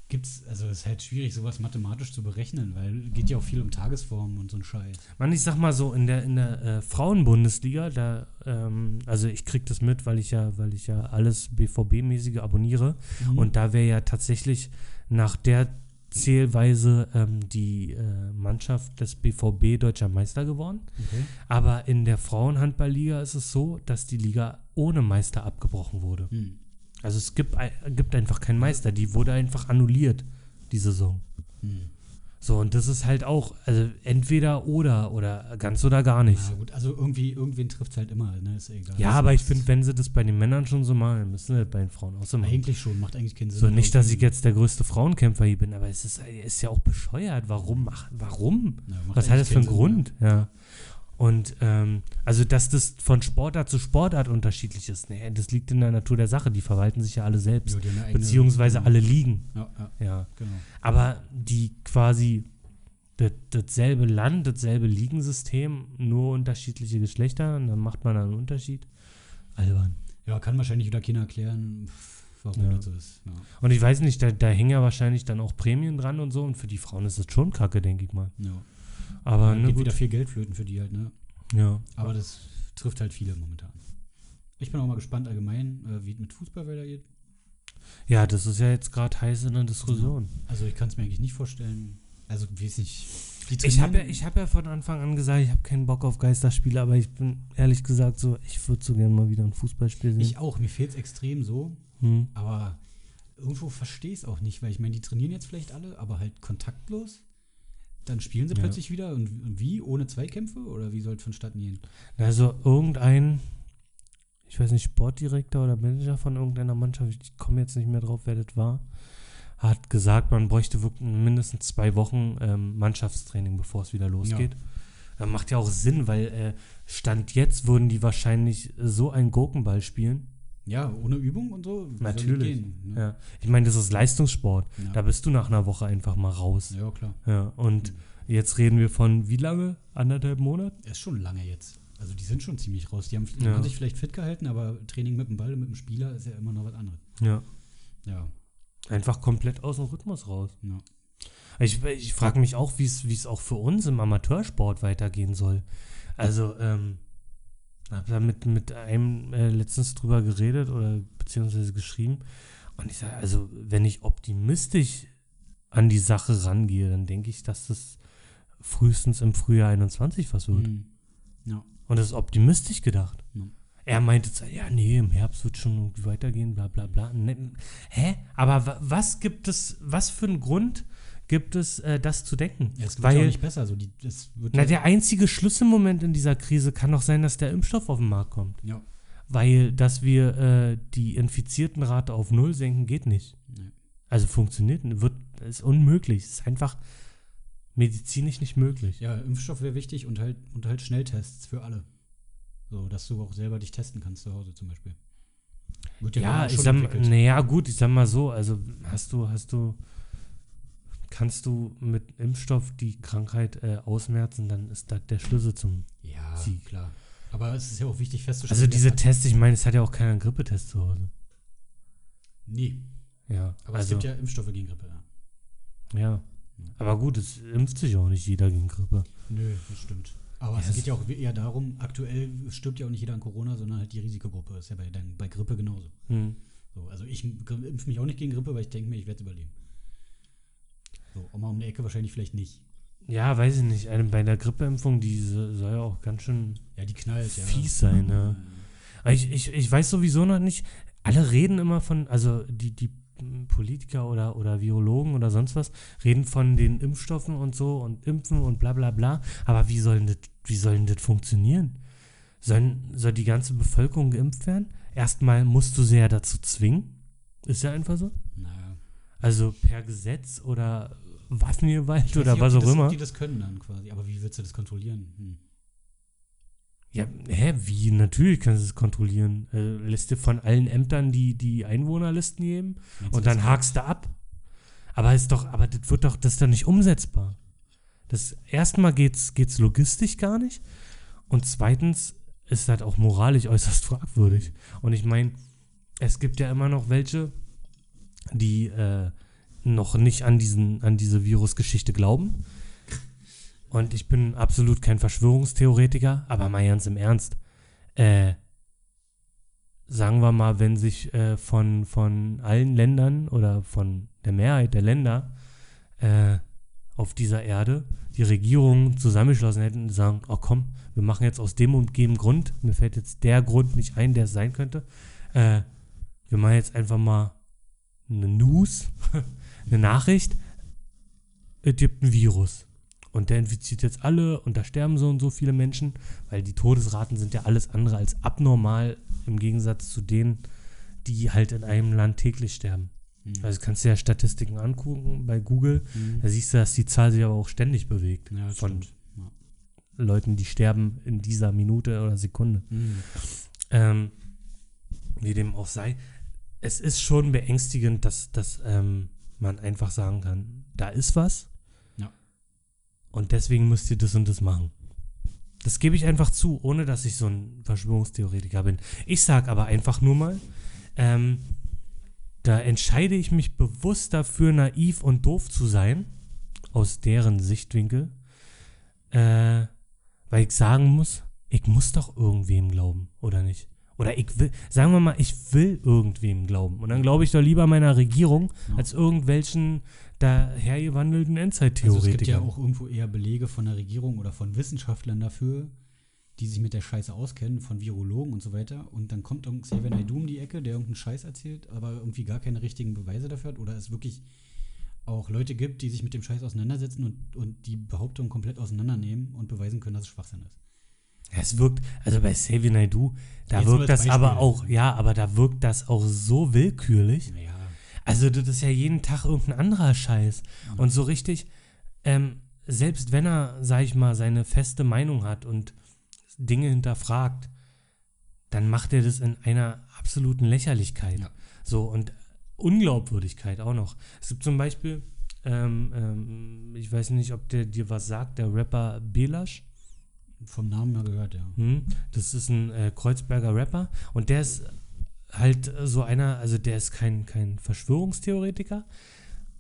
[SPEAKER 1] gibt's, also es ist halt schwierig, sowas mathematisch zu berechnen, weil geht ja auch viel um Tagesformen und so ein Scheiß.
[SPEAKER 2] Man, ich sag mal so, in der, in der äh, Frauenbundesliga, da, ähm, also ich krieg das mit, weil ich ja, weil ich ja alles BVB-mäßige abonniere.
[SPEAKER 1] Mhm.
[SPEAKER 2] Und da wäre ja tatsächlich nach der Zählweise ähm, die äh, Mannschaft des BVB deutscher Meister geworden.
[SPEAKER 1] Okay.
[SPEAKER 2] Aber in der Frauenhandballliga ist es so, dass die Liga ohne Meister abgebrochen wurde.
[SPEAKER 1] Hm.
[SPEAKER 2] Also es gibt, ein- gibt einfach keinen Meister. Die wurde einfach annulliert, die Saison.
[SPEAKER 1] Hm.
[SPEAKER 2] So, und das ist halt auch, also entweder oder oder ganz oder gar nicht.
[SPEAKER 1] Na gut, also irgendwie, irgendwen trifft es halt immer, ne? Ist egal.
[SPEAKER 2] Ja,
[SPEAKER 1] Also,
[SPEAKER 2] aber ich finde, wenn sie das bei den Männern schon so machen, dann müssen sie das bei den Frauen auch so machen.
[SPEAKER 1] Eigentlich schon, macht eigentlich keinen Sinn.
[SPEAKER 2] So, nicht, dass ich
[SPEAKER 1] Irgendwie-
[SPEAKER 2] jetzt der größte Frauenkämpfer hier bin, aber es ist, ist ja auch bescheuert. Warum? mach- Warum?
[SPEAKER 1] Na, macht
[SPEAKER 2] Was hat das
[SPEAKER 1] eigentlich
[SPEAKER 2] für einen
[SPEAKER 1] keinen Sinn,
[SPEAKER 2] Grund? Ja. Und ähm, also, dass das von Sportart zu Sportart unterschiedlich ist, nee, das liegt in der Natur der Sache. Die verwalten sich ja alle selbst,
[SPEAKER 1] Ja, genau. Mhm. die haben ja eigene-
[SPEAKER 2] beziehungsweise
[SPEAKER 1] ja.
[SPEAKER 2] alle liegen.
[SPEAKER 1] Ja, ja,
[SPEAKER 2] Ja.
[SPEAKER 1] genau.
[SPEAKER 2] Aber die quasi das, dasselbe Land, dasselbe Ligensystem, nur unterschiedliche Geschlechter, und dann macht man da einen Unterschied. Albern.
[SPEAKER 1] Ja, kann wahrscheinlich wieder keiner erklären, pff, warum
[SPEAKER 2] Ja.
[SPEAKER 1] das so ist. Ja.
[SPEAKER 2] Und ich weiß nicht, da, da hängen ja wahrscheinlich dann auch Prämien dran und so. Und für die Frauen ist das schon kacke, denke ich mal.
[SPEAKER 1] Ja.
[SPEAKER 2] Aber
[SPEAKER 1] Dann
[SPEAKER 2] ne,
[SPEAKER 1] geht
[SPEAKER 2] gut.
[SPEAKER 1] wieder viel Geld flöten für die halt, ne?
[SPEAKER 2] Ja.
[SPEAKER 1] Aber das trifft halt viele momentan. Ich bin auch mal gespannt allgemein, äh, wie es mit Fußball weitergeht.
[SPEAKER 2] ja, das ist ja jetzt gerade heiß in der Diskussion.
[SPEAKER 1] Also ich kann es mir eigentlich nicht vorstellen. Also weiß nicht. Die
[SPEAKER 2] Ich habe ja,
[SPEAKER 1] trainieren-
[SPEAKER 2] ich hab ja von Anfang an gesagt, ich habe keinen Bock auf Geisterspiele, aber ich bin ehrlich gesagt so, ich würde so gerne mal wieder ein Fußballspiel sehen.
[SPEAKER 1] ich auch. Mir fehlt es extrem so.
[SPEAKER 2] hm.
[SPEAKER 1] Aber irgendwo verstehe ich es auch nicht, weil ich meine, die trainieren jetzt vielleicht alle, aber halt kontaktlos. Dann spielen sie
[SPEAKER 2] Ja.
[SPEAKER 1] plötzlich wieder und, und wie? Ohne Zweikämpfe? Oder wie soll es vonstatten gehen?
[SPEAKER 2] Also irgendein, ich weiß nicht, Sportdirektor oder Manager von irgendeiner Mannschaft, ich komme jetzt nicht mehr drauf, wer das war, hat gesagt, man bräuchte wirklich mindestens zwei Wochen ähm, Mannschaftstraining, bevor es wieder losgeht. Äh, macht ja auch Sinn, weil äh, Stand jetzt würden die wahrscheinlich so einen Gurkenball spielen.
[SPEAKER 1] Ja, ohne Übung und so? wie soll das
[SPEAKER 2] Natürlich.
[SPEAKER 1] Gehen, ne?
[SPEAKER 2] Ja. Ich meine, das ist Leistungssport.
[SPEAKER 1] Ja.
[SPEAKER 2] Da bist du nach einer Woche einfach mal raus.
[SPEAKER 1] ja, klar.
[SPEAKER 2] Ja, und jetzt reden wir von wie lange? Anderthalb Monate?
[SPEAKER 1] Ist schon lange jetzt. Also die sind schon ziemlich raus. Die haben,
[SPEAKER 2] Ja.
[SPEAKER 1] haben sich vielleicht fit gehalten, aber Training mit dem Ball, mit dem Spieler ist ja immer noch was anderes.
[SPEAKER 2] Ja.
[SPEAKER 1] Ja,
[SPEAKER 2] Einfach komplett aus dem Rhythmus raus.
[SPEAKER 1] ja.
[SPEAKER 2] Ich, ich frage mich auch, wie es auch für uns im Amateursport weitergehen soll. Also, ähm, habe da mit, mit einem äh, letztens drüber geredet oder beziehungsweise geschrieben. Und ich sage, also, wenn ich optimistisch an die Sache rangehe, dann denke ich, dass das frühestens im Frühjahr 21 was wird.
[SPEAKER 1] Mhm. ja.
[SPEAKER 2] Und das ist optimistisch gedacht.
[SPEAKER 1] Ja.
[SPEAKER 2] Er meinte, zwar, ja, nee, im Herbst wird schon irgendwie weitergehen, bla bla bla. Ne, hä? Aber wa- was gibt es, was für einen Grund gibt es, äh, das zu denken?
[SPEAKER 1] Ja, Es wird ja auch
[SPEAKER 2] Weil,
[SPEAKER 1] nicht besser. Also die, das wird
[SPEAKER 2] na, der einzige Schlüsselmoment in dieser Krise kann doch sein, dass der Impfstoff auf den Markt kommt.
[SPEAKER 1] ja.
[SPEAKER 2] Weil, dass wir äh, die Infiziertenrate auf Null senken, geht nicht.
[SPEAKER 1] Nee.
[SPEAKER 2] Also funktioniert, wird, ist unmöglich. Ist einfach medizinisch nicht möglich.
[SPEAKER 1] ja, Impfstoff wäre wichtig und halt, und halt Schnelltests für alle. So, dass du auch selber dich testen kannst zu Hause zum Beispiel. Wird
[SPEAKER 2] Ja,
[SPEAKER 1] gerade
[SPEAKER 2] ich
[SPEAKER 1] Genau, schon
[SPEAKER 2] sag,
[SPEAKER 1] entwickelt.
[SPEAKER 2] naja, gut, ich sag mal so, also hast du, hast du, kannst du mit Impfstoff die Krankheit äh, ausmerzen, dann ist das der Schlüssel zum.
[SPEAKER 1] Ja,
[SPEAKER 2] Sie-
[SPEAKER 1] klar. Aber es ist ja auch wichtig festzustellen.
[SPEAKER 2] Also diese
[SPEAKER 1] dass- halt-
[SPEAKER 2] Tests, ich meine, es hat ja auch keiner einen Grippetest zu Hause.
[SPEAKER 1] Nee,
[SPEAKER 2] Ja,
[SPEAKER 1] aber es
[SPEAKER 2] also,
[SPEAKER 1] gibt ja Impfstoffe gegen Grippe. Ja.
[SPEAKER 2] ja. Aber gut, es impft sich auch nicht jeder gegen Grippe.
[SPEAKER 1] Nö, das stimmt. Aber
[SPEAKER 2] Ja,
[SPEAKER 1] es
[SPEAKER 2] es-
[SPEAKER 1] geht ja auch eher darum, aktuell stirbt ja auch nicht jeder an Corona, sondern halt die Risikogruppe. Ist ja bei, dann, bei Grippe genauso.
[SPEAKER 2] Hm.
[SPEAKER 1] So, also ich impfe mich auch nicht gegen Grippe, weil ich denke mir, ich werde es überleben. So, Oma um die Ecke wahrscheinlich vielleicht nicht.
[SPEAKER 2] Ja, weiß ich nicht, eine, bei der Grippeimpfung, die so- soll ja auch ganz schön
[SPEAKER 1] Ja, die knallt, ja.
[SPEAKER 2] fies sein, ne? Aber Ich, ich, ich weiß sowieso noch nicht, alle reden immer von, also die, die Politiker oder, oder Virologen oder sonst was, reden von den Impfstoffen und so und Impfen und bla bla bla. Aber wie soll denn das, wie soll denn das funktionieren? Sollen, soll die ganze Bevölkerung geimpft werden? Erstmal musst du sie ja dazu zwingen. Ist ja einfach so.
[SPEAKER 1] Naja.
[SPEAKER 2] Also per Gesetz oder Waffengewalt
[SPEAKER 1] Ich weiß
[SPEAKER 2] oder
[SPEAKER 1] nicht, ob
[SPEAKER 2] was
[SPEAKER 1] die
[SPEAKER 2] auch
[SPEAKER 1] das,
[SPEAKER 2] immer.
[SPEAKER 1] Ob die das können dann quasi. Aber wie willst du das kontrollieren? Hm.
[SPEAKER 2] Ja, hä, wie? Natürlich kannst du es kontrollieren. Äh, lässt dir von allen Ämtern die, die Einwohnerlisten geben
[SPEAKER 1] Meinst du
[SPEAKER 2] und dann
[SPEAKER 1] das-
[SPEAKER 2] hakst du ab. Aber ist doch, aber das wird doch, das ist doch nicht umsetzbar. Das erstmal geht's, geht's logistisch gar nicht. Und zweitens ist das auch moralisch äußerst fragwürdig. Und ich meine, es gibt ja immer noch welche, die äh, noch nicht an diesen, an diese Virusgeschichte glauben. Und ich bin absolut kein Verschwörungstheoretiker, aber mal ganz im Ernst. Äh, sagen wir mal, wenn sich äh, von, von allen Ländern oder von der Mehrheit der Länder äh, auf dieser Erde die Regierungen zusammengeschlossen hätten und sagen, oh komm, wir machen jetzt aus dem und dem Grund, mir fällt jetzt der Grund nicht ein, der es sein könnte, äh, wir machen jetzt einfach mal eine News, eine Nachricht es gibt ein Virus. Und der infiziert jetzt alle und da sterben so und so viele Menschen, weil die Todesraten sind ja alles andere als abnormal im Gegensatz zu denen, die halt in einem Land täglich sterben.
[SPEAKER 1] Mhm.
[SPEAKER 2] Also kannst du ja Statistiken angucken bei Google,
[SPEAKER 1] Mhm.
[SPEAKER 2] da siehst du, dass die Zahl sich aber auch ständig bewegt
[SPEAKER 1] ja, das
[SPEAKER 2] von
[SPEAKER 1] stimmt. Ja.
[SPEAKER 2] Leuten, die sterben in dieser Minute oder Sekunde.
[SPEAKER 1] Mhm.
[SPEAKER 2] Ähm, wie dem auch sei, es ist schon beängstigend, dass, dass ähm, man einfach sagen kann, da ist was.
[SPEAKER 1] Ja.
[SPEAKER 2] Und deswegen müsst ihr das und das machen. Das gebe ich einfach zu, ohne dass ich so ein Verschwörungstheoretiker bin. Ich sage aber einfach nur mal, ähm, da entscheide ich mich bewusst dafür, naiv und doof zu sein, aus deren Sichtwinkel, äh, weil ich sagen muss, ich muss doch irgendwem glauben, oder nicht? Oder ich will, sagen wir mal, ich will irgendwem glauben. Und dann glaube ich doch lieber meiner Regierung
[SPEAKER 1] Ja.
[SPEAKER 2] als irgendwelchen dahergewandelten
[SPEAKER 1] Also es
[SPEAKER 2] Endzeittheoretikern.
[SPEAKER 1] gibt ja auch irgendwo eher Belege von der Regierung oder von Wissenschaftlern dafür, die sich mit der Scheiße auskennen, von Virologen und so weiter. Und dann kommt irgendein Xavier Naidoo um die Ecke, der irgendeinen Scheiß erzählt, aber irgendwie gar keine richtigen Beweise dafür hat. Oder es wirklich auch Leute gibt, die sich mit dem Scheiß auseinandersetzen und, und die Behauptung komplett auseinandernehmen und beweisen können, dass es Schwachsinn ist.
[SPEAKER 2] Es wirkt, also bei Xavier Naidoo, da
[SPEAKER 1] Jetzt nur
[SPEAKER 2] wirkt
[SPEAKER 1] als
[SPEAKER 2] das aber
[SPEAKER 1] Beispiel.
[SPEAKER 2] auch, ja, aber da wirkt das auch so willkürlich.
[SPEAKER 1] Naja,
[SPEAKER 2] Also das ist ja jeden Tag irgendein anderer Scheiß.
[SPEAKER 1] Mhm.
[SPEAKER 2] Und so richtig, ähm, selbst wenn er, sag ich mal, seine feste Meinung hat und Dinge hinterfragt, dann macht er das in einer absoluten Lächerlichkeit.
[SPEAKER 1] Ja.
[SPEAKER 2] So und Unglaubwürdigkeit auch noch. Es gibt zum Beispiel, ähm, ähm, ich weiß nicht, ob der dir was sagt, der Rapper Belasch.
[SPEAKER 1] vom Namen mal gehört, ja.
[SPEAKER 2] Hm, Das ist ein äh, Kreuzberger Rapper und der ist halt äh, so einer, also der ist kein, kein Verschwörungstheoretiker,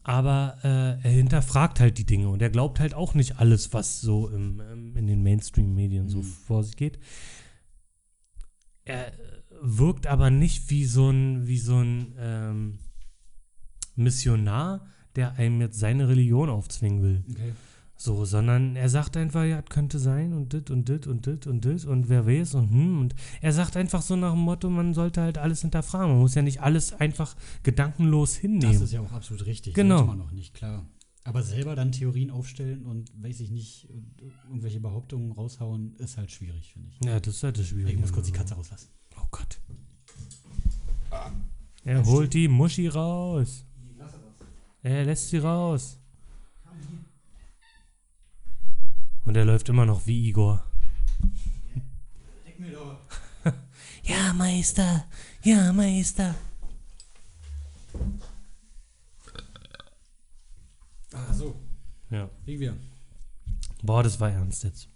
[SPEAKER 2] aber äh, er hinterfragt halt die Dinge und er glaubt halt auch nicht alles, was so im, ähm, in den Mainstream-Medien so
[SPEAKER 1] Mhm.
[SPEAKER 2] vor sich geht. Er äh, wirkt aber nicht wie so ein, wie so ein ähm, Missionar, der einem jetzt seine Religion aufzwingen will.
[SPEAKER 1] Okay.
[SPEAKER 2] So, sondern er sagt einfach, ja, das könnte sein und dit und dit und dit und dit und wer weiß und hm. Und er sagt einfach so nach dem Motto, man sollte halt alles hinterfragen. Man muss ja nicht alles einfach gedankenlos hinnehmen.
[SPEAKER 1] Das ist ja auch absolut richtig.
[SPEAKER 2] Genau.
[SPEAKER 1] Sollte man noch nicht, klar. Aber selber dann Theorien aufstellen und weiß ich nicht, und irgendwelche Behauptungen raushauen, ist halt schwierig, finde ich.
[SPEAKER 2] ja, das ist halt das Schwierige.
[SPEAKER 1] Ich muss kurz die Katze rauslassen.
[SPEAKER 2] Oh Gott. Er holt die Muschi raus. Er lässt sie raus. Und er läuft immer noch wie Igor. Ja, Meister. Ja, Meister.
[SPEAKER 1] Ach so,
[SPEAKER 2] Ja.
[SPEAKER 1] wegen wir.
[SPEAKER 2] Boah, das war ernst jetzt.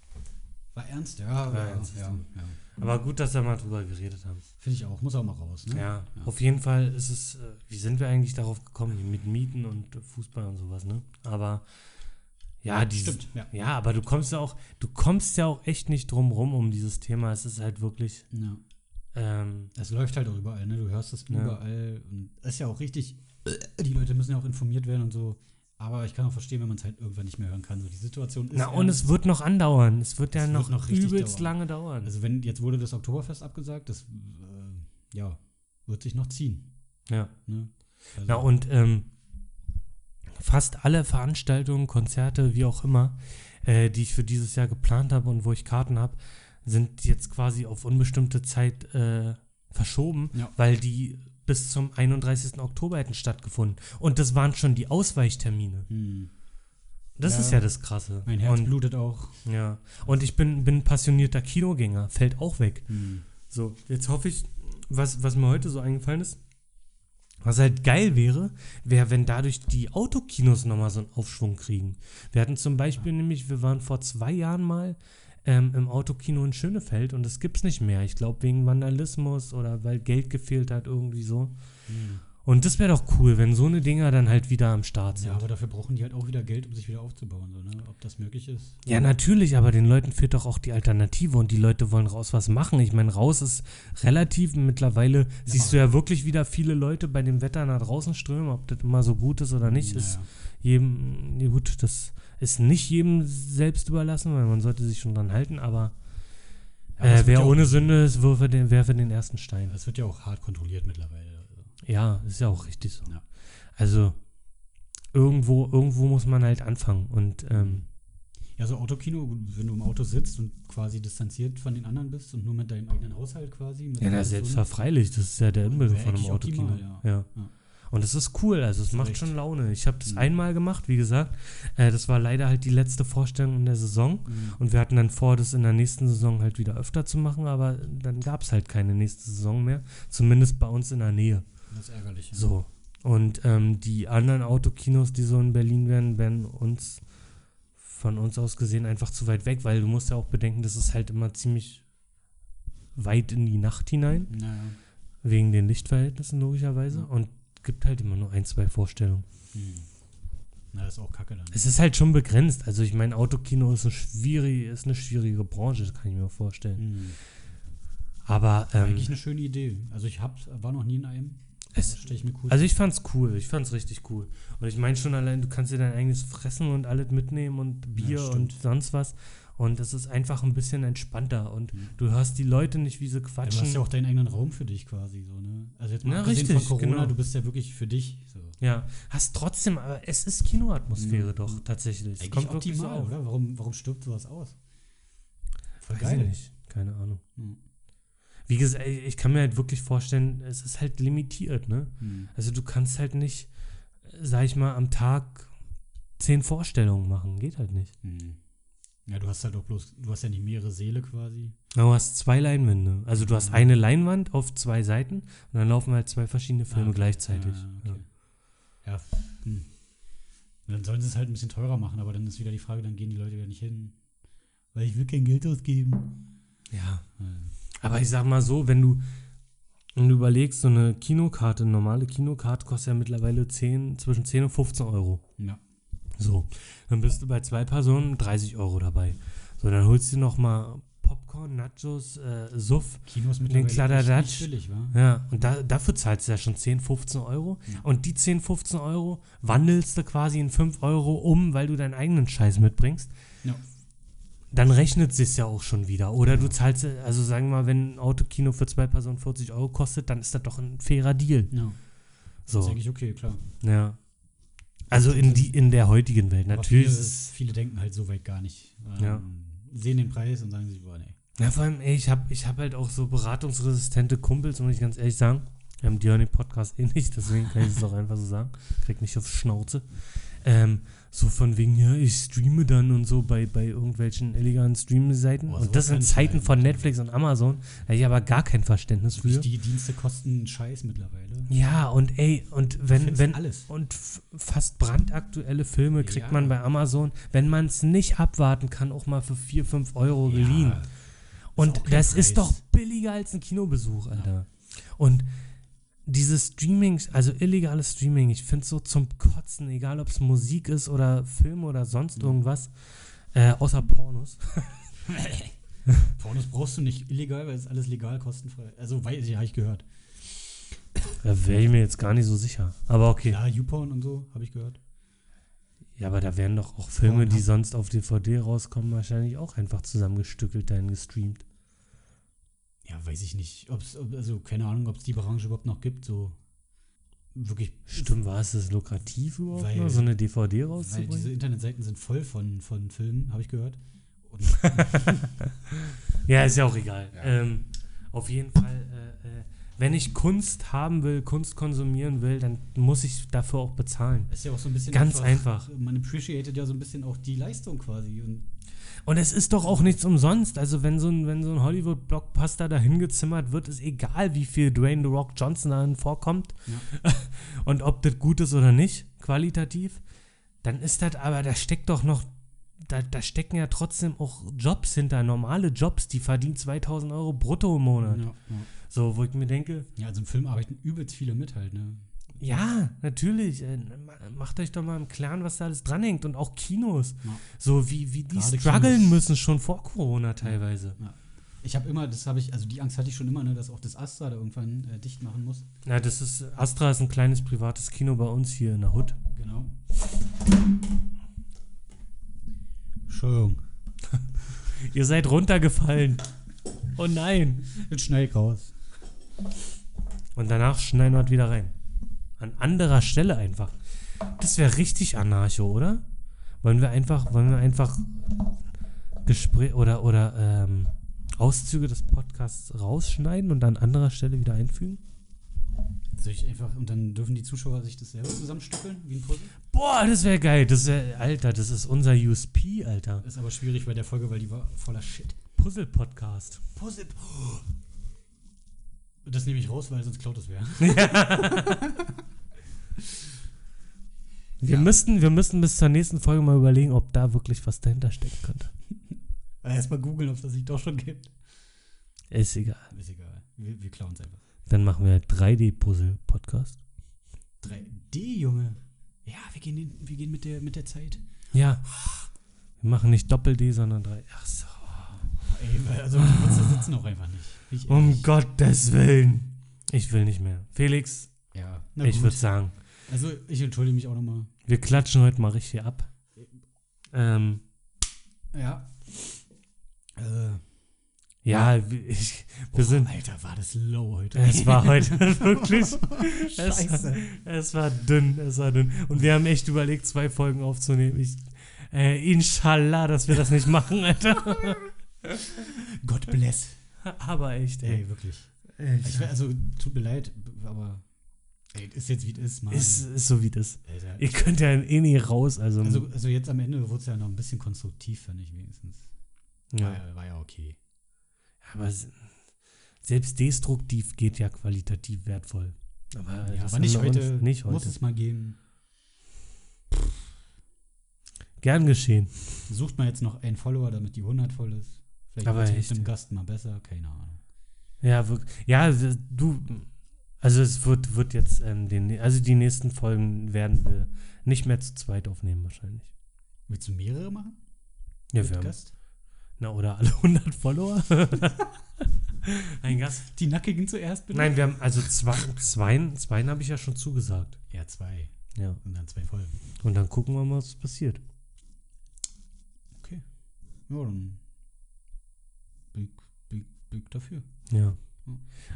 [SPEAKER 1] War ernst, ja.
[SPEAKER 2] War
[SPEAKER 1] ja,
[SPEAKER 2] ernst,
[SPEAKER 1] ja, ja.
[SPEAKER 2] Aber gut, dass wir mal drüber geredet haben.
[SPEAKER 1] Finde ich auch. Muss auch mal raus, ne?
[SPEAKER 2] Ja, auf jeden Fall ist es, äh, wie sind wir eigentlich darauf gekommen, hier mit Mieten und äh, Fußball und sowas, ne? Aber ja, dieses,
[SPEAKER 1] Stimmt, ja.
[SPEAKER 2] ja, aber du kommst ja auch, du kommst ja auch echt nicht drum rum um dieses Thema. Es ist halt wirklich,
[SPEAKER 1] ja.
[SPEAKER 2] ähm,
[SPEAKER 1] Es läuft halt auch überall, ne? Du hörst es
[SPEAKER 2] Ja.
[SPEAKER 1] überall. Und ist ja auch richtig, die Leute müssen ja auch informiert werden und so. Aber ich kann auch verstehen, wenn man es halt irgendwann nicht mehr hören kann. So, die Situation ist.
[SPEAKER 2] na und
[SPEAKER 1] ernst.
[SPEAKER 2] es wird noch andauern. Es wird ja
[SPEAKER 1] Es wird
[SPEAKER 2] noch,
[SPEAKER 1] noch richtig
[SPEAKER 2] übelst
[SPEAKER 1] dauern.
[SPEAKER 2] lange dauern.
[SPEAKER 1] Also wenn jetzt wurde das Oktoberfest abgesagt, das äh, ja, wird sich noch ziehen.
[SPEAKER 2] ja.
[SPEAKER 1] Ne? Also,
[SPEAKER 2] Na und ähm, fast alle Veranstaltungen, Konzerte, wie auch immer, äh, die ich für dieses Jahr geplant habe und wo ich Karten habe, sind jetzt quasi auf unbestimmte Zeit äh, verschoben,
[SPEAKER 1] Ja.
[SPEAKER 2] weil die bis zum 31. Oktober hätten stattgefunden. Und das waren schon die Ausweichtermine.
[SPEAKER 1] hm,
[SPEAKER 2] Das
[SPEAKER 1] Ja.
[SPEAKER 2] ist ja das Krasse.
[SPEAKER 1] mein Herz
[SPEAKER 2] und,
[SPEAKER 1] blutet auch.
[SPEAKER 2] ja. und ich bin, bin passionierter Kinogänger, fällt auch weg.
[SPEAKER 1] Hm.
[SPEAKER 2] So, jetzt hoffe ich, was, was mir heute so eingefallen ist, was halt geil wäre, wäre, wenn dadurch die Autokinos nochmal so einen Aufschwung kriegen. Wir hatten zum Beispiel nämlich, wir waren vor zwei Jahren mal ähm, im Autokino in Schönefeld und das gibt's nicht mehr. Ich glaube, wegen Vandalismus oder weil Geld gefehlt hat, irgendwie so.
[SPEAKER 1] Hm.
[SPEAKER 2] Und das wäre doch cool, wenn so eine Dinger dann halt wieder am Start sind.
[SPEAKER 1] Ja, aber dafür brauchen die halt auch wieder Geld, um sich wieder aufzubauen. So, ne? Ob das möglich ist.
[SPEAKER 2] Ja, natürlich, aber den Leuten fehlt doch auch die Alternative und die Leute wollen raus was machen. Ich meine, raus ist relativ. Mittlerweile siehst du ja wirklich wieder viele Leute bei dem Wetter nach draußen strömen. Ob das immer so gut ist oder nicht, ist
[SPEAKER 1] Naja.
[SPEAKER 2] jedem, ja gut, das ist nicht jedem selbst überlassen, weil man sollte sich schon dran halten, aber,
[SPEAKER 1] Aber es
[SPEAKER 2] äh,
[SPEAKER 1] wird ja
[SPEAKER 2] wer
[SPEAKER 1] auch-
[SPEAKER 2] ohne Sünde ist, würfe den, werfe den ersten Stein.
[SPEAKER 1] Es wird ja auch hart kontrolliert mittlerweile. Also,
[SPEAKER 2] Ja, ist ja auch richtig so.
[SPEAKER 1] Ja.
[SPEAKER 2] Also, irgendwo, irgendwo muss man halt anfangen. Und ähm,
[SPEAKER 1] Ja, so Autokino, wenn du im Auto sitzt und quasi distanziert von den anderen bist und nur mit deinem eigenen Haushalt quasi. Mit
[SPEAKER 2] ja, na,
[SPEAKER 1] Personen,
[SPEAKER 2] selbstverfreilich, das ist ja der
[SPEAKER 1] Wäre
[SPEAKER 2] Inbegriff von einem
[SPEAKER 1] eigentlich
[SPEAKER 2] Autokino.
[SPEAKER 1] optimal,
[SPEAKER 2] ja.
[SPEAKER 1] Ja.
[SPEAKER 2] Und es ist cool, also es
[SPEAKER 1] Zu
[SPEAKER 2] macht
[SPEAKER 1] Recht.
[SPEAKER 2] schon Laune. Ich habe das
[SPEAKER 1] Mhm.
[SPEAKER 2] einmal gemacht, wie gesagt. Äh, das war leider halt die letzte Vorstellung in der Saison.
[SPEAKER 1] Mhm.
[SPEAKER 2] Und wir hatten dann vor, das in der nächsten Saison halt wieder öfter zu machen, aber dann gab es halt keine nächste Saison mehr. Zumindest bei uns in der Nähe.
[SPEAKER 1] Das ist ärgerlich. ja.
[SPEAKER 2] So. Und ähm, die anderen Autokinos, die so in Berlin werden, werden uns von uns aus gesehen einfach zu weit weg, weil du musst ja auch bedenken, das ist halt immer ziemlich weit in die Nacht hinein,
[SPEAKER 1] Naja.
[SPEAKER 2] wegen den Lichtverhältnissen logischerweise.
[SPEAKER 1] Ja.
[SPEAKER 2] Und gibt halt immer nur ein, zwei Vorstellungen.
[SPEAKER 1] Hm. Na, das ist auch kacke dann.
[SPEAKER 2] Es ist halt schon begrenzt. Also ich meine, Autokino ist eine schwierige, ist eine schwierige Branche, das kann ich mir vorstellen.
[SPEAKER 1] Hm.
[SPEAKER 2] Aber ähm,
[SPEAKER 1] Eigentlich eine schöne Idee. Also ich hab, war noch nie in einem.
[SPEAKER 2] Es-
[SPEAKER 1] stelle ich mir cool.
[SPEAKER 2] Also ich fand's cool, ich fand's richtig cool. Und ich meine schon allein, du kannst dir dein eigenes Fressen und alles mitnehmen und Bier und
[SPEAKER 1] stimmt.
[SPEAKER 2] sonst was. Und es ist einfach ein bisschen entspannter und
[SPEAKER 1] Mhm.
[SPEAKER 2] du hörst die Leute nicht, wie sie
[SPEAKER 1] Ja, du
[SPEAKER 2] quatschen.
[SPEAKER 1] hast ja auch deinen eigenen Raum für dich quasi so, ne? Also jetzt mal
[SPEAKER 2] Na,
[SPEAKER 1] abgesehen
[SPEAKER 2] richtig,
[SPEAKER 1] von Corona,
[SPEAKER 2] genau.
[SPEAKER 1] du bist ja wirklich für dich so.
[SPEAKER 2] Ja, hast trotzdem, aber es ist Kinoatmosphäre
[SPEAKER 1] Mhm.
[SPEAKER 2] doch tatsächlich. Es
[SPEAKER 1] Eigentlich
[SPEAKER 2] kommt wirklich so
[SPEAKER 1] optimal,
[SPEAKER 2] auf.
[SPEAKER 1] oder? Warum, warum stirbt sowas aus? Voll
[SPEAKER 2] Weiß ich nicht. Keine Ahnung.
[SPEAKER 1] Hm.
[SPEAKER 2] Wie gesagt, ey, ich kann mir halt wirklich vorstellen, es ist halt limitiert, ne?
[SPEAKER 1] Hm.
[SPEAKER 2] Also du kannst halt nicht, äh, sag ich mal, am Tag zehn Vorstellungen machen. Geht halt nicht.
[SPEAKER 1] Hm. Ja, du hast halt auch bloß, du hast ja nicht mehrere Seele quasi.
[SPEAKER 2] Na, Du hast zwei Leinwände. Also du hast
[SPEAKER 1] Mhm.
[SPEAKER 2] eine Leinwand auf zwei Seiten und dann laufen halt zwei verschiedene Filme
[SPEAKER 1] Ah, okay.
[SPEAKER 2] gleichzeitig.
[SPEAKER 1] Ja,
[SPEAKER 2] Ja.
[SPEAKER 1] okay. ja. Hm. Dann sollen sie es halt ein bisschen teurer machen, aber dann ist wieder die Frage, dann gehen die Leute wieder nicht hin. Weil ich will kein Geld ausgeben.
[SPEAKER 2] ja.
[SPEAKER 1] Ja.
[SPEAKER 2] Aber ich sag mal so, wenn du, wenn du überlegst, so eine Kinokarte, eine normale Kinokarte kostet ja mittlerweile 10, zwischen 10 und 15 Euro.
[SPEAKER 1] Ja.
[SPEAKER 2] So. Dann bist du bei zwei Personen 30 Euro dabei. So, dann holst du noch mal Popcorn, Nachos, äh, Suff.
[SPEAKER 1] Kinos mit
[SPEAKER 2] Kladderadatsch.
[SPEAKER 1] billig, wa?
[SPEAKER 2] Ja, und da, dafür zahlst du ja schon 10, 15 Euro.
[SPEAKER 1] Ja.
[SPEAKER 2] Und die 10, 15 Euro wandelst du quasi in 5 Euro um, weil du deinen eigenen Scheiß mitbringst.
[SPEAKER 1] Ja.
[SPEAKER 2] Dann rechnet sich's ja auch schon wieder. Oder du zahlst, äh, also sagen wir mal, wenn ein Autokino für zwei Personen 40 Euro kostet, dann ist das doch ein fairer Deal.
[SPEAKER 1] Ja. Das ist
[SPEAKER 2] So,
[SPEAKER 1] eigentlich okay, klar.
[SPEAKER 2] ja. Also in, die, in der heutigen Welt.
[SPEAKER 1] Aber
[SPEAKER 2] Natürlich
[SPEAKER 1] Viele,
[SPEAKER 2] ist es
[SPEAKER 1] viele denken halt so weit gar nicht. Ähm,
[SPEAKER 2] Ja.
[SPEAKER 1] Sehen den Preis und sagen sich, boah, nee.
[SPEAKER 2] Ja, vor allem, ey, ich habe ich hab halt auch so beratungsresistente Kumpels, muss ich ganz ehrlich sagen. Wir haben die hören den Podcast eh nicht, deswegen kann ich es auch einfach so sagen. Krieg nicht auf Schnauze. Ähm, so von wegen, ja, ich streame dann und so bei, bei irgendwelchen illegalen Streaming-Seiten.
[SPEAKER 1] Boah,
[SPEAKER 2] und
[SPEAKER 1] sowas
[SPEAKER 2] das
[SPEAKER 1] kann
[SPEAKER 2] in
[SPEAKER 1] ich
[SPEAKER 2] Zeiten
[SPEAKER 1] leiden.
[SPEAKER 2] von Netflix und Amazon. Da hab ich aber gar kein Verständnis
[SPEAKER 1] Wirklich,
[SPEAKER 2] für.
[SPEAKER 1] Die Dienste kosten einen Scheiß mittlerweile.
[SPEAKER 2] Ja, und ey, und
[SPEAKER 1] Du
[SPEAKER 2] wenn,
[SPEAKER 1] findest
[SPEAKER 2] wenn,
[SPEAKER 1] alles.
[SPEAKER 2] und f- fast brandaktuelle Filme kriegt
[SPEAKER 1] Ja.
[SPEAKER 2] man bei Amazon, wenn man es nicht abwarten kann, auch mal für 4, 5 Euro geliehen.
[SPEAKER 1] Ja,
[SPEAKER 2] Oh, Und
[SPEAKER 1] auch kein
[SPEAKER 2] das
[SPEAKER 1] Preis.
[SPEAKER 2] ist doch billiger als ein Kinobesuch, Alter. Und dieses Streaming, also illegales Streaming, ich finde es so zum Kotzen, egal ob es Musik ist oder Film oder sonst irgendwas, äh, außer Pornos.
[SPEAKER 1] Pornos brauchst du nicht illegal, weil es ist alles legal, kostenfrei. Also, weiß ich, habe ich gehört.
[SPEAKER 2] Da wäre ich mir jetzt gar nicht so sicher. Aber okay.
[SPEAKER 1] Ja, YouPorn und so, habe ich gehört.
[SPEAKER 2] Ja, aber da wären doch auch Filme,
[SPEAKER 1] Pornhub.
[SPEAKER 2] die sonst auf DVD rauskommen, wahrscheinlich auch einfach zusammengestückelt dann gestreamt.
[SPEAKER 1] Ja, weiß ich nicht. Ob's, ob, also, keine Ahnung, ob es die Branche überhaupt noch gibt. So wirklich
[SPEAKER 2] Stimmt, war es das lukrativ überhaupt,
[SPEAKER 1] Weil-
[SPEAKER 2] noch, so eine DVD
[SPEAKER 1] Weil diese
[SPEAKER 2] rauszubringen?
[SPEAKER 1] Internetseiten sind voll von, von Filmen, habe ich gehört. Und
[SPEAKER 2] Ja, ist ja auch egal.
[SPEAKER 1] Ja.
[SPEAKER 2] Ähm, auf jeden Fall, äh, äh, wenn ich Kunst haben will, Kunst konsumieren will, dann muss ich dafür auch bezahlen.
[SPEAKER 1] ist ja auch so ein bisschen.
[SPEAKER 2] Ganz einfach.
[SPEAKER 1] Man appreciated ja so ein bisschen auch die Leistung quasi. Und
[SPEAKER 2] Und es ist doch auch nichts umsonst. Also wenn so ein, wenn so ein Hollywood-Blockbuster da hingezimmert wird, ist egal, wie viel Dwayne The Rock Johnson darin vorkommt und ob das gut ist oder nicht, qualitativ, dann ist das aber, da steckt doch noch, da, da stecken ja trotzdem auch Jobs hinter, normale Jobs, die verdienen 2000 Euro brutto im Monat.
[SPEAKER 1] ja, ja.
[SPEAKER 2] So, wo ich mir denke,
[SPEAKER 1] ja, also im Film arbeiten übelst viele mit halt, ne?
[SPEAKER 2] Ja, natürlich. Äh, ma- Macht euch doch mal im Klaren, was da alles dranhängt. Und auch Kinos.
[SPEAKER 1] Ja.
[SPEAKER 2] So wie, wie die
[SPEAKER 1] Gerade
[SPEAKER 2] strugglen
[SPEAKER 1] Kinos.
[SPEAKER 2] müssen schon vor Corona teilweise.
[SPEAKER 1] Ich habe immer, das habe ich, also die Angst hatte ich schon immer, ne, dass auch das Astra da irgendwann äh, dicht machen muss.
[SPEAKER 2] Ja, das ist, Astra ist ein kleines privates Kino bei uns hier in der Hood.
[SPEAKER 1] Genau. Entschuldigung.
[SPEAKER 2] Ihr seid runtergefallen. Oh nein.
[SPEAKER 1] Jetzt schnell raus.
[SPEAKER 2] halt Und danach schneiden wir es wieder rein. An anderer Stelle einfach. Das wäre richtig anarcho, oder? Wollen wir einfach, wollen wir einfach Gespräch oder, oder ähm, Auszüge des Podcasts rausschneiden und an anderer Stelle wieder einfügen?
[SPEAKER 1] Soll ich einfach, und dann dürfen die Zuschauer sich das selber zusammenstückeln, wie ein Puzzle?
[SPEAKER 2] Boah, das wäre geil. Das wär, Alter, das ist unser USP, Alter.
[SPEAKER 1] Ist aber schwierig bei der Folge, weil die war voller Shit.
[SPEAKER 2] Puzzle-Podcast.
[SPEAKER 1] Puzzle. oh! Das nehme ich raus, weil sonst klaut es wer.
[SPEAKER 2] Wir,
[SPEAKER 1] Ja.
[SPEAKER 2] müssten, wir müssten bis zur nächsten Folge mal überlegen, ob da wirklich was dahinter stecken könnte.
[SPEAKER 1] Erstmal googeln, ob es das nicht doch schon gibt.
[SPEAKER 2] Ist egal.
[SPEAKER 1] Ist egal. Wir, wir klauen es einfach.
[SPEAKER 2] Dann machen wir 3D-Puzzle-Podcast.
[SPEAKER 1] 3D, Junge. Ja, wir gehen, in- wir gehen mit, der, mit der Zeit.
[SPEAKER 2] Ja. Wir machen nicht Doppel-D, sondern 3D. Ach so.
[SPEAKER 1] Ey, weil- also die Witze sitzen auch einfach nicht. Ich,
[SPEAKER 2] Um Gottes Willen. Ich will nicht mehr. Felix,
[SPEAKER 1] ja, na
[SPEAKER 2] ich würde
[SPEAKER 1] gut.
[SPEAKER 2] sagen,
[SPEAKER 1] Also ich entschuldige mich auch nochmal.
[SPEAKER 2] wir klatschen heute mal richtig ab. Ähm,
[SPEAKER 1] Ja. Äh, oh,
[SPEAKER 2] ja, ich, wir sind.
[SPEAKER 1] Alter, war das low heute.
[SPEAKER 2] Es war heute wirklich.
[SPEAKER 1] Scheiße.
[SPEAKER 2] Es war dünn, es war dünn. Und wir haben echt überlegt, zwei Folgen aufzunehmen. Ich, äh, inshallah, dass wir das nicht machen, Alter.
[SPEAKER 1] God bless.
[SPEAKER 2] Aber echt, ey.
[SPEAKER 1] Ey, wirklich. Ich, we- also, tut mir leid, b- aber ey, ist jetzt wie es ist, Mann.
[SPEAKER 2] Ist, ist so wie das.
[SPEAKER 1] Alter.
[SPEAKER 2] Ihr könnt ja eh nie raus, also.
[SPEAKER 1] also, also jetzt am Ende wurde es ja noch ein bisschen konstruktiv, fand ich wenigstens. War,
[SPEAKER 2] ja.
[SPEAKER 1] ah, ja, war ja okay.
[SPEAKER 2] Aber s- selbst destruktiv geht ja qualitativ wertvoll. Aber, äh,
[SPEAKER 1] ja,
[SPEAKER 2] das
[SPEAKER 1] aber nicht
[SPEAKER 2] haben wir uns-
[SPEAKER 1] heute,
[SPEAKER 2] Nicht
[SPEAKER 1] Muss
[SPEAKER 2] heute.
[SPEAKER 1] es mal geben.
[SPEAKER 2] Gern geschehen.
[SPEAKER 1] Sucht mal jetzt noch einen Follower, damit die 100 voll ist. Vielleicht
[SPEAKER 2] Aber
[SPEAKER 1] wird's mit
[SPEAKER 2] echt.
[SPEAKER 1] dem Gast mal besser, keine Ahnung.
[SPEAKER 2] Ja, wirk- ja, w- du, also es wird, wird jetzt, ähm, den, also die nächsten Folgen werden wir nicht mehr zu zweit aufnehmen wahrscheinlich.
[SPEAKER 1] Willst du mehrere machen?
[SPEAKER 2] Ja,
[SPEAKER 1] Mit
[SPEAKER 2] wir haben,
[SPEAKER 1] Gast?
[SPEAKER 2] na, oder alle 100 Follower. Ein Gast.
[SPEAKER 1] Die Nackigen zuerst, bitte?
[SPEAKER 2] Nein, wir haben, also zwei, zwei, zwei habe ich ja schon zugesagt.
[SPEAKER 1] Ja, zwei.
[SPEAKER 2] Ja,
[SPEAKER 1] Und dann zwei Folgen.
[SPEAKER 2] und dann gucken wir mal, was passiert.
[SPEAKER 1] Ja, dann. Big, big, big dafür.
[SPEAKER 2] Ja.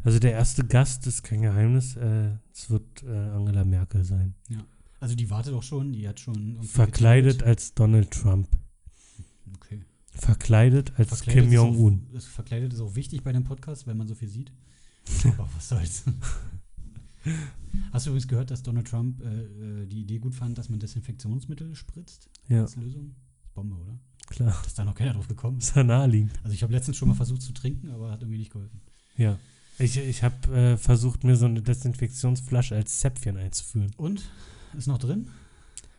[SPEAKER 2] Also der erste Gast ist kein Geheimnis, äh, es wird äh, Angela Merkel sein.
[SPEAKER 1] Also, die wartet auch schon, die hat schon. irgendwie
[SPEAKER 2] Verkleidet als Donald Trump.
[SPEAKER 1] getwittert. Okay.
[SPEAKER 2] Verkleidet als
[SPEAKER 1] Verkleidet
[SPEAKER 2] Kim
[SPEAKER 1] ist auch-
[SPEAKER 2] Jong-un.
[SPEAKER 1] ist- Verkleidet ist auch wichtig bei dem Podcast, wenn man so viel sieht. Aber was soll's. Hast du übrigens gehört, dass Donald Trump äh, äh, die Idee gut fand, dass man Desinfektionsmittel spritzt
[SPEAKER 2] Ja,
[SPEAKER 1] als Lösung? Bombe, oder?
[SPEAKER 2] klar.
[SPEAKER 1] Dass da noch keiner drauf gekommen ist.
[SPEAKER 2] Ist ja naheliegend.
[SPEAKER 1] Also ich habe letztens schon mal versucht zu trinken, aber hat irgendwie nicht geholfen.
[SPEAKER 2] Ja. Ich, ich habe äh, versucht, mir so eine Desinfektionsflasche als Zäpfchen einzuführen.
[SPEAKER 1] Und? Ist noch drin?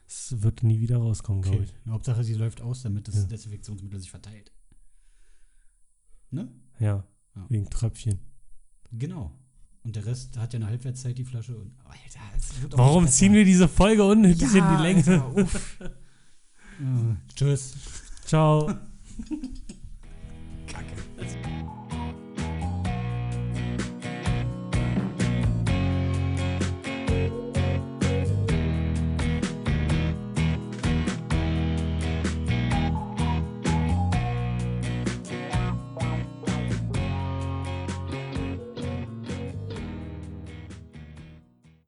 [SPEAKER 2] Es wird nie wieder rauskommen, glaube ich.
[SPEAKER 1] Hauptsache, sie läuft aus, damit das
[SPEAKER 2] Ja.
[SPEAKER 1] Desinfektionsmittel sich verteilt. Ne?
[SPEAKER 2] Ja.
[SPEAKER 1] Ja.
[SPEAKER 2] Wegen Tröpfchen.
[SPEAKER 1] Genau. Und der Rest hat ja eine Halbwertszeit, die Flasche. Und, oh, Alter, es wird auch
[SPEAKER 2] Warum
[SPEAKER 1] nicht also besser.
[SPEAKER 2] ziehen wir diese Folge unnötig in die Länge?
[SPEAKER 1] Alter, uff. Äh, tschüss.
[SPEAKER 2] Ciao.